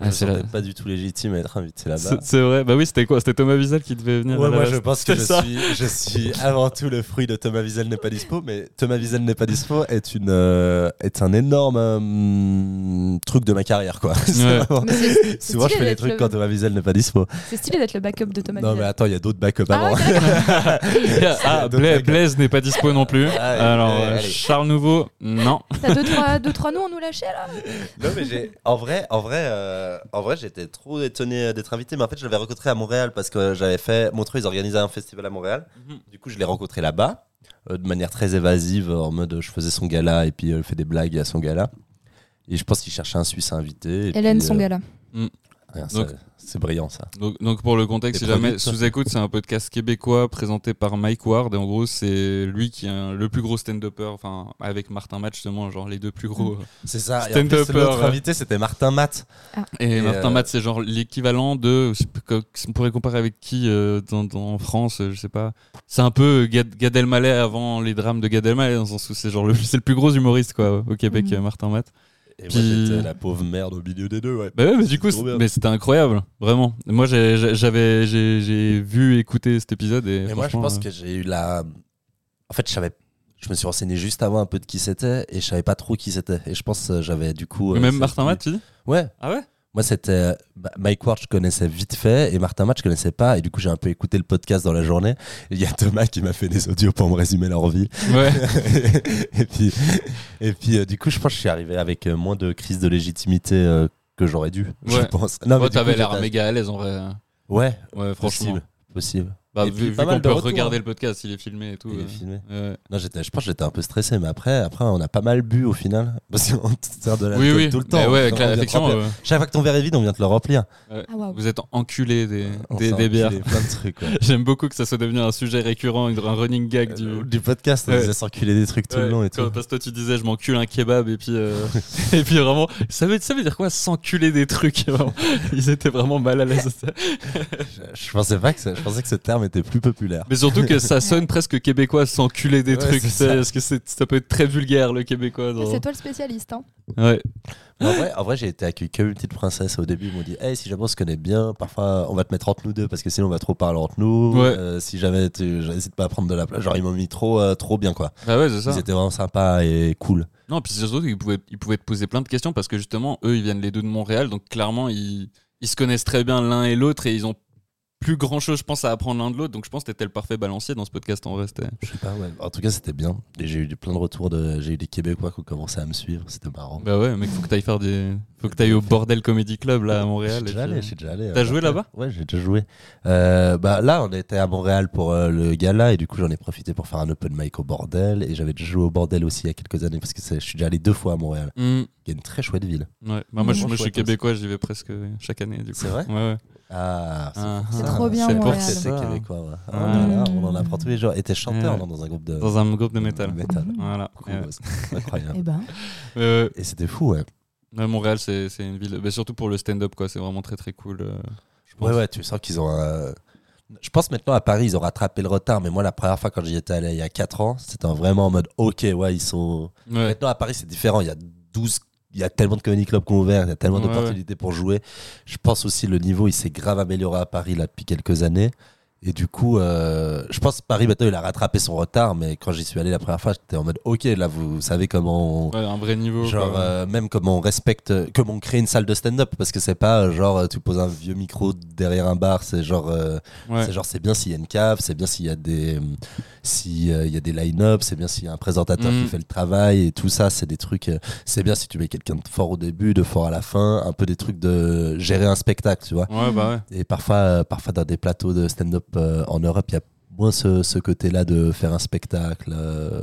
B: Ah,
D: je
B: c'est
D: c'est
B: la-
D: pas du tout légitime à être invité là-bas.
B: C'est c'est vrai. Bah oui, c'était quoi C'était Thomas Wiesel qui devait venir. à
D: Ouais,
B: la
D: moi
B: base.
D: je pense que
B: C'est
D: je
B: ça.
D: suis, je suis avant tout le fruit de Thomas Wiesel n'est pas dispo, mais Thomas Wiesel n'est pas dispo est, une, euh, est un énorme euh, truc de ma carrière quoi. C'est
B: Ouais.
D: vraiment-
A: Mais c'est- c'est stylé
D: Souvent je fais les
A: d'être
D: trucs
A: le-
D: quand Thomas Wiesel n'est pas dispo.
A: C'est stylé d'être le backup de Thomas
D: Non mais
A: Wiesel.
D: attends, il y a d'autres backups
A: Ah,
D: avant.
A: ok, d'accord.
B: Ah,
D: Donc,
B: Bla-
D: d'accord.
B: Blaise n'est pas dispo non plus.
D: Ah, Allez,
B: Alors,
D: allez,
B: euh,
D: allez.
B: Charles Nouveau, non.
A: T'as deux trois, deux, trois noms à nous lâcher là
D: Non mais j'ai en vrai en vrai euh, en vrai j'étais trop étonné euh, d'être invité mais en fait je l'avais rencontré à Montréal parce que j'avais fait Montreux ils organisaient un festival à Montréal
B: Mhm.
D: du coup je l'ai rencontré là-bas euh, de manière très évasive en mode euh, je faisais son gala et puis euh, je fais des blagues à son gala et je pense qu'il cherchait un Suisse à inviter et
A: Hélène,
D: puis, euh,
A: son gars là.
D: rien,
B: Donc-
D: ça- c'est brillant ça
B: Donc, donc pour le contexte, si
D: Des
B: jamais
D: produits, ça.
B: sous écoute, c'est un podcast québécois présenté par Mike Ward et en gros c'est lui qui est un- le plus gros stand-upper, enfin avec Martin Match justement, genre les deux plus gros.
D: c'est ça
B: et en plus, Stand-upper, l'autre ouais.
D: invité c'était Martin Matt
B: Et,
D: Et,
B: Martin
D: euh,
B: Matt, c'est genre l'équivalent de, je sais pas co- on pourrait comparer avec qui euh, dans, dans- en France, euh, je sais pas. C'est un peu Gad, Gad Elmaleh avant les drames de Gad Elmaleh dans le sens où c'est genre le, c'est le plus gros humoriste quoi au Québec,
A: Mhm.
B: euh, Martin Matt.
D: et
B: Puis-
D: moi j'étais la pauvre merde au milieu des deux ouais
B: Bah ouais, mais du coup,
D: trop
B: c'est-
D: bien.
B: mais c'était incroyable, vraiment. Moi, j'ai- j'ai- j'avais, j'ai j'ai vu, écouté cet épisode et.
D: Et moi, je
B: franchement,
D: pense
B: euh,
D: que j'ai eu la. En fait, je savais. Je me suis renseigné juste avant un peu de qui c'était et je savais pas trop qui c'était. Et je pense euh, j'avais du coup. euh,
B: Même
D: cette-
B: Martin Matt, tu dis
D: Ouais.
B: Ah ouais
D: Moi, c'était. euh, bah, Mike Ward, je connaissais vite fait et Martin Matt, je connaissais pas. Et du coup, j'ai un peu écouté le podcast dans la journée. Et Il y a Thomas qui m'a fait des audios pour me résumer leur vie.
B: Ouais.
D: et puis, et puis euh, du coup, je pense que je suis arrivé avec euh, moins de crise de légitimité euh, que j'aurais dû. Je
B: Ouais.
D: pense. Non,
B: Moi,
D: du
B: t'avais
D: coup,
B: l'air
D: j'étais-
B: méga à l'aise en vrai.
D: Ouais,
B: Ouais, franchement.
D: possible. Possible.
B: Bah,
D: Et
B: vu
D: puis,
B: vu
D: pas mal
B: qu'on
D: de
B: peut
D: retours,
B: regarder
D: hein.
B: le podcast, il est filmé et tout.
D: Il est
B: euh,
D: filmé.
B: ouais.
D: Non, j'étais, je pense que j'étais un peu stressé, mais après, après, on a pas mal bu au final. Parce qu'on se sert de la
B: Oui, oui.
D: tout le
B: Mais
D: temps.
B: ouais,
D: On
B: avec
D: vient
B: la
D: de
B: réflexion,
D: remplir.
B: euh,
D: Chaque fois que ton verre est vide, on vient de le remplir.
A: Ah waouh.
B: Oh. vous êtes enculé des,
D: On
B: des,
D: s'est
B: des bières.
D: empilé Plein de trucs, ouais.
B: J'aime beaucoup que ça soit devenu un sujet récurrent, un running gag du.
D: Du podcast, on
B: Ouais.
D: faisait circuler des trucs Euh, tout le
B: Ouais,
D: long et
B: quand-
D: tout.
B: Parce que toi tu disais je m'encule un kebab et puis euh, et puis vraiment ça veut ça veut dire quoi s'enculer des trucs vraiment. ils étaient vraiment mal à l'aise
D: Je, je pensais pas que, ça- je pensais que ce terme était plus populaire.
B: mais surtout que ça sonne presque québécois s'enculer des
D: Ouais,
B: trucs
D: c'est
B: c'est-
D: ça.
B: parce que c'est- ça peut être très vulgaire le québécois dans-
A: C'est toi le spécialiste. Hein.
B: ouais
D: Mais en vrai, en vrai, j'ai été accueilli comme une petite princesse au début. Ils m'ont dit, hey, si jamais on se connaît bien, parfois on va te mettre entre nous deux parce que sinon on va trop parler entre nous.
B: Ouais.
D: Euh, si jamais tu, j'hésite pas à prendre de la place. Genre, ils m'ont mis trop, euh, trop bien, quoi.
B: ah ouais c'est ça
D: Ils étaient vraiment sympas et cool.
B: Non, puis c'est surtout qu'ils pouvaient, ils pouvaient te poser plein de questions parce que justement, eux, ils viennent les deux de Montréal, donc clairement, ils, ils se connaissent très bien l'un et l'autre et ils ont plus grand chose, je pense, à apprendre l'un de l'autre. Donc je pense que t'étais le parfait balancier dans ce podcast en vrai. c'était-
D: Je sais pas, ouais. En tout cas, c'était bien. Et j'ai eu du- plein de retours de. J'ai eu des Québécois qui ont commencé à me suivre. C'était marrant.
B: Bah ouais, mec, faut que t'ailles faire des. Faut que t'ailles au Bordel Comedy Club là à Montréal.
D: Je suis
B: et
D: déjà
B: puis-
D: allé, je suis déjà allé.
B: T'as
D: Euh,
B: joué là-bas
D: Ouais, j'ai déjà joué. Euh, bah, là, on était à Montréal pour euh, le gala et du coup, j'en ai profité pour faire un open mic au bordel. Et j'avais déjà joué au bordel aussi il y a quelques années parce que c'est- je suis déjà allé deux fois à Montréal.
B: Hmm,
D: Il y a une très chouette ville.
B: ouais. Bah, moi, je,
D: Vraiment
B: moi, je suis
D: chouette,
B: québécois, j'y vais presque chaque année. du coup.
D: Mmh. C'est vrai
B: Ouais, ouais.
D: Ah, c'est
B: Ah,
D: pour
B: C'est
D: ça.
A: trop bien,
D: C'est pour
A: Montréal.
D: ça que
B: C'est
D: c'est
B: ça.
D: québécois. ouais. Oh
B: Ah.
D: là là, on en apprend tous les jours. Et t'es chanteur
B: Ouais.
D: non, dans un groupe de.
B: Dans un groupe de métal.
D: Métal.
B: Voilà.
D: Mmh. Cool,
B: Ouais.
D: ouais, c'est Incroyable.
A: Eh ben.
B: Euh,
D: Et c'était fou, ouais.
B: ouais, Montréal, c'est c'est une ville. bah, surtout pour le stand-up, quoi. C'est vraiment très très cool. euh. Je je pense.
D: Ouais, ouais, tu sens qu'ils ont un- Je pense maintenant à Paris, ils ont rattrapé le retard, mais moi, la première fois quand j'y étais allé il y a 4 ans, c'était vraiment en mode ok, ouais, ils sont.
B: Ouais.
D: Maintenant, à Paris, c'est différent. Il y a 12. Il y a tellement de comedy clubs qu'on ouvert, il y a tellement
B: Ouais,
D: d'opportunités pour jouer. Je pense aussi le niveau, il s'est grave amélioré à Paris là depuis quelques années. Et du coup, euh, je pense que Paris maintenant, il a rattrapé son retard, mais quand j'y suis allé la première fois, j'étais en mode ok, là, vous savez comment on,
B: Ouais, un vrai niveau.
D: Genre,
B: quoi.
D: euh, même comment on respecte, euh, comment on crée une salle de stand-up, parce que c'est pas euh, genre euh, tu poses un vieux micro derrière un bar, c'est genre, euh,
B: Ouais.
D: c'est genre c'est bien s'il y a une cave, c'est bien s'il y a des, si il y a des line-up, c'est bien s'il y a un présentateur
B: Mm.
D: qui fait le travail et tout ça, c'est des trucs, euh, c'est bien si tu mets quelqu'un de fort au début, de fort à la fin, un peu des trucs de gérer un spectacle, tu vois.
B: Ouais, bah ouais.
D: Et parfois, euh, parfois dans des plateaux de stand-up euh, en Europe, il y a moins ce, ce côté-là de faire un spectacle. euh,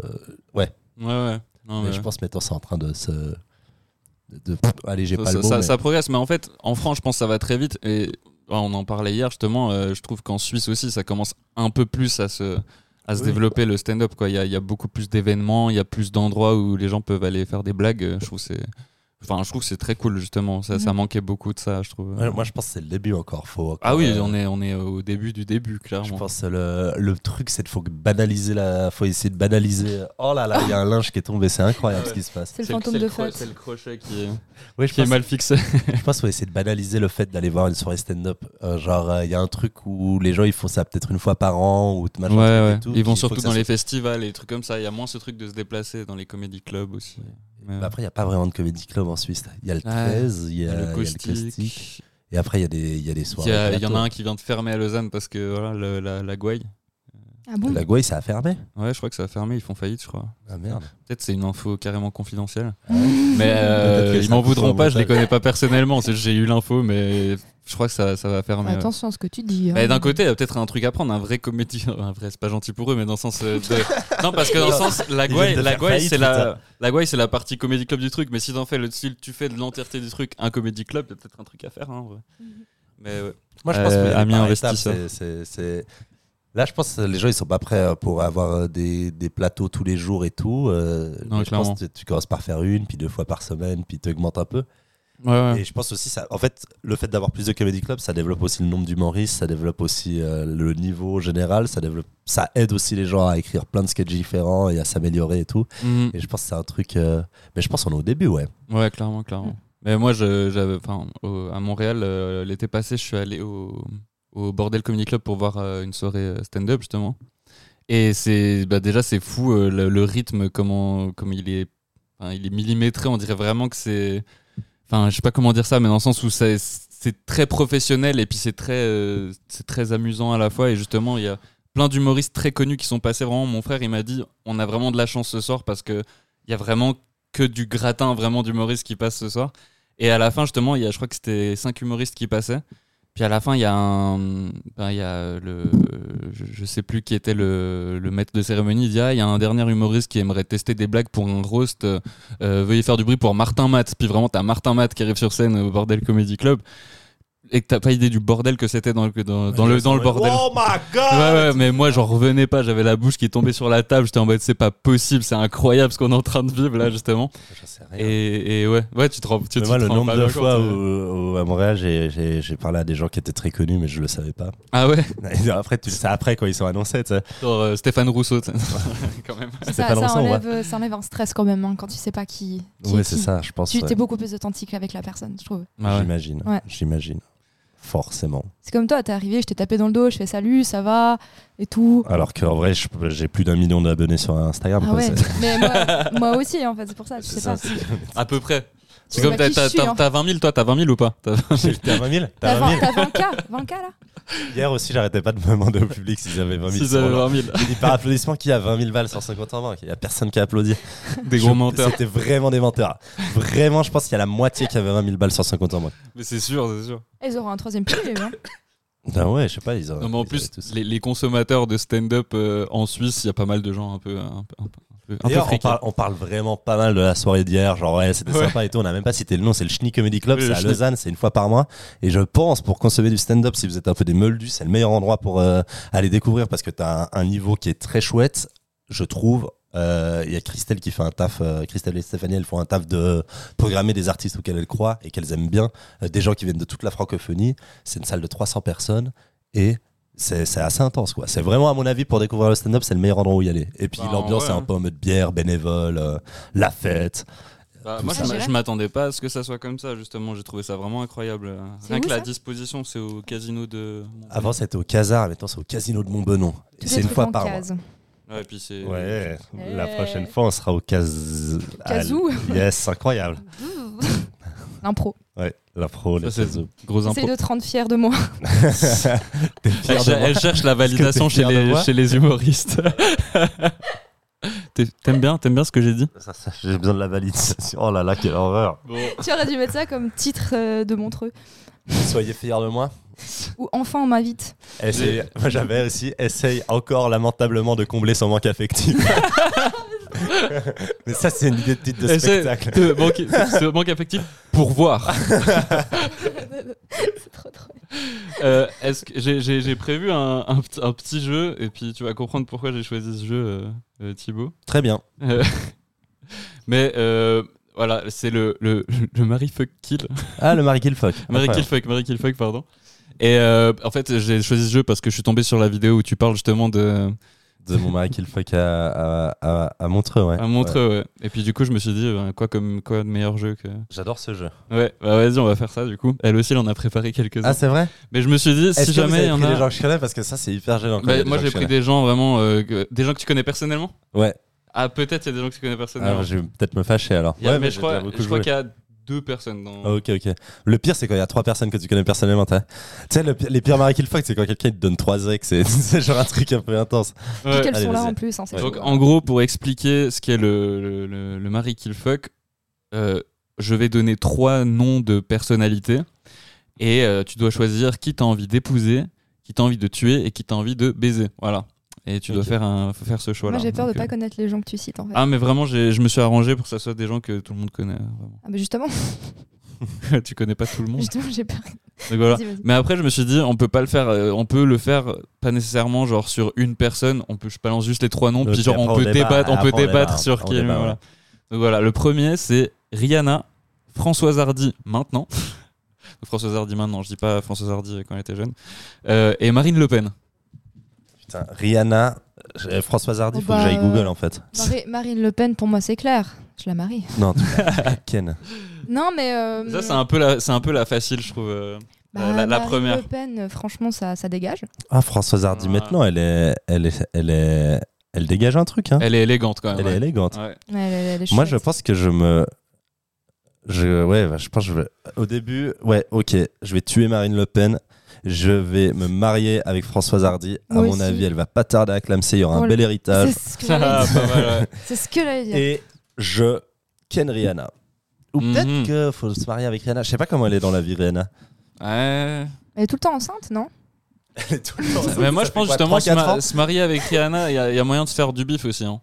D: ouais.
B: Ouais, ouais. Non,
D: Mais
B: mais
D: je
B: ouais.
D: pense maintenant c'est en train de se. De... de- Allez, j'ai
B: ça,
D: pas
B: ça-
D: le mot.
B: ça-
D: mais-
B: ça progresse, mais en fait, en France, je pense que ça va très vite. Et ah, on en parlait hier, justement. euh, je trouve qu'en Suisse aussi, ça commence un peu plus à se, à se
D: Oui.
B: développer le stand-up. quoi. Il y a, il y a beaucoup plus d'événements, il y a plus d'endroits où les gens peuvent aller faire des blagues. euh, Je trouve que c'est. Enfin, je trouve que c'est très cool justement. Ça,
A: Mhm.
B: ça manquait beaucoup de ça, je trouve.
D: Ouais, moi, je pense que c'est le début encore. Faut
B: ah oui,
D: euh,
B: on est on est au début du début,
D: Je
B: clairement.
D: pense que le, le truc, c'est qu'il faut banaliser la. Faut essayer de banaliser. Oh là là, il y a un linge qui est tombé. C'est incroyable ce qui se passe.
A: C'est le fantôme de Fox.
B: Ah C'est le crochet qui est,
D: Oui, je pense,
B: mal fixé.
D: je pense qu'il faut essayer de banaliser le fait d'aller voir une soirée stand-up. Euh, genre, euh, il y a un truc où les gens, ils font ça peut-être une fois par an ou machin,
B: Ouais,
D: truc et
B: ouais.
D: tout,
B: Ils
D: puis il
B: vont
D: faut
B: surtout
D: que ça
B: dans
D: soit-
B: les festivals et des trucs comme ça. Il y a moins ce truc de se déplacer dans les comédie clubs aussi. Mais-
D: Mais Après, il n'y a pas vraiment de comédie club en Suisse. Il y a le
B: Ah,
D: 13, Bah, il y a il y a
B: le
D: le caustique.
B: caustique.
D: Et après, il y a des, il y a des
B: Il
D: soirées.
B: y, a- il y en
D: plateaux.
B: a un qui vient de fermer à Lausanne parce que voilà, le- la, la Guaille.
A: Ah bon
D: La Gouaille, ça a fermé.
B: Ouais, je crois que ça a fermé, ils font faillite, je crois.
D: Ah merde.
B: Peut-être c'est une info carrément confidentielle. mais euh,
D: Peut-être que
B: ils
D: ça
B: m'en
D: coupe sur
B: voudront
D: un
B: pas, je les
D: montage.
B: connais pas personnellement. c'est- J'ai eu l'info, mais je crois que ça, ça va fermer. ouais.
A: Bah, Attention à ce que tu dis.
B: Mais
A: hein.
B: Bah, d'un côté, il y a peut-être un truc à prendre, un vrai comédie. Un vrai, c'est pas gentil pour eux, mais dans le sens. euh, de- Non, parce que dans le sens, la
D: Ils
B: Guaille,
D: viennent de
B: la
D: faire
B: Guaille,
D: faillite,
B: c'est la,
D: putain.
B: la Guaille, c'est la partie comédie club du truc. Mais si t'en fais le style, tu fais de l'entièreté du truc, un comédie club, il y a peut-être un truc à faire, hein, en vrai. Mais ouais.
D: Moi, je pense que
B: Euh,
D: les
B: amis
D: par
B: investisseurs.
D: étapes, c'est- c'est- c'est- Là, je pense que les gens, ils sont pas prêts euh, pour avoir euh, des, des plateaux tous les jours et tout. euh,
B: Non,
D: mais je pense
B: clairement.
D: que tu commences par faire une, puis deux fois par semaine, puis tu augmentes un peu.
B: ouais, ouais.
D: Et je pense aussi, ça, en fait, le fait d'avoir plus de comedy club, ça développe aussi le nombre d'humoristes, ça développe aussi euh, le niveau général, ça, développe, ça aide aussi les gens à écrire plein de sketchs différents et à s'améliorer et tout.
B: Mhm.
D: Et je pense que c'est un truc. euh, Mais je pense qu'on est au début, ouais.
B: Ouais, clairement, clairement. Mais moi, je- j'avais, enfin, au- à Montréal, euh, l'été passé, je suis allé au, au Bordel Comedy Club pour voir euh, une soirée euh, stand-up, justement. Et c'est, bah, déjà, c'est fou euh, le, le rythme, comment, comme il est, enfin, il est millimétré. On dirait vraiment que c'est, enfin, je sais pas comment dire ça, mais dans le sens où c'est, c'est très professionnel et puis c'est très, euh, c'est très amusant à la fois. Et justement, il y a plein d'humoristes très connus qui sont passés. Vraiment, mon frère, il m'a dit, on a vraiment de la chance ce soir parce que il y a vraiment que du gratin vraiment d'humoristes qui passe ce soir. Et à la fin, justement, il y a, je crois que c'était cinq humoristes qui passaient. Puis à la fin, il y a un. ben, il y a le. Je, je sais plus qui était le, le maître de cérémonie. Il dit Ah, il y a un dernier humoriste qui aimerait tester des blagues pour un roast. euh, euh, veuillez faire du bruit pour Martin Matt. Puis vraiment, t'as Martin Matt qui arrive sur scène au Bordel Comedy Club. Et que t'as pas idée du bordel que c'était dans, le- dans, dans le, dans le bordel.
G: Oh my god!
B: Ouais, ouais, mais moi, j'en revenais pas. J'avais la bouche qui est tombée sur la table. J'étais en mode, c'est pas possible, c'est incroyable ce qu'on est en train de vivre là, justement.
D: J'en sais rien.
B: Et, et ouais, ouais, tu te rends tu,
D: Mais
B: tu
D: moi,
B: te
D: le
B: rends
D: nombre
B: pas
D: de
B: bien
D: fois
B: compte,
D: où,
B: euh.
D: où à Montréal, j'ai- j'ai j'ai parlé à des gens qui étaient très connus, mais je le savais pas.
B: Ah ouais,
D: Et après, tu le sais après quand ils sont annoncés, tu sais.
B: genre euh, Stéphane Rousseau, tu sais. quand même.
A: Ça,
D: Stéphane
A: ça
D: Rousseau,
A: enlève, euh, ça enlève un stress quand même hein, quand tu sais pas qui. qui
D: Ouais,
A: est
D: c'est
A: qui.
D: ça, je pense.
A: Tu
D: ouais.
A: t'es beaucoup plus authentique avec la personne, je trouve.
B: Ah ouais.
D: J'imagine.
A: Ouais.
D: J'imagine. Forcément.
A: C'est comme toi, t'es arrivé, je t'ai tapé dans le dos, je fais salut, ça va et tout.
D: Alors qu'en vrai, je- j'ai plus d'un million d'abonnés sur Instagram.
A: Ah
D: quoi,
A: ouais,
D: c'est-
A: mais moi, moi aussi en fait, c'est pour ça, tu
D: c'est
A: sais
D: ça,
A: pas.
D: c'est-
B: À peu près.
A: Tu
B: C'est
A: sais
B: comme
A: pas
B: t'as
A: qui je
B: t'as-
A: suis, hein.
B: t'as- t'as 20 000, toi, t'as 20 000 ou pas T'as-
D: T'as 20 000 T'as
A: T'as
D: 20 000
A: 20 20K, 20K là
D: Hier aussi, j'arrêtais pas de me demander au public s'ils avaient 20 000.
B: S'ils avaient
D: sur leur-
B: 20 000.
D: J'ai dit par applaudissement qui a 20 000 balles, 150 en banque. Il y a personne qui a applaudi.
B: Des gros
D: Je-
B: menteurs.
D: C'était vraiment des menteurs. Vraiment, je pense qu'il y a la moitié qui avait 20 000 balles, 150 en banque.
B: Mais c'est sûr, c'est sûr.
A: Ils auront un troisième prix, hein.
D: Ah ouais, je sais pas, ils ont.
B: Non, mais en
D: ils
B: plus,
D: avaient tous-
B: les, les consommateurs de stand-up euh, en Suisse, il y a pas mal de gens un peu. Un peu, un peu- un peu- un peu
D: D'ailleurs, on
B: friqués.
D: parle, on parle vraiment pas mal de la soirée d'hier. Genre, ouais, c'était
B: Ouais.
D: sympa et tout. On n'a même pas cité le nom. C'est le Schnie Comedy Club.
B: Oui, le
D: c'est à
B: Schnie.
D: Lausanne. C'est une fois par mois. Et je pense, pour consommer du stand-up, si vous êtes un peu des meuldus, c'est le meilleur endroit pour euh, aller découvrir parce que t'as un, un niveau qui est très chouette, je trouve, Euh, Il y a Christelle qui fait un taf, euh, Christelle et Stéphanie, elles font un taf de programmer des artistes auxquels elles croient et qu'elles aiment bien, euh, des gens qui viennent de toute la francophonie. C'est une salle de 300 personnes et c'est c'est assez intense quoi. C'est vraiment à mon avis pour découvrir le stand-up, c'est le meilleur endroit où y aller. Et puis
B: Bah,
D: l'ambiance
B: ouais,
D: est un
B: hein.
D: peu en mode bière, bénévole, euh, la fête.
B: Bah, moi,
A: ça,
B: je m'a-
A: j'irais.
B: je m'attendais pas à ce que ça soit comme ça, justement. J'ai trouvé ça vraiment incroyable. Euh,
A: C'est
B: Rien
A: où,
B: que la
A: ça
B: disposition, c'est au casino de.
D: Avant c'était au Casar, maintenant c'est au Casino de Montbenon. Et
A: Tous
D: C'est
A: les
D: une
A: trucs
D: fois
A: en
D: par mois.
A: case. Eh.
B: Ouais, et puis c'est.
D: Ouais,
A: Ouais.
D: la prochaine fois, on sera au cas...
A: Casou.
D: Ah, Yes, incroyable.
A: L'impro.
D: Ouais, l'impro, les
B: Ça, c'est
D: casous.
B: gros
A: Essaye
B: impôts.
A: de te rendre fier de moi.
D: T'es fier
B: Elle,
D: de
B: cher-
D: moi
B: elle cherche la validation
D: Est-ce que t'es
B: chez
D: fier de
B: les,
D: moi
B: chez les humoristes. T'es- T'aimes bien, t'aimes bien ce que j'ai dit
D: Ça, ça, J'ai besoin de la validation. Oh là là, quelle horreur.
A: tu aurais dû mettre ça comme titre euh, de Montreux.
D: Soyez fiers de moi.
A: Ou enfin on m'invite.
D: Essayez- Moi, j'avais aussi essaye encore lamentablement de combler son manque affectif. Mais ça, c'est une idée de titre de
B: Et c'est-
D: spectacle.
B: te- manque- ce manque affectif pour voir.
A: C'est trop drôle.
B: Euh, est-ce que- j'ai- J'ai j'ai prévu un, un petit- un petit jeu et puis tu vas comprendre pourquoi j'ai choisi ce jeu, euh, euh, Thibaut.
D: Très bien.
B: Euh, Mais euh, voilà, c'est le, le, le Mary Fuck Kill.
D: Ah, le Marie Killfuck.
B: Mary Kill Fuck, Mary Kill Fuck, pardon. Et euh, en fait, j'ai choisi ce jeu parce que je suis tombé sur la vidéo où tu parles justement de
D: De mon Marie Killfuck à, à, à, à Montreux, ouais.
B: à Montreux. ouais. Et puis du coup, je me suis dit, euh, quoi comme quoi de meilleur jeu que.
D: Ouais. J'adore ce jeu.
B: Ouais, bah vas-y, on va faire ça du coup. Elle aussi, elle en a préparé quelques-uns.
D: Ah, c'est vrai
B: Mais je me suis dit, si
D: Est-ce que vous
B: jamais il y
D: avez
B: en
D: pris
B: a.
D: des gens que je connais parce que ça c'est hyper gênant. quand
B: Bah,
D: il y a des
B: moi,
D: gens
B: j'ai
D: que je
B: pris des gens vraiment. euh, que- Des gens que tu connais personnellement
D: connais. Ouais.
B: Ah, peut-être il y a des gens que tu connais
D: Ah,
B: personnellement.
D: bah, je vais peut-être me fâcher alors.
B: Il y a-
D: Ouais,
B: mais
D: mais
B: je
D: j'ai
B: crois,
D: déjà beaucoup
B: je crois
D: joué.
B: qu'il y a deux personnes dans.
D: Ah, Ok, ok. Le pire, c'est quand il y a trois personnes que tu connais personnellement. t'as- Tu sais, le pire- les pires maris qu'il fuck, c'est quand quelqu'un il te donne trois ex. et C'est genre un truc un peu intense.
B: Ouais.
A: Puis qu'elles
D: allez,
A: sont là
D: vas-y.
A: en plus. hein, c'est
D: Ouais.
A: chaud.
B: Donc en gros, pour expliquer ce qu'est le, le, le, le mari qu'il fuck, euh, je vais donner trois noms de personnalités et euh, tu dois choisir qui t'as envie d'épouser, qui t'as envie de tuer et qui t'as envie de baiser. Voilà. Et tu dois
D: Ok.
B: faire, un, faut faire ce choix-là.
A: Moi j'ai peur de
B: Donc,
A: pas
B: euh,
A: connaître les gens que tu cites en fait.
B: Ah mais vraiment, j'ai- je me suis arrangé pour que ça soit des gens que tout le monde connaît. vraiment.
A: Ah, bah justement,
B: tu connais pas tout le monde.
A: justement j'ai peur.
B: Donc voilà.
A: Vas-y, vas-y.
B: Mais après, je me suis dit, on peut pas le faire. euh, on peut le faire euh, pas nécessairement genre sur une personne. On peut, je balance juste les trois noms,
D: Ok,
B: puis genre on,
D: après, on
B: peut
D: débat,
B: débattre, on
D: après,
B: peut
D: on
B: débattre
D: débat,
B: sur
D: on
B: qui.
D: débat,
B: mais
D: ouais.
B: voilà. Donc voilà, le premier c'est Rihanna, Françoise Hardy maintenant. Donc Françoise Hardy maintenant, je dis pas Françoise Hardy quand elle était jeune. Euh, et Marine Le Pen.
D: Putain, Rihanna, j'ai- Françoise Hardy,
A: Oh,
D: faut
A: bah,
D: que j'aille
A: euh,
D: Google en fait.
A: Marie- Marine Le Pen, pour moi c'est clair. Je la marie.
D: Non, tu l'as- Ken.
A: Non mais. euh,
B: Ça c'est un peu la, c'est un peu la facile, je trouve. euh.
A: bah,
B: la- la
A: Marine
B: première.
A: Le Pen, euh, franchement ça, ça dégage.
D: Ah, Françoise Hardy,
B: Ouais.
D: maintenant, elle est, elle est, elle est, elle dégage un truc. Hein.
B: Elle est élégante quand même.
D: Elle
B: ouais.
D: est élégante.
B: Ouais.
A: Elle- elle- elle est
D: Moi, je
A: chouette.
D: pense que je me. Je, ouais, bah, je pense que je vais. Au début, ouais, ok, je vais tuer Marine Le Pen. Je vais me marier avec Françoise Hardy. À
A: Moi
D: mon
A: aussi.
D: avis, elle va pas tarder à clamser. Il y aura
A: Oh
D: un
A: là-
D: bel héritage.
A: C'est ce que
B: Ah,
A: j'allais dire.
B: pas mal, ouais.
A: C'est ce que j'allais dire.
D: euh, Et je ken Rihanna. Ou peut-être
B: Mhm.
D: que faut se marier avec Rihanna. Je sais pas comment elle est dans la vie, Rihanna.
B: Ouais.
A: Elle est tout le temps enceinte, non
D: Elle est tout le temps.
B: Mais moi, je pense
D: quoi,
B: justement
D: trois,
B: se,
D: quatre
B: ma-
D: ans
B: se marier avec Rihanna, il y, a- il y a moyen de se faire du bif aussi. Hein.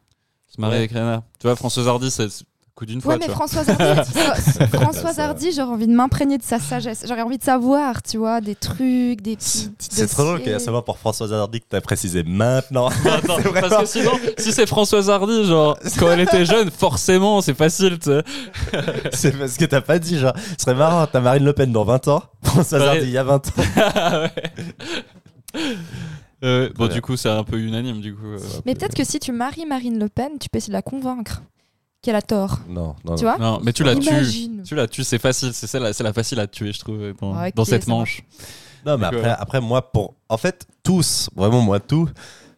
B: Se marier
D: Ouais.
B: avec Rihanna. Tu vois, Françoise Hardy, c'est c'est coup d'une fois.
A: ouais, mais
B: tu vois.
A: Françoise Hardy, tu vois, Françoise
D: Ça va.
A: Hardy, j'aurais envie de m'imprégner de sa sagesse. J'aurais envie de savoir, tu vois, des trucs, des petits. petits
D: C'est trop drôle qu'il y
A: dossiers.
D: ait à savoir pour Françoise Hardy que t'as précisé maintenant.
B: Attends,
D: C'est
B: parce
D: vraiment-
B: que sinon, si c'est Françoise Hardy, genre, quand elle était jeune, forcément, c'est facile. tu sais.
D: C'est parce que t'as pas dit, genre, ce serait marrant, t'as Marine Le Pen dans 20 ans, Françoise
B: Ouais.
D: Hardy il y a 20 ans.
B: Ouais. Euh, bon,
D: bien.
B: du coup, c'est un peu unanime, du coup. euh.
A: Mais peut-être que si tu maries Marine Le Pen, tu peux essayer de la convaincre qu'elle a tort.
D: Non,
B: Oh.
D: non,
A: Tu vois
B: Non, mais tu la tues.
A: Ah, Imagine.
B: Tu la tues, c'est facile. C'est celle-là- c'est la facile à tuer, je trouve, dans,
A: Ah, ok,
B: dans cette
A: ça marche.
B: manche.
D: Non, mais
B: Donc,
D: après,
B: euh,
D: après, moi, pour. En fait, tous, vraiment, moi, tout,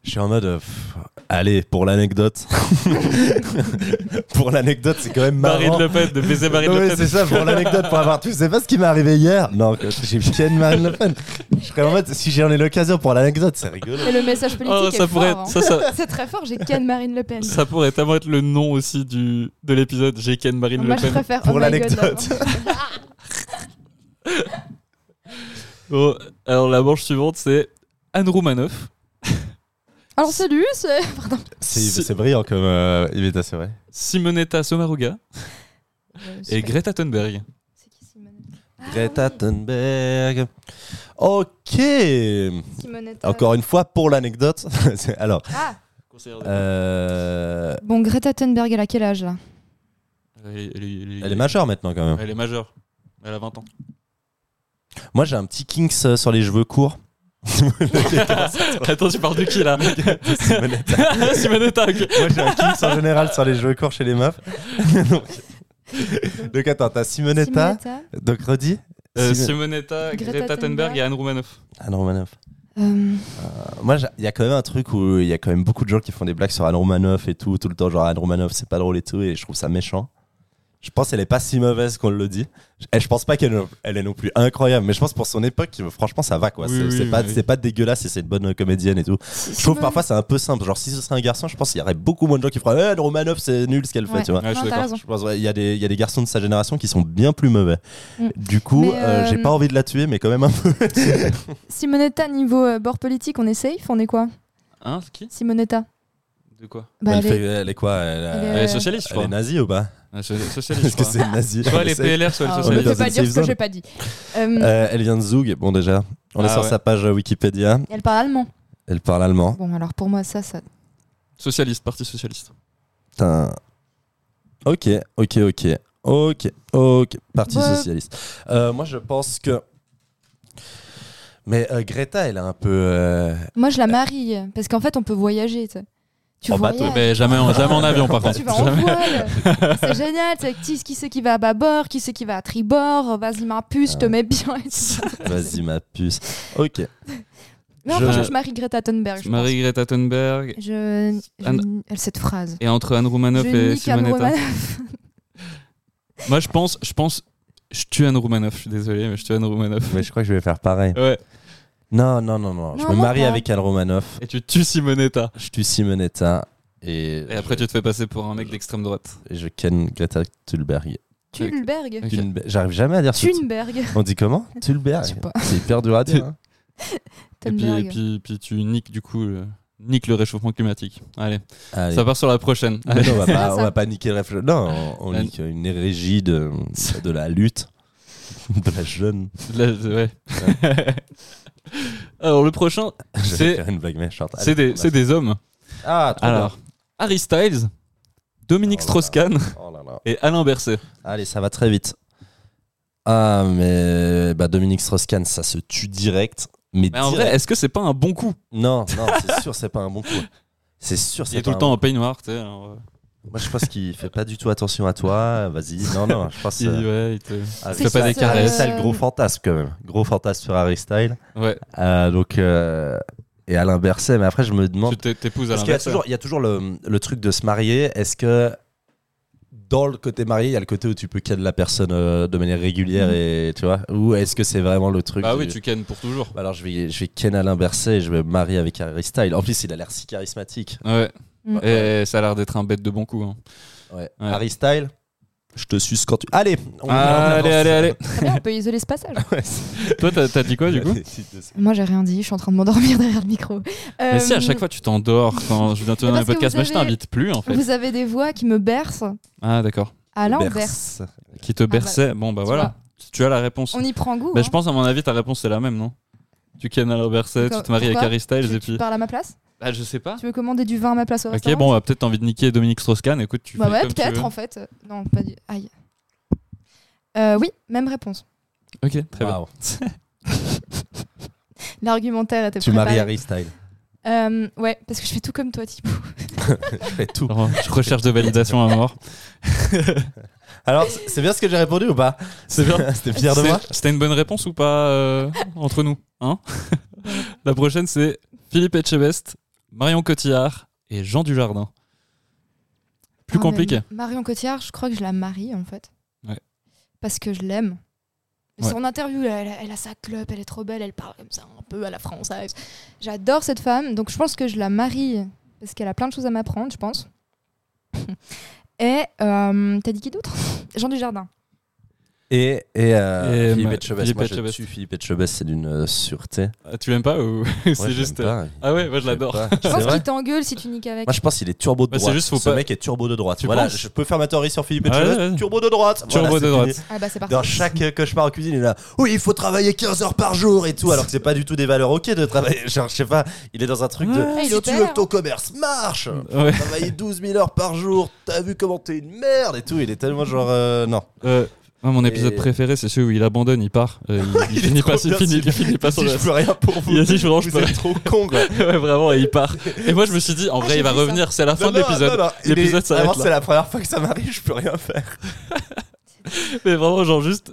D: je suis en mode. euh, pff, allez, pour l'anecdote. pour l'anecdote, c'est quand même marrant.
B: Marine Le Pen, de baiser Marine
D: Oui,
B: Le
D: c'est
B: Pen.
D: ça, pour l'anecdote, pour avoir tout. Je sais pas ce qui m'est arrivé hier. Non, que j'ai Ken Marine Le Pen. Je serais en mode, si j'en ai l'occasion pour l'anecdote, c'est rigolo.
A: Et le message politique
B: Oh,
A: est
B: ça pourrait
A: fort,
B: être-
A: hein.
B: ça, ça-
A: C'est très fort, j'ai Ken Marine Le Pen.
B: ça pourrait tellement être le nom aussi du, de l'épisode. J'ai Ken Marine
A: Moi,
B: Le
A: je
B: Pen.
A: préfère
D: Pour
A: oh my God,
D: l'anecdote.
A: là.
B: Bon, Oh, alors la manche suivante, c'est Anne Roumanoff.
A: Alors, salut, c'est. Pardon.
D: C'est,
B: Si-
D: c'est brillant comme euh, il est assez vrai.
B: Simonetta Sommaruga
A: Euh,
B: et
A: super.
B: Greta Thunberg.
A: C'est qui Ah, Simone
D: Greta Thunberg. Ok.
A: Simonetta.
D: Encore une fois, pour l'anecdote. c'est- Alors,
A: Ah,
D: Euh,
A: Bon, Greta Thunberg, elle a quel âge là
B: Elle, est- elle est- elle est-
D: Elle est majeure maintenant quand même.
B: Elle est majeure. Elle a 20 ans.
D: Moi j'ai un petit kinks euh, sur les cheveux courts.
B: Attends, tu parles de qui là
D: Simonetta.
B: Simonetta, ok.
D: Moi j'ai un kinks en général sur les cheveux courts chez les meufs. Donc- Donc attends, t'as Simonetta,
A: Simonetta
D: donc Rodi.
B: Euh,
D: Simo- Ah
B: Simonetta,
A: Greta
B: Greta Thunberg
A: Thunberg
B: et Anne Roumanoff.
D: Anne Romanoff.
A: Euh,
D: Moi, j'a- il y a quand même un truc où il y a quand même beaucoup de gens qui font des blagues sur Anne Romanoff et tout, tout le temps, genre Anne Romanoff, c'est pas drôle et tout, et je trouve ça méchant. Je pense qu'elle est pas si mauvaise qu'on le dit. Je- Et je pense pas qu'elle elle est non plus incroyable, mais je pense pour son époque, franchement, ça va quoi.
B: Oui,
D: c'est
B: oui,
D: c'est pas,
B: oui.
D: c'est pas dégueulasse et c'est une bonne comédienne et tout. Je trouve
A: Simone-
D: parfois c'est un peu simple. Genre, si ce serait un garçon, je pense qu'il y aurait beaucoup moins de gens qui feraient Eh, Anne Romanoff, c'est nul ce qu'elle fait,
A: Ouais.
D: tu vois.
B: Ouais, je suis
A: Non, t'as
B: d'accord.
A: raison.
D: Je pense ouais, il y, a des- il y a des garçons de sa génération qui sont bien plus mauvais.
A: Mm.
D: Du coup,
A: Mais,
D: euh, j'ai
A: euh,
D: pas envie de la tuer, mais quand même un peu.
A: Simonetta, niveau euh, bord politique, on est safe On est quoi
B: Hein c'est Qui
A: Simonetta
B: De quoi
A: Bah, elle
D: elle,
A: est-
D: fait- elle est quoi elle, a-
A: elle est-
B: Elle est
A: Euh,
B: socialiste, je
D: elle est
B: crois.
D: nazie ou pas
B: Ouais, Ah, so- Socialiste,
D: Parce
B: je
D: que
B: crois.
D: c'est nazi.
B: Soit elle est
D: C'est-
B: PLR, soit elle est
A: Ah,
D: on
A: Je
D: est
A: ne
D: dans
A: peux
B: socialiste.
D: une
A: pas dire
D: safe
A: ce que
D: zone.
A: j'ai pas dit. Euh,
D: Euh, elle vient de Zug, bon déjà. On est
B: Ah
D: sur
B: ouais.
D: sa page euh, Wikipédia.
A: Elle parle allemand.
D: Elle parle allemand.
A: Bon, alors pour moi, ça, ça.
B: Socialiste, parti socialiste.
D: Putain. Ok, ok, ok. Ok, ok. Parti
A: Ouais.
D: socialiste. Euh, moi, je pense que. Mais euh, Greta, elle est un peu. euh,
A: Moi, je la marie. Parce qu'en fait, on peut voyager. tu sais. Tu
D: En
A: voyages.
D: bateau.
B: Mais jamais en, jamais en avion, par contre.
A: Tu vas en
B: Jamais.
A: voile. C'est génial. tu sais, Qui, qui c'est qui va à bâbord Qui c'est qui va à tribord oh, Vas-y, ma puce, je
B: Euh,
A: te mets bien. et tout.
D: Vas-y, ma puce. Ok.
A: Non,
D: Je-
A: franchement, je marie Greta Thunberg. Je pense.
B: Marie-Greta Thunberg.
A: Je, je-
B: Anne-
A: elle, cette phrase.
B: Et entre Anne Roumanoff
A: Je
B: et
A: nique Anne
B: Simonetta.
A: Romanoff.
B: Moi, je pense, je pense, je tue Anne Roumanoff. Je suis désolé, mais je tue Anne Roumanoff.
D: Mais je crois que je vais faire pareil.
B: Ouais.
D: Non, non, non, non. je
A: Non,
D: me
A: non,
D: marie
A: non.
D: avec Al Romanoff.
B: Et tu tues Simonetta.
D: Je tue Simonetta. Et,
B: Et après, tu te fais passer pour un mec d'extrême droite.
D: je, et je ken Greta Thunberg.
A: Thunberg.
B: Ok.
D: Thunberg. J'arrive jamais à dire ce titre.
A: Thunberg.
D: On dit comment Thunberg.
A: Je sais pas.
D: C'est hyper dur à dire. hein.
B: Et puis, et
A: Thunberg.
B: puis, puis tu niques, du coup, le, niques le réchauffement climatique. Allez,
D: Allez.
B: ça part sur la prochaine.
D: Mais non, on va
A: bien,
D: pas, on
A: ça.
D: va pas niquer le réflexe. Non, on, on
B: Ouais.
D: nique une hérégie de, de la lutte, de la jeune.
B: Là, je- ouais. Alors, le prochain,
D: Je
B: C'est-
D: vais faire une blague méchante. Allez,
B: c'est des,
D: on
B: c'est
D: a-
B: des hommes.
D: Ah, trop
B: Alors, Harry Styles, Dominique
D: Oh là
B: Strauss-Kahn
D: bien. Oh là là.
B: et Alain Berset.
D: Allez, ça va très vite. Ah, mais bah, Dominique Strauss-Kahn, ça se tue direct. Mais,
B: Mais en vrai,
D: direct.
B: est-ce que c'est pas un bon coup
D: Non, non, c'est sûr, c'est pas un bon coup. C'est sûr,
B: Il
D: c'est
B: est tout
D: pas
B: le
D: un
B: temps
D: bon
B: en peignoir, tu sais. alors, euh,
D: coup. Moi, je pense qu'il fait pas du tout attention à toi. Vas-y, non, non, je pense.
B: il-
D: euh,
B: ouais, il te-
D: ah,
A: C'est
B: pas des
D: ça,
B: caresses.
D: ça, le gros fantasme, quand même. Gros fantasme sur Harry Style.
B: ouais,
D: Euh, donc, euh, et Alain Berset, mais après, je me demande.
B: tu t'é- t'épouses Alain
D: Parce qu'il y a
B: Berset.
D: toujours, il y a toujours le, le truc de se marier. Est-ce que dans le côté marié, il y a le côté où tu peux ken la personne euh, de manière régulière et tu vois Ou est-ce que c'est vraiment le truc
B: Bah
D: du-
B: oui, tu cannes pour toujours.
D: Bah Alors je vais, je vais ken Alain Berset et je vais me marier avec Harry Style. En plus, il a l'air si charismatique.
B: Ouais.
A: Mm.
B: Et ça a l'air d'être un bête de bon coup. hein.
D: Ouais. Harry Style, je te suce quand tu. Allez, on-
B: Ah,
D: on avance.
B: allez, allez, allez.
A: Très bien, on peut isoler ce passage.
D: Ouais, c'est-
B: Toi, t'as t'as dit quoi du coup
A: Moi, j'ai rien dit. Je suis en train de m'endormir derrière le micro.
B: Mais si à chaque fois tu t'endors quand je viens te donner un
A: Euh, Eh ben, parce que
B: podcast,
A: vous
B: moi je
A: avez-
B: t'invite plus en fait.
A: Vous avez des voix qui me bercent.
B: Ah d'accord.
A: Alain
D: Berce.
A: berce.
B: Qui te berçait. Bon bah
A: Ah, Tu
B: voilà. Tu as la réponse.
A: On y prend goût.
B: Bah,
A: hein.
B: je pense à mon avis ta réponse c'est la même non Tu kennes Alain Berset, tu
A: D'accord.
B: te maries avec
A: Pourquoi
B: Harry Styles et
A: tu, tu
B: puis.
A: parles à ma place
B: Ah je sais pas.
A: Tu veux commander du vin à ma place au
B: Ok
A: restaurant
B: bon bah, peut-être t'as envie de niquer Dominique Strauss-Kahn. Écoute tu.
A: Bah
B: fais
A: ouais,
B: comme tu
A: peut-être
B: veux.
A: en fait. Euh, Non, pas du. Aïe. Euh, oui, même réponse.
B: Ok très bien.
D: Waouh.
A: L'argumentaire était
D: Tu
A: préparé.
D: maries Harry Style.
A: Euh, ouais, parce que je fais tout comme toi, Thibaut.
D: Je fais tout.
B: Alors, Je recherche de validation à mort.
D: Alors, c'est c'est bien ce que j'ai répondu ou pas
B: C'est bien.
D: C'était fier de moi
B: C'est- C'était une bonne réponse ou pas euh, entre nous hein La prochaine, c'est Philippe Etchebest, Marion Cotillard et Jean Dujardin. Plus
A: Ah,
B: compliqué.
A: mais Marion Cotillard, je crois que je la marie en fait.
B: Ouais.
A: Parce que je l'aime.
B: Ouais.
A: Son interview, elle, a- elle a sa clope, elle est trop belle, elle parle comme ça un peu à la française. J'adore cette femme, donc je pense que je la marie parce qu'elle a plein de choses à m'apprendre, je pense. Et euh, t'as dit qui d'autre Jean Dujardin.
D: Et, et, euh,
B: Et
D: Philippe
B: ma-
D: Etchebest.
B: Philippe
D: Moi, je
B: Etchebest.
D: tue Philippe Etchebest, c'est d'une euh, sûreté.
B: Ah, Tu l'aimes pas ou
D: Moi,
B: c'est
D: je
B: juste.
D: l'aime pas.
B: Ah ouais, moi je
D: Je
B: l'adore.
D: l'aime pas.
A: Je
D: C'est
A: pense
D: vrai
A: qu'il t'engueule si tu niques avec.
D: Moi, je pense qu'il est turbo de
B: Bah, c'est
D: droite.
B: juste, faut
D: Ce
B: pas-
D: mec est turbo de droite.
B: Tu
D: voilà,
B: penses
D: je peux faire ma théorie sur Philippe
B: Ah ouais,
D: Etchebest.
B: ouais.
D: Turbo de droite.
B: Turbo
D: Voilà,
B: de
D: c'est
B: droite.
D: fini.
A: Ah bah c'est parfait.
D: Dans chaque euh, cauchemar en cuisine, il est là. Oui, il faut travailler 15 heures par jour et tout, alors que c'est pas du tout des valeurs ok de travailler. Genre, je sais pas, il est dans un truc de.
A: Ah, il
D: si tu
A: opère.
D: veux que ton commerce marche,
B: Ouais.
D: travailler 12 000 heures par jour, t'as vu comment t'es une merde et tout. Il est tellement genre. euh, non.
B: Euh, moi, mon épisode
D: Et-
B: préféré, c'est celui où il abandonne, il part. Euh, il, il
D: est
B: finit
D: trop
B: pas, il
D: bien,
B: finit,
D: celui-là.
B: il finit pas son
D: Si je peux rien pour vous.
B: Il a dit, je vous lance
D: vous
B: pas.
D: êtes trop con, quoi.
B: ouais, vraiment, et il part. Et moi, je me suis dit, en
A: Ah,
B: vrai,
A: j'ai
B: il va
A: vu ça.
B: revenir, c'est la fin
D: Non,
B: de
D: non, non,
B: l'épisode.
D: non, il est-
B: L'épisode s'arrête
D: vraiment,
B: là.
D: c'est la première fois que ça m'arrive, je peux rien faire.
B: Mais vraiment, genre, juste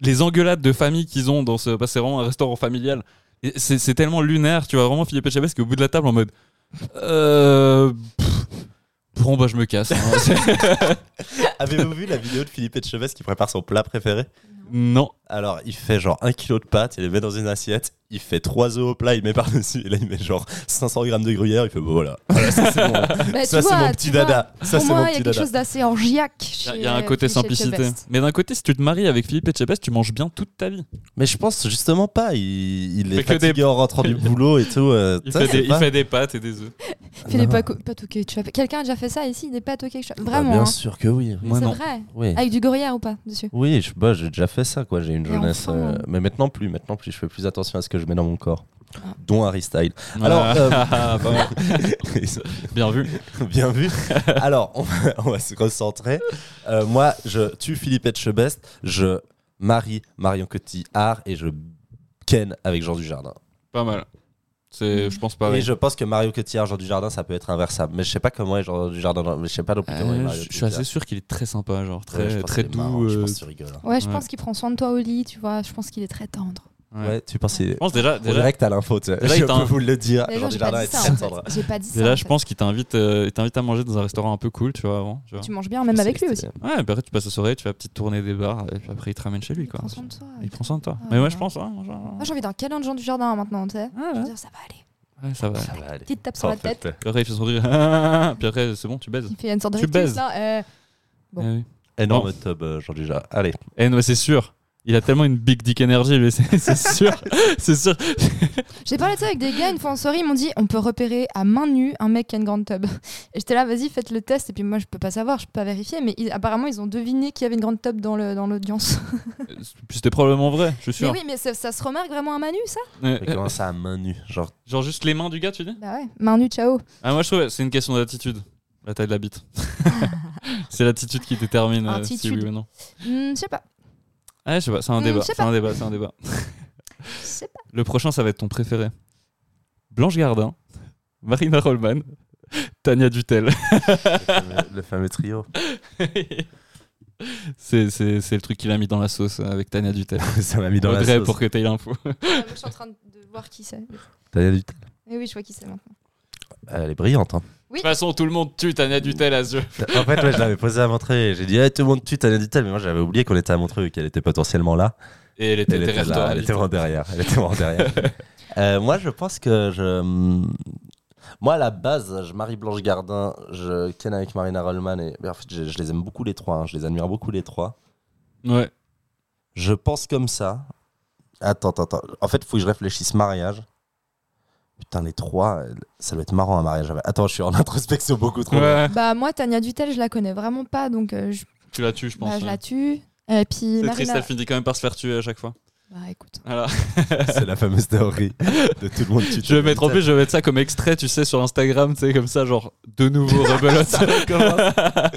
B: les engueulades de famille qu'ils ont dans ce. Parce que c'est vraiment un restaurant familial. Et C'est c'est tellement lunaire, tu vois, vraiment Philippe Etchebest, qu'au bout de la table, en mode. Euh. pff, Bon, bah, je me casse. hein. C'est-
D: Avez-vous vu la vidéo de Philippe Etchebest qui prépare son plat préféré
B: non.
D: Alors, il fait genre un kilo de pâtes, il les met dans une assiette, il fait trois œufs au plat, il met par-dessus, et là, il met genre 500 grammes de gruyère, il fait bon, voilà. Voilà, ça, c'est mon,
A: Bah, tu
D: ça, c'est
A: vois,
D: mon
A: tu
D: petit
A: vois,
D: dada. Ça,
A: Pour
D: c'est mon
A: moi, il y a
D: petit
A: quelque
D: dada.
A: chose d'assez orgiaque.
B: Il y a-
A: chez,
B: il y a
A: euh,
B: un côté
A: chez
B: simplicité.
A: Chebest.
B: Mais d'un côté, si tu te maries avec Philippe Etchebest, tu manges bien toute ta vie.
D: Mais je pense justement pas, il, il
B: Fait
D: est
B: que
D: fatigué en rentrant du boulot et tout. euh,
B: Il,
D: ça,
B: fait
D: c'est
B: des, il
D: pas-
B: fait des pâtes et des œufs.
A: Fais les
D: Non.
A: pâtes pâtes au ketchup. Quelqu'un a déjà fait ça ici, des pâtes au ketchup.
D: Ah. Bah,
A: Vraiment.
D: Bien
A: hein.
D: sûr que oui.
B: Moi,
A: c'est
B: non.
A: vrai.
D: Oui.
A: Avec du gruyère ou pas dessus
D: Oui, je- bah, j'ai déjà fait ça, quoi. J'ai une
A: Et
D: jeunesse.
A: enfin.
D: euh, mais maintenant plus, maintenant plus. Je fais plus attention à ce que je mets dans mon corps.
A: Ah.
D: Dont Harry Style. Alors, euh,
B: Ah, pas mal. bien vu.
D: Bien vu. Alors, on va, on va se recentrer. Euh, moi, je tue Philippe Etchebest, je marie Marion Cotillard et je ken avec Jean Dujardin.
B: Pas mal. C'est, je pense pas.
D: Mm. Et je pense que Marion Cotillard, Jean Dujardin, ça peut être inversable. Mais je sais pas comment est Jean Dujardin. dans- Mais je sais pas non plus comment est Marion
B: Euh, je suis
D: Cotillard.
B: assez sûr qu'il est très sympa, genre
D: Ouais, je
B: très,
D: pense
B: très
D: qu'il est
B: doux.
D: marrant, Je
B: euh,
D: pense que tu rigoles. hein.
A: Ouais, je
B: Ouais.
A: pense qu'il prend soin de toi au lit, tu vois. Je pense qu'il est très tendre.
B: Ouais.
D: Ouais, tu penses. qu'il-
B: Je pense Oh, déjà,
D: On
B: déjà,
D: dirait que t'as l'info. tu sais.
B: Déjà, il
D: Je
B: t'a-
D: peux vous le dire.
A: D'ailleurs,
D: Jean
A: j'ai pas
D: Dujardin
A: dit
D: est
A: ça.
D: très
A: en
D: tendre.
A: fait. J'ai pas dit ça.
B: déjà,
A: en
B: je
A: fait.
B: pense qu'il t'invite, euh, il t'invite à manger dans un restaurant un peu cool, tu vois, avant. Tu vois.
A: Tu manges bien, même avec lui aussi.
B: Ouais, puis après, tu passes la soirée, tu fais la petite tournée des bars, et puis après, il te ramène chez lui,
A: Il
B: quoi.
A: prend soin de toi.
B: Il prend soin de toi.
A: Ah,
B: Mais moi,
A: ouais.
B: je pense, hein, genre-
A: Moi, j'ai envie d'un câlin de Jean du Jardin hein, maintenant, tu sais.
B: Ah,
A: Je veux
B: ouais.
A: dire, ça va aller.
B: Ouais, ça va.
D: Ça va aller.
A: Petite tape sur la tête.
B: Puis après, il fait son rire. Ah, Puis après, c'est bon, tu baises.
A: Il fait une sorte de
B: Tu
A: rictus,
B: baises.
A: là. euh, Bon.
B: Eh oui.
D: Énorme tub, euh, Jean Dujardin. Allez.
B: Eh, non, c'est sûr. Il a tellement une big dick energy, lui, c'est c'est sûr. c'est sûr.
A: J'ai parlé de ça avec des gars une fois en soirée, ils m'ont dit on peut repérer à main nue un mec qui a une grande tub. Et j'étais là, vas-y, faites le test. Et puis moi, je peux pas savoir, je peux pas vérifier, mais ils- apparemment, ils ont deviné qu'il y avait une grande tub dans le- dans l'audience.
B: Puis c'était probablement vrai, je suis
A: mais
B: sûr.
A: oui, mais ça, ça se remarque vraiment à main nue, ça
B: Ouais.
D: Mais comment ça à main nue Genre,
B: Genre juste les mains du gars, tu dis
A: Bah ouais, main nue, ciao.
B: Ah moi je trouve que c'est une question d'attitude. La taille de la bite. c'est l'attitude qui détermine euh, si
A: Attitude.
B: oui ou non.
A: Hmm, je sais pas,
B: Ah je sais pas, c'est un
A: Hmm,
B: débat.
A: je sais
B: C'est un débat, c'est un débat.
A: je sais pas.
B: Le prochain ça va être ton préféré. Blanche Gardin, Marina Rollman, Tania Dutel.
D: le fameux trio.
B: c'est, c'est, c'est le truc qu'il a mis dans la sauce avec Tania Dutel.
D: ça m'a mis dans
B: Audrey,
D: la sauce.
B: pour que t'aies l'info.
A: Ouais, moi, je suis en train de voir qui c'est.
D: Tania Dutel.
A: Mais oui, je vois qui c'est maintenant.
D: Elle est brillante. Hein.
B: De toute façon tout le monde tue Tania Dutel à ce jeu.
D: En fait, ouais, je l'avais posé à Montreuil. et J'ai dit, Eh, tout le monde tue Tania Dutel, mais moi j'avais oublié qu'on était à Montreuil et qu'elle était potentiellement là.
B: Et elle était
D: Elle était
B: derrière
D: là,
B: toi.
D: elle
B: elle
D: était vraiment derrière. Elle était vraiment derrière. Euh, moi, je pense que je. hmm, Moi, à la base, je marie Blanche Gardin, je ken avec Marina Rollman et mais en fait, je, je les aime beaucoup les trois. hein. Je les admire beaucoup les trois.
B: dit. Ouais.
D: Je pense comme ça. Attends, attends, attends. En fait, il faut que je réfléchisse mariage. Putain, les trois, euh, ça doit être marrant un mariage. Ah, Attends, je suis en introspection beaucoup trop.
B: Ouais,
A: Bah moi, Tania Dutel, je la connais vraiment pas, donc euh, je,
B: Tu la tues je pense.
A: bah, je
B: ouais.
A: la tue. Et puis
B: C'est triste,
A: Marina.
B: elle finit quand même par se faire tuer à chaque fois.
A: Bah écoute.
B: Voilà.
D: C'est la fameuse théorie de tout le monde. tue
B: Je vais mettre en
D: Tania
B: plus, je vais mettre ça comme extrait, tu sais, sur Instagram, tu sais, comme ça, genre de nouveau rebelote.
D: Dutel.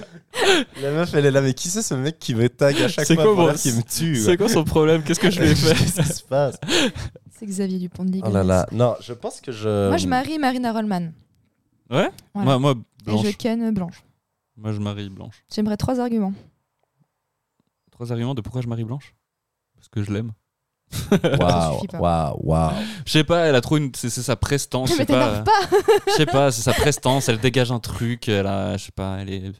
D: La meuf, elle est là, mais qui c'est ce mec qui me tag à chaque
B: C'est
D: fois
B: quoi,
D: pour
B: moi
D: dire qu'il me tue
B: C'est quoi son problème Qu'est-ce que je lui ai fait
D: Qu'est-ce qui se passe
A: C'est Xavier Dupont de
D: Oh là là. Non, je pense que je.
B: Euh,
A: Moi, je marie Marina Rollman.
B: Ouais.
A: Voilà.
B: Moi, moi,
A: Et
B: Blanche.
A: je
F: euh,
A: ken Blanche.
B: Moi, je marie Blanche.
A: J'aimerais trois arguments.
B: Trois arguments de pourquoi je marie Blanche Parce que je l'aime.
A: Ça
D: Waouh,
A: suffit pas.
D: waouh, waouh.
B: Je sais pas, elle a trop une. C'est c'est sa prestance. je sais
A: Mais t'énerves
B: pas.
A: pas
B: Je sais pas, c'est sa prestance, elle dégage un truc, elle a. Je sais pas, elle est.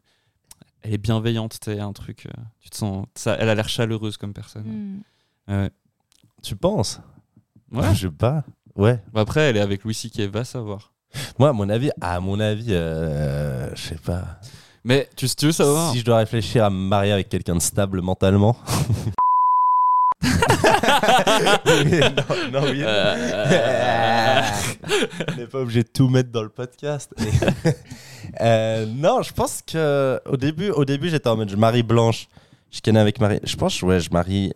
B: Elle est bienveillante, tu sais, un truc. euh, Tu te sens. Ça, elle a l'air chaleureuse comme personne.
A: Hmm.
B: Ouais.
D: Tu penses
B: Ouais.
D: Je sais pas. Ouais.
B: Bah après, elle est avec Louis C.K., va savoir.
D: Moi, à mon avis, à mon avis, euh, je sais pas.
B: Mais tu, tu veux savoir
D: Si je dois réfléchir à me marier avec quelqu'un de stable mentalement, non, non, oui.
B: Euh,
D: On n'est pas obligé de tout mettre dans le podcast. Euh, non, je pense que au début, au début, j'étais en mode je marie Blanche, je ken avec Marie. Je pense ouais, je marie,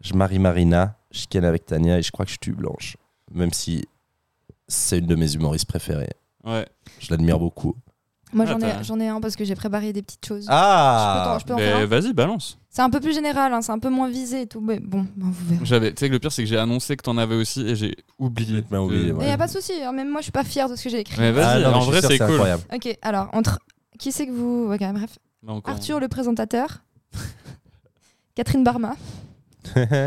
D: je marie Marina, je ken avec Tania et je crois que je tue Blanche, même si c'est une de mes humoristes préférées.
B: Ouais.
D: Je l'admire beaucoup.
F: Moi, j'en
B: Attends.
F: ai, j'en ai un parce que j'ai préparé des petites choses.
D: Ah,
F: je peux, t'en- je peux en faire
B: bah. Mais
F: un
B: vas-y, balance.
F: C'est un peu plus général, hein, c'est un peu moins visé et tout. Mais bon, ben, vous verrez.
B: J'avais, tu sais que le pire, c'est que j'ai annoncé que t'en avais aussi et j'ai oublié.
D: Complètement
B: de-
D: oublié,
F: Mais
D: ouais.
F: y a pas de souci, hein, même moi, je suis pas fière de ce que j'ai écrit.
B: Mais
D: Ah
B: vas-y,
D: non, mais
B: en
D: je
B: vrai,
D: suis sûr,
B: c'est cool.
D: incroyable.
F: Ok, alors, entre. Qui c'est que vous. Ok, bref.
B: Non, encore.
F: Arthur, le présentateur. Catherine Barma.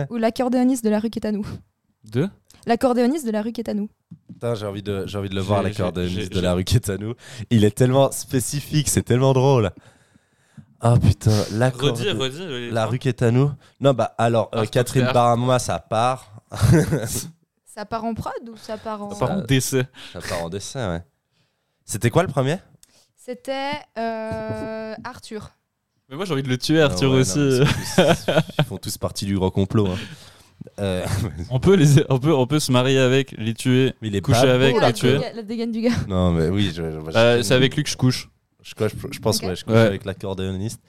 F: ou l'accordéoniste de la rue qui est à nous.
B: Deux
F: L'accordéoniste de la rue qui est à nous.
D: Putain, j'ai envie de, j'ai envie de le voir,
B: J'ai-
D: l'accordéoniste
B: j'ai-
D: de la rue qui est à nous. Il est tellement spécifique, c'est tellement drôle. Ah putain,
B: Redis, hein. Ah,
D: l'accordéon.
B: redis. les-
D: La rue qui est à nous Non, bah alors, euh,
B: Arthur
D: Catherine
B: Claire.
D: Barama, ça part.
F: Ça part en prod ou ça part en.
D: Ça
B: Par
D: Euh,
B: contre, décès.
D: ça part en dessin, ouais. C'était quoi le premier
F: C'était euh, Arthur.
B: Mais moi, j'ai envie de le tuer, Arthur
D: Ah ouais,
B: aussi.
D: non, mais c'est tous- Ils font tous partie du grand complot. hein. Euh,
B: on, peut les, on, peut, on peut se marier avec, les tuer,
D: mais il est
B: coucher
D: pas
B: avec,
F: Oh,
B: les
F: la,
B: tuer.
F: déga- la dégaine du gars.
D: Non, mais oui, je- je- je-
B: Euh, c'est avec lui que je couche.
D: Je, crois- je- je pense,
F: Ok.
D: ouais, je couche
B: Ouais.
D: avec l'accordéoniste.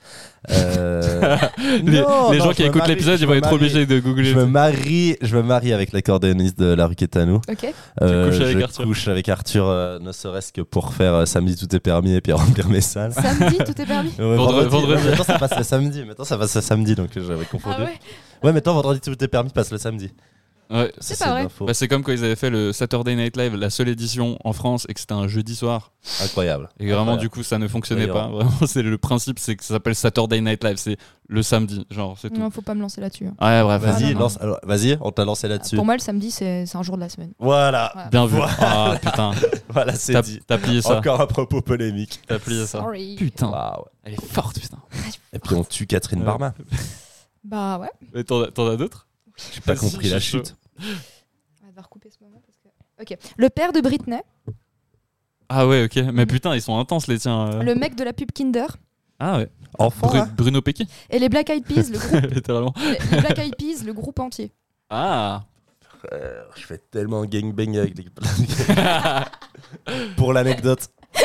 D: Euh,
B: Les,
D: non,
B: les
D: non,
B: gens
D: je
B: qui
D: me
B: écoutent
D: marie,
B: l'épisode,
D: je
B: ils vont
D: me
B: être
D: marie.
B: obligés de googler.
D: Je me marie, je me marie avec l'accordéoniste de la rue qui est à nous.
F: Ok.
D: Euh,
B: couches avec
D: je
B: Arthur.
D: couche avec Arthur, euh, ne serait-ce que pour faire euh, samedi tout est permis et puis remplir mes salles.
F: Samedi, tout est permis.
D: Ouais,
B: Vendre- vendredi.
D: Non, maintenant, ça passe le samedi. Maintenant, ça passe le samedi, donc euh, j'avais confondu.
F: Ah ouais
D: Ouais, maintenant, vendredi tout est permis passe le samedi.
B: Ouais.
D: Ça,
F: C'est pas
D: une
F: vrai.
D: info
B: Bah, c'est comme quand ils avaient fait le Saturday Night Live, la seule édition en France, et que c'était un jeudi soir.
D: Incroyable.
B: Et vraiment,
D: Incroyable.
B: du coup, ça ne fonctionnait
D: Ah D'ailleurs.
B: pas. Vraiment, c'est le principe, c'est que ça s'appelle Saturday Night Live, c'est le samedi, genre, c'est tout.
F: Non, faut pas me lancer là-dessus. hein.
B: Ouais, bref.
D: Vas-y,
B: non, non.
D: lance. alors, Vas-y, on t'a lancé là-dessus.
F: Ah, Pour moi, le samedi, c'est c'est un jour de la semaine.
D: Voilà,
F: Voilà.
B: Bien vu. Ah putain,
D: voilà, c'est
B: t'as
D: dit.
B: t'as plié ça.
D: Encore un propos polémique.
B: T'as plié
D: Ah.
B: ça.
F: Sorry.
B: Putain,
D: Waouh.
B: elle est forte, putain.
D: Et puis on tue Catherine
B: Ouais.
D: Barma.
F: Bah ouais.
B: Mais t'en as- t'en as d'autres
D: J'ai pas
B: Vas-y,
D: compris
B: je
D: la
B: suis chaud.
D: chute.
F: On va devoir couper ce moment parce que. Ok. Le père de Britney,
B: Ah ouais, ok. Mais putain, ils sont intenses les tiens. euh.
F: le mec de la pub Kinder
B: Ah ouais.
D: Enfant.
B: Bru-
D: hein.
B: Bruno Pecky,
F: et les Black Eyed Peas, le groupe,
B: littéralement.
F: les Black Eyed Peas, le groupe entier.
B: Ah.
D: Euh, je fais tellement gangbang avec les. Pour l'anecdote.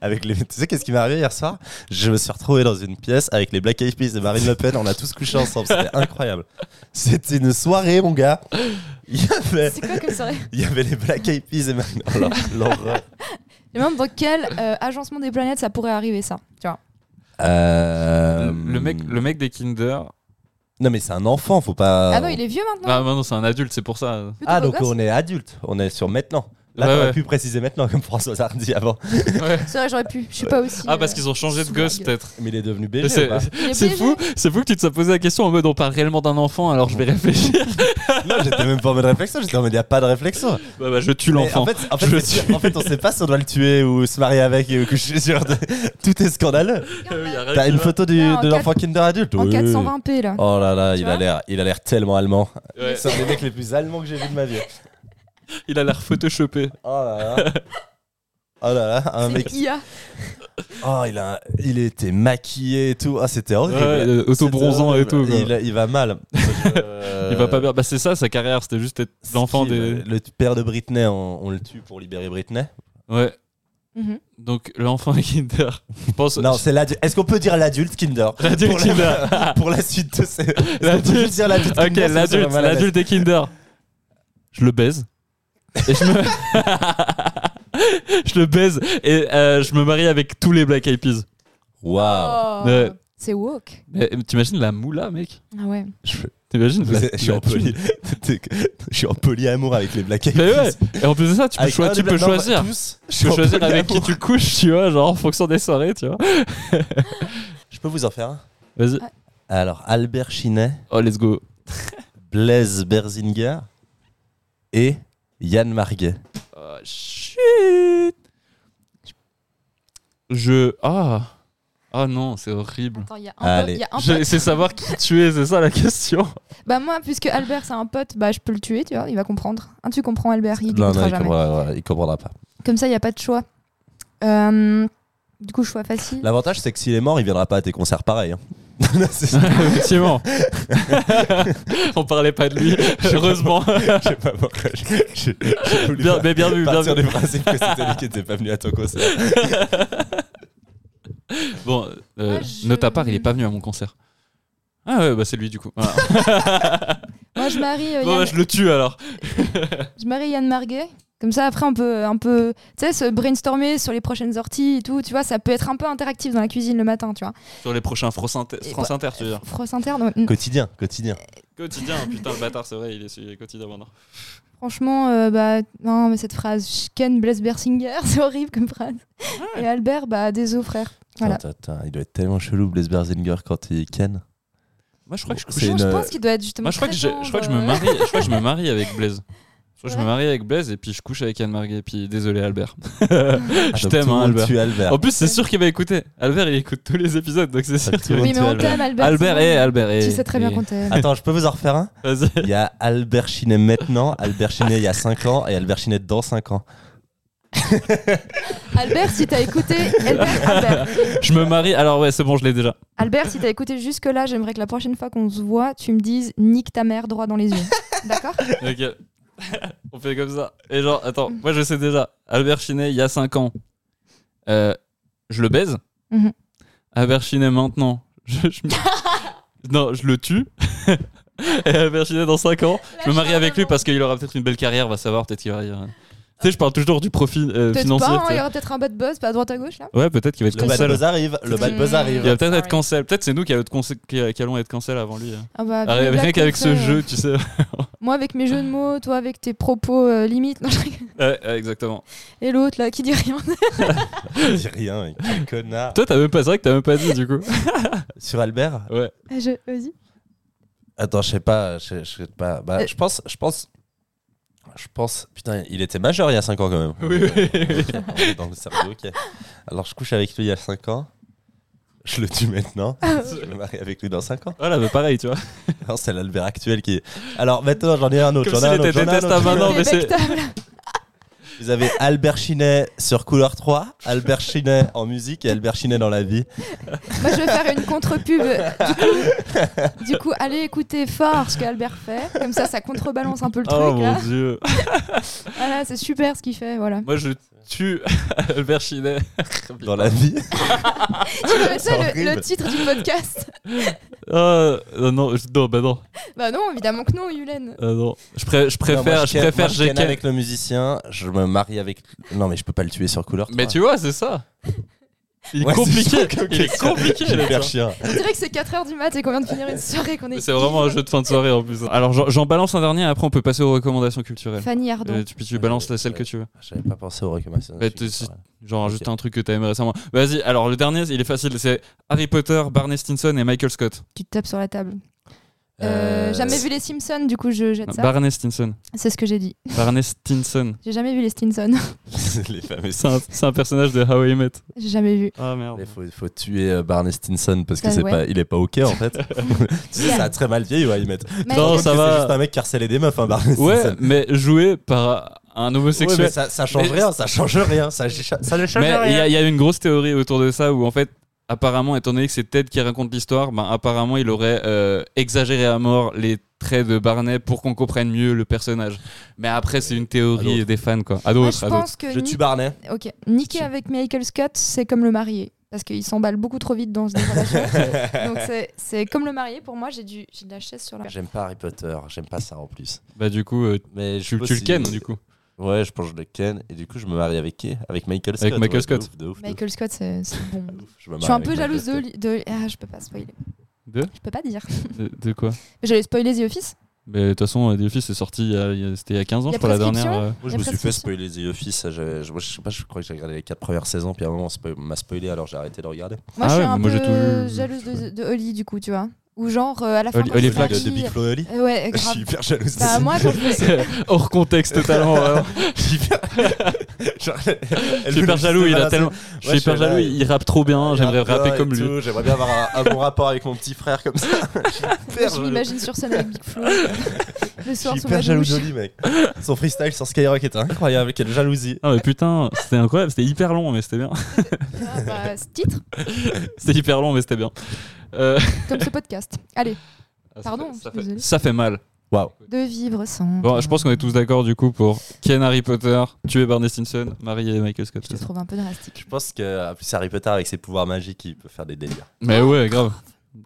D: Avec les... Tu sais qu'est-ce qui m'est arrivé hier soir Je me suis retrouvé dans une pièce avec les Black Eyed Peas et Marine Le Pen. On a tous couché ensemble. C'était incroyable. C'était une soirée, mon gars. Il y avait,
F: C'est quoi comme soirée
D: il y avait les Black Eyed Peas et Marine. Oh, l'hor- l'horreur.
F: Et même dans quel euh, agencement des planètes ça pourrait arriver ça Tu vois
D: Euh,
B: Le mec, le mec des Kinder.
D: Non mais c'est un enfant, faut pas.
F: Ah non, il est vieux maintenant.
B: Ah bah non, c'est un adulte, c'est pour ça.
F: Plutôt
D: Ah
F: beau
D: donc
F: gosse.
D: on est adulte, on est sur maintenant. Là
B: Ouais,
D: t'aurais
B: ouais.
D: pu préciser maintenant comme François Hardy avant.
F: C'est vrai, j'aurais pu. Je suis pas aussi.
B: Ah parce
F: euh,
B: qu'ils ont changé de
F: sous la
B: gosse
F: gueule.
B: peut-être.
D: Mais il est devenu
B: Mais
D: BG.
B: C'est
D: ou pas
F: il est
B: c'est
F: BG.
B: fou, c'est fou que tu te sois posé la question en mode on parle réellement d'un enfant alors je vais réfléchir.
D: Non j'étais même pas en mode réflexion, j'étais en mode y a pas de réflexion.
B: bah, bah je tue
D: Mais
B: l'enfant.
D: En fait, en fait,
B: Je
D: c'est-
B: suis-
D: en fait, on sait pas si on doit le tuer ou se marier avec et coucher sur. Tout est scandaleux.
B: Ah Oui, y a rien
D: T'as
B: qui
D: une
B: va.
D: photo du-
F: Non, en
D: de l'enfant Kinder adulte.
F: En
D: Oui.
F: 420p là.
D: Oh là là,
F: Tu
D: il a
F: vois
D: l'air, il a l'air tellement allemand.
B: Ouais,
D: C'est un des mecs les plus allemands que j'ai vu de ma vie.
B: Il a l'air photoshopé.
D: Oh là là. Oh là là, un mec.
F: C'est IA.
D: Oh, il a, il était maquillé et tout. Ah, c'était horrible.
B: Ouais, euh, auto-bronzant
D: C'était
B: et tout,
D: horrible.
B: quoi.
D: Il, il va mal.
B: Il va pas bien. Bah c'est ça sa carrière, c'était juste être l'enfant des.
D: Le père de Britney, on, on le tue pour libérer Britney.
B: Ouais.
F: Mhm.
B: Donc l'enfant des Kinder. Je pense.
D: Non, c'est l'adulte. Est-ce qu'on peut dire l'adulte Kinder
B: Bah, L'adulte
D: pour la-
B: Kinder.
D: pour la suite de ces.
B: L'adulte.
D: Est-ce qu'on peut juste dire l'adulte
B: Ok,
D: Kinder, sinon ça
B: l'adulte,
D: va mal à la
B: l'adulte des Kinder. Je le baise. Et je me. je le baise et euh, je me marie avec tous les Black Eyed Peas.
D: Waouh.
F: Oh.
B: Ouais.
F: C'est woke.
B: Mais t'imagines la moula, mec
F: Ah ouais.
D: Je,
B: T'imagines
D: vous
B: la-
D: êtes- je suis
B: la
D: en poly-
B: thune.
D: je suis en polyamour avec les Black Eyed
B: Mais ouais.
D: Peas.
B: Et en plus de ça, tu peux,
D: Avec
B: choi-
D: un
B: tu
D: des
B: peux
D: Black- non,
B: choisir.
D: tous, je
B: Tu
D: suis
B: peux
D: en
B: choisir avec qui
D: polyamour.
B: tu couches, tu vois, genre en fonction des soirées, tu vois.
D: Je peux vous en faire un
B: Vas-y.
D: Alors, Albert Chinet,
B: Oh, let's go.
D: Blaise Berzinger et Yann Marguet.
B: Oh, shit. Je. Ah. Ah non, c'est horrible.
F: Attends, il y a un,
D: Allez.
F: pote, il y a un
B: Je-
F: pote.
B: C'est savoir qui tuer, c'est ça la question.
F: Bah moi, puisque Albert c'est un pote, bah je peux le tuer, tu vois, il va comprendre. Hein, tu comprends Albert, il
D: Non, non,
F: comprendra
D: il
F: jamais.
D: comprendra, il comprendra pas.
F: Comme ça, il n'y a pas de choix. Euh, du coup, choix facile.
D: L'avantage, c'est que s'il est mort, il viendra pas à tes concerts pareil. hein. Non, c'est-
B: Effectivement. On parlait pas de lui, heureusement.
D: Je sais pas pourquoi. j'ai- J'ai j'ai voulu
B: Bien-
D: pas
B: mais bien vu, bien
D: partir
B: vu.
D: du principe que c'était lui qui n'était pas venu à ton concert.
B: Bon, euh,
F: Moi, je-
B: note à part, il est pas venu à mon concert. Ah ouais, bah c'est lui du coup. Voilà.
F: Moi, je marie, euh,
B: Bon, bah,
F: Yann,
B: je le tue alors.
F: je marie Yann Marguet. Comme ça, après, on peut un peu, tu sais, se brainstormer sur les prochaines sorties et tout. Tu vois, ça peut être un peu interactif dans la cuisine le matin, tu vois.
B: Sur les prochains France Inter,
F: Et
B: France Inter tu veux dire.
F: France Inter, non, n-
D: Quotidien, quotidien.
B: Quotidien, putain, le bâtard, c'est vrai, il est sur les quotidiens maintenant.
F: franchement, euh, bah, non, mais cette phrase, Ken bless Bersinger, c'est horrible comme phrase.
B: Ah
F: Et Albert, bah, désolé, frère. Voilà.
D: Attends, attends, il doit être tellement chelou, Blaise Berzinger, quand il ken.
B: Moi, je crois que je,
D: C'est
F: Non,
D: une-
F: Je pense qu'il doit être justement.
B: moi, je crois que
F: très
B: j'ai- je, crois que je
F: tendre,
B: me
F: euh,
B: marie, je crois que je me marie avec Blaise. Je crois que je me
F: Ouais.
B: marie avec Blaise et puis je couche avec Anne Marguet. Puis désolé Albert.
D: Ah, Je
B: t'aime, hein, Albert.
D: Tu Albert. Oh,
B: En plus, c'est sûr qu'il va écouter. Albert, il écoute tous les épisodes, donc c'est sûr qu'il va
F: Oui, mais
B: écouter
F: on
B: Albert.
F: t'aime, Albert.
B: Albert eh,
F: eh, c'est
B: et
F: vrai.
B: Albert et.
F: Tu sais très bien
B: et-
F: qu'on t'aime.
D: Attends, je peux vous en refaire un
B: Vas-y.
D: Il y a Albert Chinet maintenant, Albert Chinet il y a 5 ans et Albert Chinet dans 5 ans.
F: Albert, si t'as écouté. Albert, Albert.
B: Je me marie. Alors ouais, c'est bon, je l'ai déjà.
F: Albert, si t'as écouté jusque-là, j'aimerais que la prochaine fois qu'on se voit, tu me dises nique ta mère droit dans les yeux. D'accord
B: Ok. On fait comme ça. Et genre, attends, moi je sais déjà. Albert Chinet, il y a 5 ans, euh, je le baise.
F: Mhm.
B: Albert Chinet, maintenant, je, je me- non, je le tue. Et Albert Chinet, dans 5 ans, je me marie avec lui parce qu'il aura peut-être une belle carrière, va savoir, peut-être qu'il va. euh, Tu sais, je parle toujours du profit euh,
F: Peut-être
B: financier.
F: pas, hein,
B: tu
F: il y
B: sais.
F: aura peut-être un bad buzz, pas à droite à gauche là.
B: Ouais, peut-être qu'il va être
D: Le bad
B: cancel.
D: buzz arrive, le bad buzz
B: Il va
D: arrive.
B: peut-être
F: Sorry.
B: être cancel. Peut-être c'est nous qui allons être conse- qui- qui allons être cancel avant lui. hein.
F: Ah bah,
B: Arrête,
F: blague
B: Rien qu'avec ce
F: comme ça,
B: jeu,
F: euh,
B: tu sais.
F: Moi avec mes jeux de mots, toi avec tes propos euh, limites. Non, je rigole.
B: Ouais, ouais, exactement.
F: Et l'autre là qui dit rien.
D: Il dit rien, quel connard.
B: Toi, t'as même pas, c'est vrai que t'as même pas dit du coup.
D: Sur Albert
B: Ouais.
F: Euh, Je- Vas-y.
D: Attends, je sais pas, je je sais pas. Bah,
F: Euh.
D: je pense, je pense, je pense. Putain, il était majeur il y a 5 ans quand même.
B: Oui, oui, oui.
D: On est Dans le cerveau, ok. Alors je couche avec lui il y a 5 ans. Je le tue maintenant.
B: Ah
D: Je me marie avec lui dans 5 ans.
B: Voilà, mais pareil, tu vois.
D: Non, c'est l'Albert actuel qui. est- Alors maintenant, j'en ai un autre.
B: Comme
D: J'en ai un
B: s'il
D: autre.
B: était
D: j'en ai un autre,
B: détestable
D: j'en ai un
B: maintenant.
D: autre.
B: Non, mais c'est-
F: Détestable.
D: Vous avez Albert Chinet sur couloir 3, Albert Chinet en musique et Albert Chinet dans la vie.
F: Moi je vais faire une contre-pub. Du coup, du coup, allez écouter fort ce qu'Albert fait. Comme ça, ça contrebalance un peu le
B: Oh
F: truc
B: mon
F: là.
B: dieu.
F: Voilà, c'est super ce qu'il fait. Voilà.
B: Moi, je tue Albert Chinet.
D: Dans la vie.
F: Tu veux ça, le-
D: horrible.
F: le titre du podcast
B: Ah, non, non, je- non, bah non.
F: Bah non, évidemment que non, Yulen.
B: ah non. Je, pré- je préfère,
D: Non, moi,
B: je
D: ken-
B: préfère
D: moi, je ken
B: GK.
D: avec le musicien, je me marie avec. Non, mais je peux pas le tuer sur couleur.
B: Mais tu vois, c'est ça. Il est
D: Ouais, c'est
B: compliqué.
D: chaud comme
B: Il est
D: question.
B: compliqué, le
D: Albert
B: truc.
D: Chien.
F: On dirait que c'est 4h du mat et qu'on vient de finir une soirée qu'on est.
B: C'est vraiment un jeu de fin de soirée en plus. Alors, j'en- j'en balance un dernier, après on peut passer aux recommandations culturelles.
F: Fanny Ardon.
B: Euh, tu, puis tu balances la- celle que tu veux.
D: J'avais pas pensé aux recommandations.
B: Bah, t'es- c'est- Genre
D: Ok.
B: juste un truc que t'as aimé récemment. Vas-y, alors le dernier, il est facile, c'est Harry Potter, Barney Stinson et Michael Scott.
F: Tu te tapes sur la table. Euh, jamais vu les Simpsons, du coup je jette ça.
B: Barney Stinson.
F: C'est ce que j'ai dit.
B: Barney Stinson.
F: J'ai jamais vu les Stinson.
D: les fameux.
B: C'est un, c'est un personnage de How I Met.
F: j'ai jamais vu.
B: Ah merde.
D: Il faut, faut tuer euh, Barney Stinson parce que
F: Ça,
D: c'est
F: Bah ouais.
D: pas, il est pas ok en fait. tu sais, ça a très mal vieilli, ouais, ils mettent.
B: Non,
F: Michael-
B: ça
D: C'est
B: va.
D: juste un mec qui harcelait des meufs, hein, Barney
B: Ouais,
D: Stinson.
B: mais joué par un
D: Ouais,
B: homosexuel.
D: mais ça, ça change
B: Mais-
D: rien, ça change rien, ça, ça ne change
B: mais il y,
D: rien.
B: a- il y a une grosse théorie autour de ça où en fait, apparemment, étant donné que c'est Ted qui raconte l'histoire, ben apparemment il aurait euh, exagéré à mort les traits de Barney pour qu'on comprenne mieux le personnage. Mais après, c'est une
D: À
B: théorie
D: d'autres.
B: des fans quoi. À
F: Moi je
B: d'autres, à d'autres.
F: pense que.
D: Je
F: ni-
D: tue Barney.
F: Ok. Niquer avec Michael Scott, c'est comme le marié. Parce qu'il s'emballe beaucoup trop vite dans ce relation. Donc c'est- c'est comme le marié. Pour moi, j'ai du... j'ai de la chaise sur la.
D: J'aime pas Harry Potter, j'aime pas ça en plus.
B: Bah du coup, euh,
D: Mais
B: tu,
D: je suppose
B: tu le
D: si-
B: ken du coup.
D: Ouais, je pense que je le ken et du coup je me marie avec qui Avec Michael Scott.
B: Avec Michael
D: ouais,
B: Scott.
D: de ouf, de ouf, de
F: Michael Scott, c'est c'est bon.
D: ouf. me
F: Je suis
D: marie
F: un
D: avec
F: peu
D: Bah, Michael
F: jalouse
D: Scott.
F: de, de. Ah, je peux pas spoiler.
B: De
F: Je peux pas dire.
B: De, de quoi
F: J'allais spoiler The Office.
B: Mais de toute façon, euh, The Office est sorti, il y a- il y a- c'était il y a 15 ans,
F: Il y
B: je
F: a
B: crois, la dernière.
F: prescription
B: euh.
D: Moi,
F: Y a
D: je me suis
F: prescription.
D: fait spoiler The Office. ça, j'avais- je, moi, je sais pas, je crois que j'ai regardé les 4 premières saisons, puis à un moment, on spo- m'a spoilé, alors j'ai arrêté de regarder.
F: Moi,
B: Ah
F: je suis
B: ouais, mais
F: un
B: moi, j'ai tout
F: peu
B: vu.
F: jalouse de, de Holly, du coup, tu vois. Ou genre, euh, à la fin,
B: Holly-
F: quand
B: Holly
F: ils se
B: Flack
D: de,
B: Flags.
F: marient-
D: de Big Flo et Oli.
F: Euh, ouais,
D: Je suis
F: grave.
D: hyper jalouse.
F: Bah, moi, quand je...
B: C'est hors contexte totalement. vraiment.
D: Je suis hyper- Genre,
B: Je
D: elle
B: suis
D: voulait
B: hyper
D: juste
B: jaloux,
D: se Ah,
B: il a
D: balancer.
B: tellement. Je suis
D: je
B: hyper
D: suis là,
B: jaloux,
D: il-
B: il rappe trop bien, j'aimerais
D: Rappeur
B: rapper
D: et
B: comme lui.
D: tout, J'aimerais bien avoir un, un bon rapport avec mon petit frère comme ça. Je suis hyper
F: je
D: jaloux.
F: m'imagine sur scène avec Big Flo.
A: le
D: Je
A: soir
D: suis
A: sous ma
D: hyper jaloux
A: douche.
D: d'Oli, mec. Son freestyle sur Skyrock était incroyable. Quelle jalousie.
B: Non, Ah, mais putain, c'était incroyable, c'était hyper long, mais c'était bien.
A: Ah, bah, ce titre,
B: C'était hyper long, mais c'était bien. Euh,
A: comme ce podcast. Allez,
B: Ah, ça
A: Pardon,
B: fait-
A: je
B: ça
A: suis
B: fait,
A: désolée.
B: ça fait mal.
A: de vivre sans.
B: Bon,
A: toi.
B: je pense qu'on est tous d'accord du coup pour Ken Harry Potter, tuer Barney Stinson, marier Michael Scott.
A: Je te trouve un peu drastique.
D: Je pense que en plus Harry Potter avec ses pouvoirs magiques, il peut faire des délires.
B: Mais ouais, grave.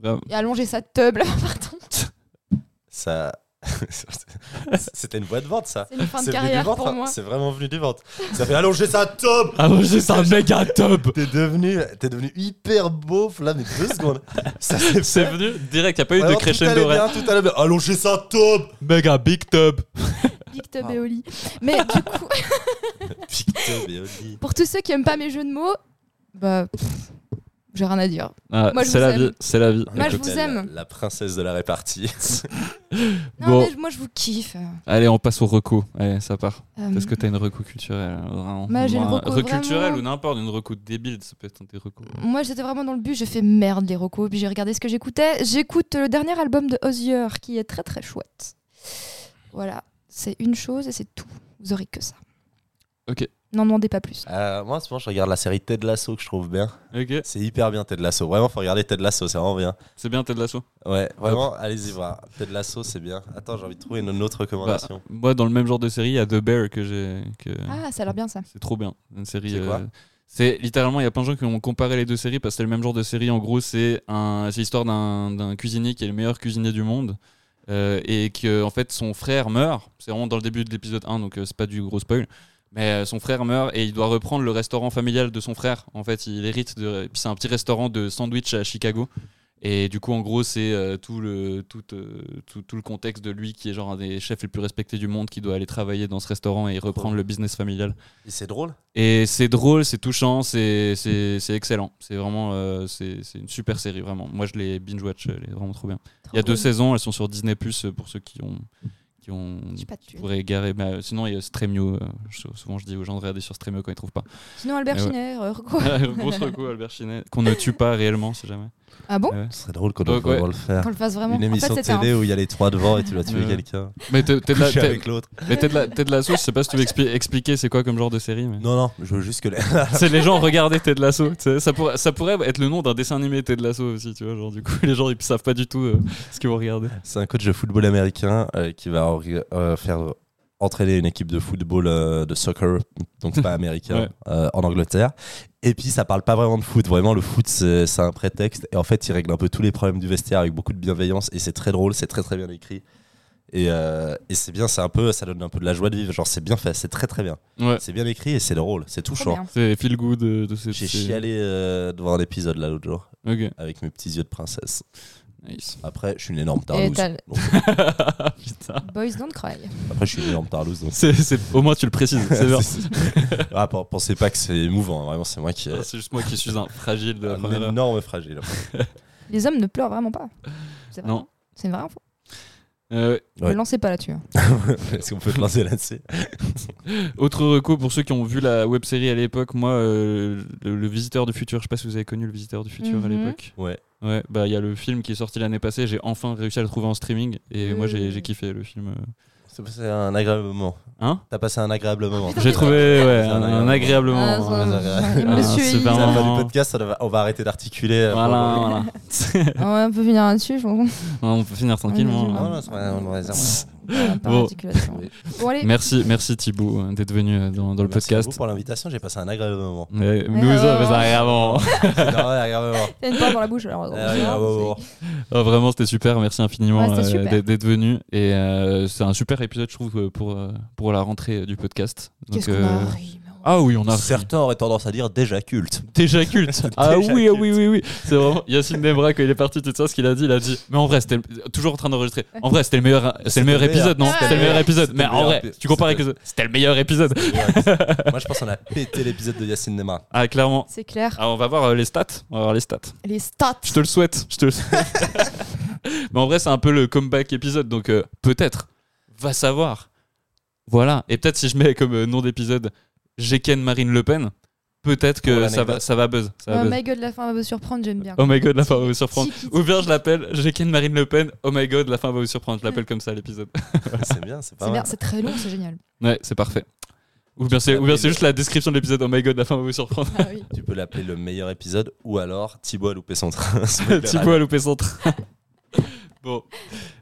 B: Grave.
A: Et allonger sa teub là, pardon.
D: Ça. C'était une voie de vente, ça.
A: C'est une fin de
D: C'est venu
A: carrière
D: du ventre,
A: pour
D: hein.
A: moi.
D: C'est vraiment venu du ventre. Ça fait allonger sa top.
B: Ah, j'ai c'est un méga top
D: T'es devenu, t'es devenu hyper beauf là, mais deux secondes. Ça s'est
B: C'est
D: fait.
B: venu direct, y a pas eu de
D: Vraiment,
B: crescendo
D: Tout allait bien, tout allait bien. Allonger sa top.
B: Méga big top
A: Big teub
B: Ah.
A: et Oli. Mais du coup,
D: Putain, mais Oli.
A: pour tous ceux qui aiment pas mes jeux de mots, bah, pff, j'ai rien à dire.
B: ah,
A: Moi, je
B: C'est
A: vous
B: la
A: aime.
B: vie, c'est la vie.
A: Moi, je
D: Écoute,
A: vous
D: la-
A: aime.
D: La princesse de la répartie.
A: Non,
B: Bon.
A: mais moi je vous kiffe.
B: Allez, on passe au reco. Allez, ça part.
A: Euh,
B: Parce que t'as une reco culturelle. Vraiment.
A: Bah, j'ai une
B: Un-
A: reco
B: culturelle
A: vraiment-
B: ou n'importe, une reco débile, ça peut être des recos.
A: euh, Moi, j'étais vraiment dans le but. J'ai fait merde les recos, puis j'ai regardé ce que j'écoutais. J'écoute le dernier album de Ozier, qui est très très chouette. Voilà, c'est une chose et c'est tout. Vous aurez que ça.
B: Ok.
A: N'en demandez pas plus.
D: Euh, moi, en ce moment, je regarde la série Ted Lasso que je trouve bien.
B: Ok,
D: C'est hyper bien, Ted Lasso. Vraiment, faut regarder Ted Lasso, c'est vraiment bien.
B: c'est bien, t'es de l'assaut.
D: Ouais, vraiment, allez-y voir. Ted Lasso, c'est bien. Attends, j'ai envie de trouver une autre recommandation.
B: Bah, Moi, dans le même genre de série, il y a The Bear que j'ai. que-
A: Ah, ça a l'air bien ça.
B: C'est trop bien. Une série.
D: C'est quoi
B: euh, c'est littéralement, il y a plein de gens qui ont comparé les deux séries parce que c'est le même genre de série. En gros, c'est un- c'est l'histoire d'un d'un cuisinier qui est le meilleur cuisinier du monde euh, et que en fait son frère meurt. C'est vraiment dans le début de l'épisode 1, donc euh, c'est pas du gros spoil. Mais euh, son frère meurt et il doit reprendre le restaurant familial de son frère. En fait, il hérite de. puis C'est un petit restaurant de sandwich à Chicago. Et du coup, en gros, c'est euh, tout, le, tout, euh, tout, tout le contexte de lui qui est genre un des chefs les plus respectés du monde qui doit aller travailler dans ce restaurant et reprendre le business familial.
D: Et c'est drôle.
B: Et c'est drôle, c'est touchant, c'est c'est- c'est excellent. C'est vraiment euh, c'est c'est une super série, vraiment. Moi, je les binge-watch, elle est vraiment trop bien. Il y a deux saisons, elles sont sur Disney Plus euh, pour ceux qui ont. Qui ont
A: Je suis pas dessus.
B: pourraient garer. mais, euh, sinon, il y a Stremio. euh, je- souvent, je dis aux gens de regarder sur Stremio quand ils trouvent pas.
A: Sinon, Albert
B: Mais ouais.
A: Schneider, euh, reco.
B: Gros recours, Albert Chinet. Qu'on ne tue pas réellement, si jamais.
A: Ah bon
D: Ce serait drôle qu'on
B: Donc,
D: devrait
B: ouais.
D: le faire.
A: Qu'on le fasse vraiment.
D: Une
A: En fait,
D: émission de
A: c'était un
D: télé où il y a les trois devant et tu vas tuer
B: Ouais.
D: quelqu'un.
B: Mais t'es t'es de la-
D: Coucher
B: t'es-
D: avec l'autre.
B: mais t'es de la- t'es de la sauce, je sais pas si tu veux expli- expliquer c'est quoi comme genre de série. mais-
D: Non, non, je veux juste que les.
B: C'est les gens regardaient Ted Lasso. tu sais. Ça pourrait, ça pourrait être le nom d'un dessin animé Ted Lasso aussi, tu vois. Genre, du coup, les gens ils savent pas du tout euh, ce qu'ils vont regarder.
D: C'est un coach de football américain euh, qui va orga- euh, faire entraîner une équipe de football, euh, de soccer, donc pas américain,
B: Ouais.
D: euh, en Angleterre. Et puis ça parle pas vraiment de foot. Vraiment, le foot, c'est c'est un prétexte. Et en fait, il règle un peu tous les problèmes du vestiaire avec beaucoup de bienveillance. Et c'est très drôle, c'est très très bien écrit. Et, euh, et c'est bien, c'est un peu, ça donne un peu de la joie de vivre. Genre, c'est bien fait, c'est très très bien.
B: Ouais.
D: C'est bien écrit et c'est drôle, c'est
A: trop
D: touchant.
A: bien.
B: C'est feel good euh, de ces.
D: J'ai
B: ces-
D: chialé euh, devant un épisode là l'autre jour
B: Ok.
D: avec mes petits yeux de princesse.
B: Nice.
D: Après, je suis une énorme
A: Et
D: tarlouse.
A: t'as
D: Donc,
B: Putain.
A: hein. Boys Don't Cry.
D: après, je suis une énorme tarlouse. Donc...
B: C'est- c'est- Au moins tu le précises. C'est bien.
D: C'est- Ah, pen- pensez pas que c'est émouvant, hein. vraiment, c'est moi qui.
B: C'est juste moi qui suis un fragile de la
D: un
B: première heure.
D: énorme fragile.
A: Les hommes ne pleurent vraiment pas. C'est vrai.
B: Non.
A: C'est une vraie info.
B: Euh,
D: Ouais.
A: Ne lancez pas là-dessus. hein.
D: Est-ce qu'on peut te lancer là-dessus
B: autre recours pour ceux qui ont vu la web série à l'époque, moi, euh, le, le Visiteur du Futur, je sais pas si vous avez connu le Visiteur du Futur
A: Mhm.
B: à l'époque.
D: Ouais.
B: Ouais, bah il y a le film qui est sorti l'année passée, j'ai enfin réussi à le trouver en streaming et moi j'ai
A: Mm.
B: j'ai kiffé le film. euh.
D: C'est passé un agréable moment.
B: Hein
D: T'as passé un agréable moment.
B: J'ai trouvé ouais, un, un agréable
A: Ah,
B: moment.
A: ça-
D: agréable.
B: Ah,
A: Monsieur Elisa.
B: super
D: C'est la fin
B: moment.
D: du podcast, ça va- on va arrêter d'articuler. euh,
B: Voilà,
D: pendant-
B: voilà.
A: Ah ouais, on peut finir là-dessus, je pense.
B: On peut finir
A: Ah,
B: tranquillement.
D: Non, non, c'est pas- on va-
A: Voilà, par
B: Bon.
A: articulation. Bon, allez.
B: Merci, merci Thibaut euh, d'être venu euh, dans, dans le
D: Merci à vous
B: podcast.
D: pour l'invitation, j'ai passé un agréable moment.
B: Mais euh, nous
A: Ouais,
B: autres,
A: ouais,
B: ça
A: ouais.
B: arrive avant.
D: C'est un agréable moment.
A: T'as une poire dans la bouche alors.
D: Un agréable moment.
B: Oh, vraiment, c'était super. Merci infiniment
A: Ouais, c'était
B: euh,
A: super.
B: d'être- d'être venu. Et euh, c'est un super épisode, je trouve, euh, pour, euh, pour la rentrée euh, du podcast. Donc,
A: Qu'est-ce qu'on
B: euh,
A: a ri, mais on-
B: Ah oui, on a ri.
D: Certains auraient tendance à dire déjà culte.
B: Déjà culte. ah
D: Déjà
B: oui, ah
D: culte.
B: oui, oui, oui. C'est vraiment Yacine Debra quand il est parti, tu sais ce qu'il a dit, il a dit mais en vrai, c'était le- toujours en train d'enregistrer. En vrai, c'était le meilleur c'est le meilleur
D: le meilleur.
B: épisode, non C'était le meilleur épisode.
D: C'était
B: Mais
D: le
B: en
D: meilleur
B: vrai,
D: épi-
B: tu compares avec
D: c'était-
B: les autres. C'était le meilleur épisode.
D: Moi, je pense qu'on a pété l'épisode de Yacine Nema.
B: Ah clairement.
A: C'est clair.
B: Ah, on va voir euh, les stats. On va voir les stats.
A: Les stats.
B: Je te le souhaite. Je te le souhaite. Mais en vrai, c'est un peu le comeback épisode, donc euh, peut-être. Va savoir. Voilà. Et peut-être si je mets comme euh, nom d'épisode J'ai Ken Marine Le Pen, peut-être que
D: Pour l'anecdote.
B: ça va, ça va buzz. Ça va
A: Oh
B: buzz.
A: my god, la fin va vous surprendre, j'aime bien.
B: bah, Oh my god, la fin va vous surprendre.
A: Tiki, tiki.
B: Ou bien je l'appelle, j'ai ken Marine Le Pen, oh my god, la fin va vous surprendre. Je l'appelle comme ça l'épisode.
D: C'est bien, c'est pas
A: C'est
D: mal.
A: bien, c'est très long, c'est génial.
B: Ouais, c'est parfait. Ou bien c'est ou bien c'est juste la description de l'épisode, oh my god, la fin va vous surprendre.
A: Ah oui.
D: Tu peux l'appeler le meilleur épisode ou alors Thibaut a loupé son train.
B: Thibaut a loupé son train. bon.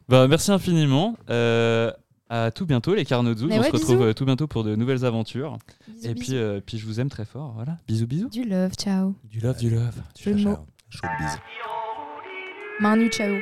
B: Bah, merci infiniment. Euh, à tout bientôt, les Carnotzou.
A: Mais
B: On
A: ouais,
B: se retrouve
A: bisous.
B: euh, tout bientôt pour de nouvelles aventures.
A: Bisous,
B: Et
A: bisous.
B: puis, euh, puis je vous aime très fort. Voilà. Bisous, bisous.
A: Du love, ciao.
B: Du love, du love.
A: Le mot.
D: Chaud bise.
A: Manu, ciao.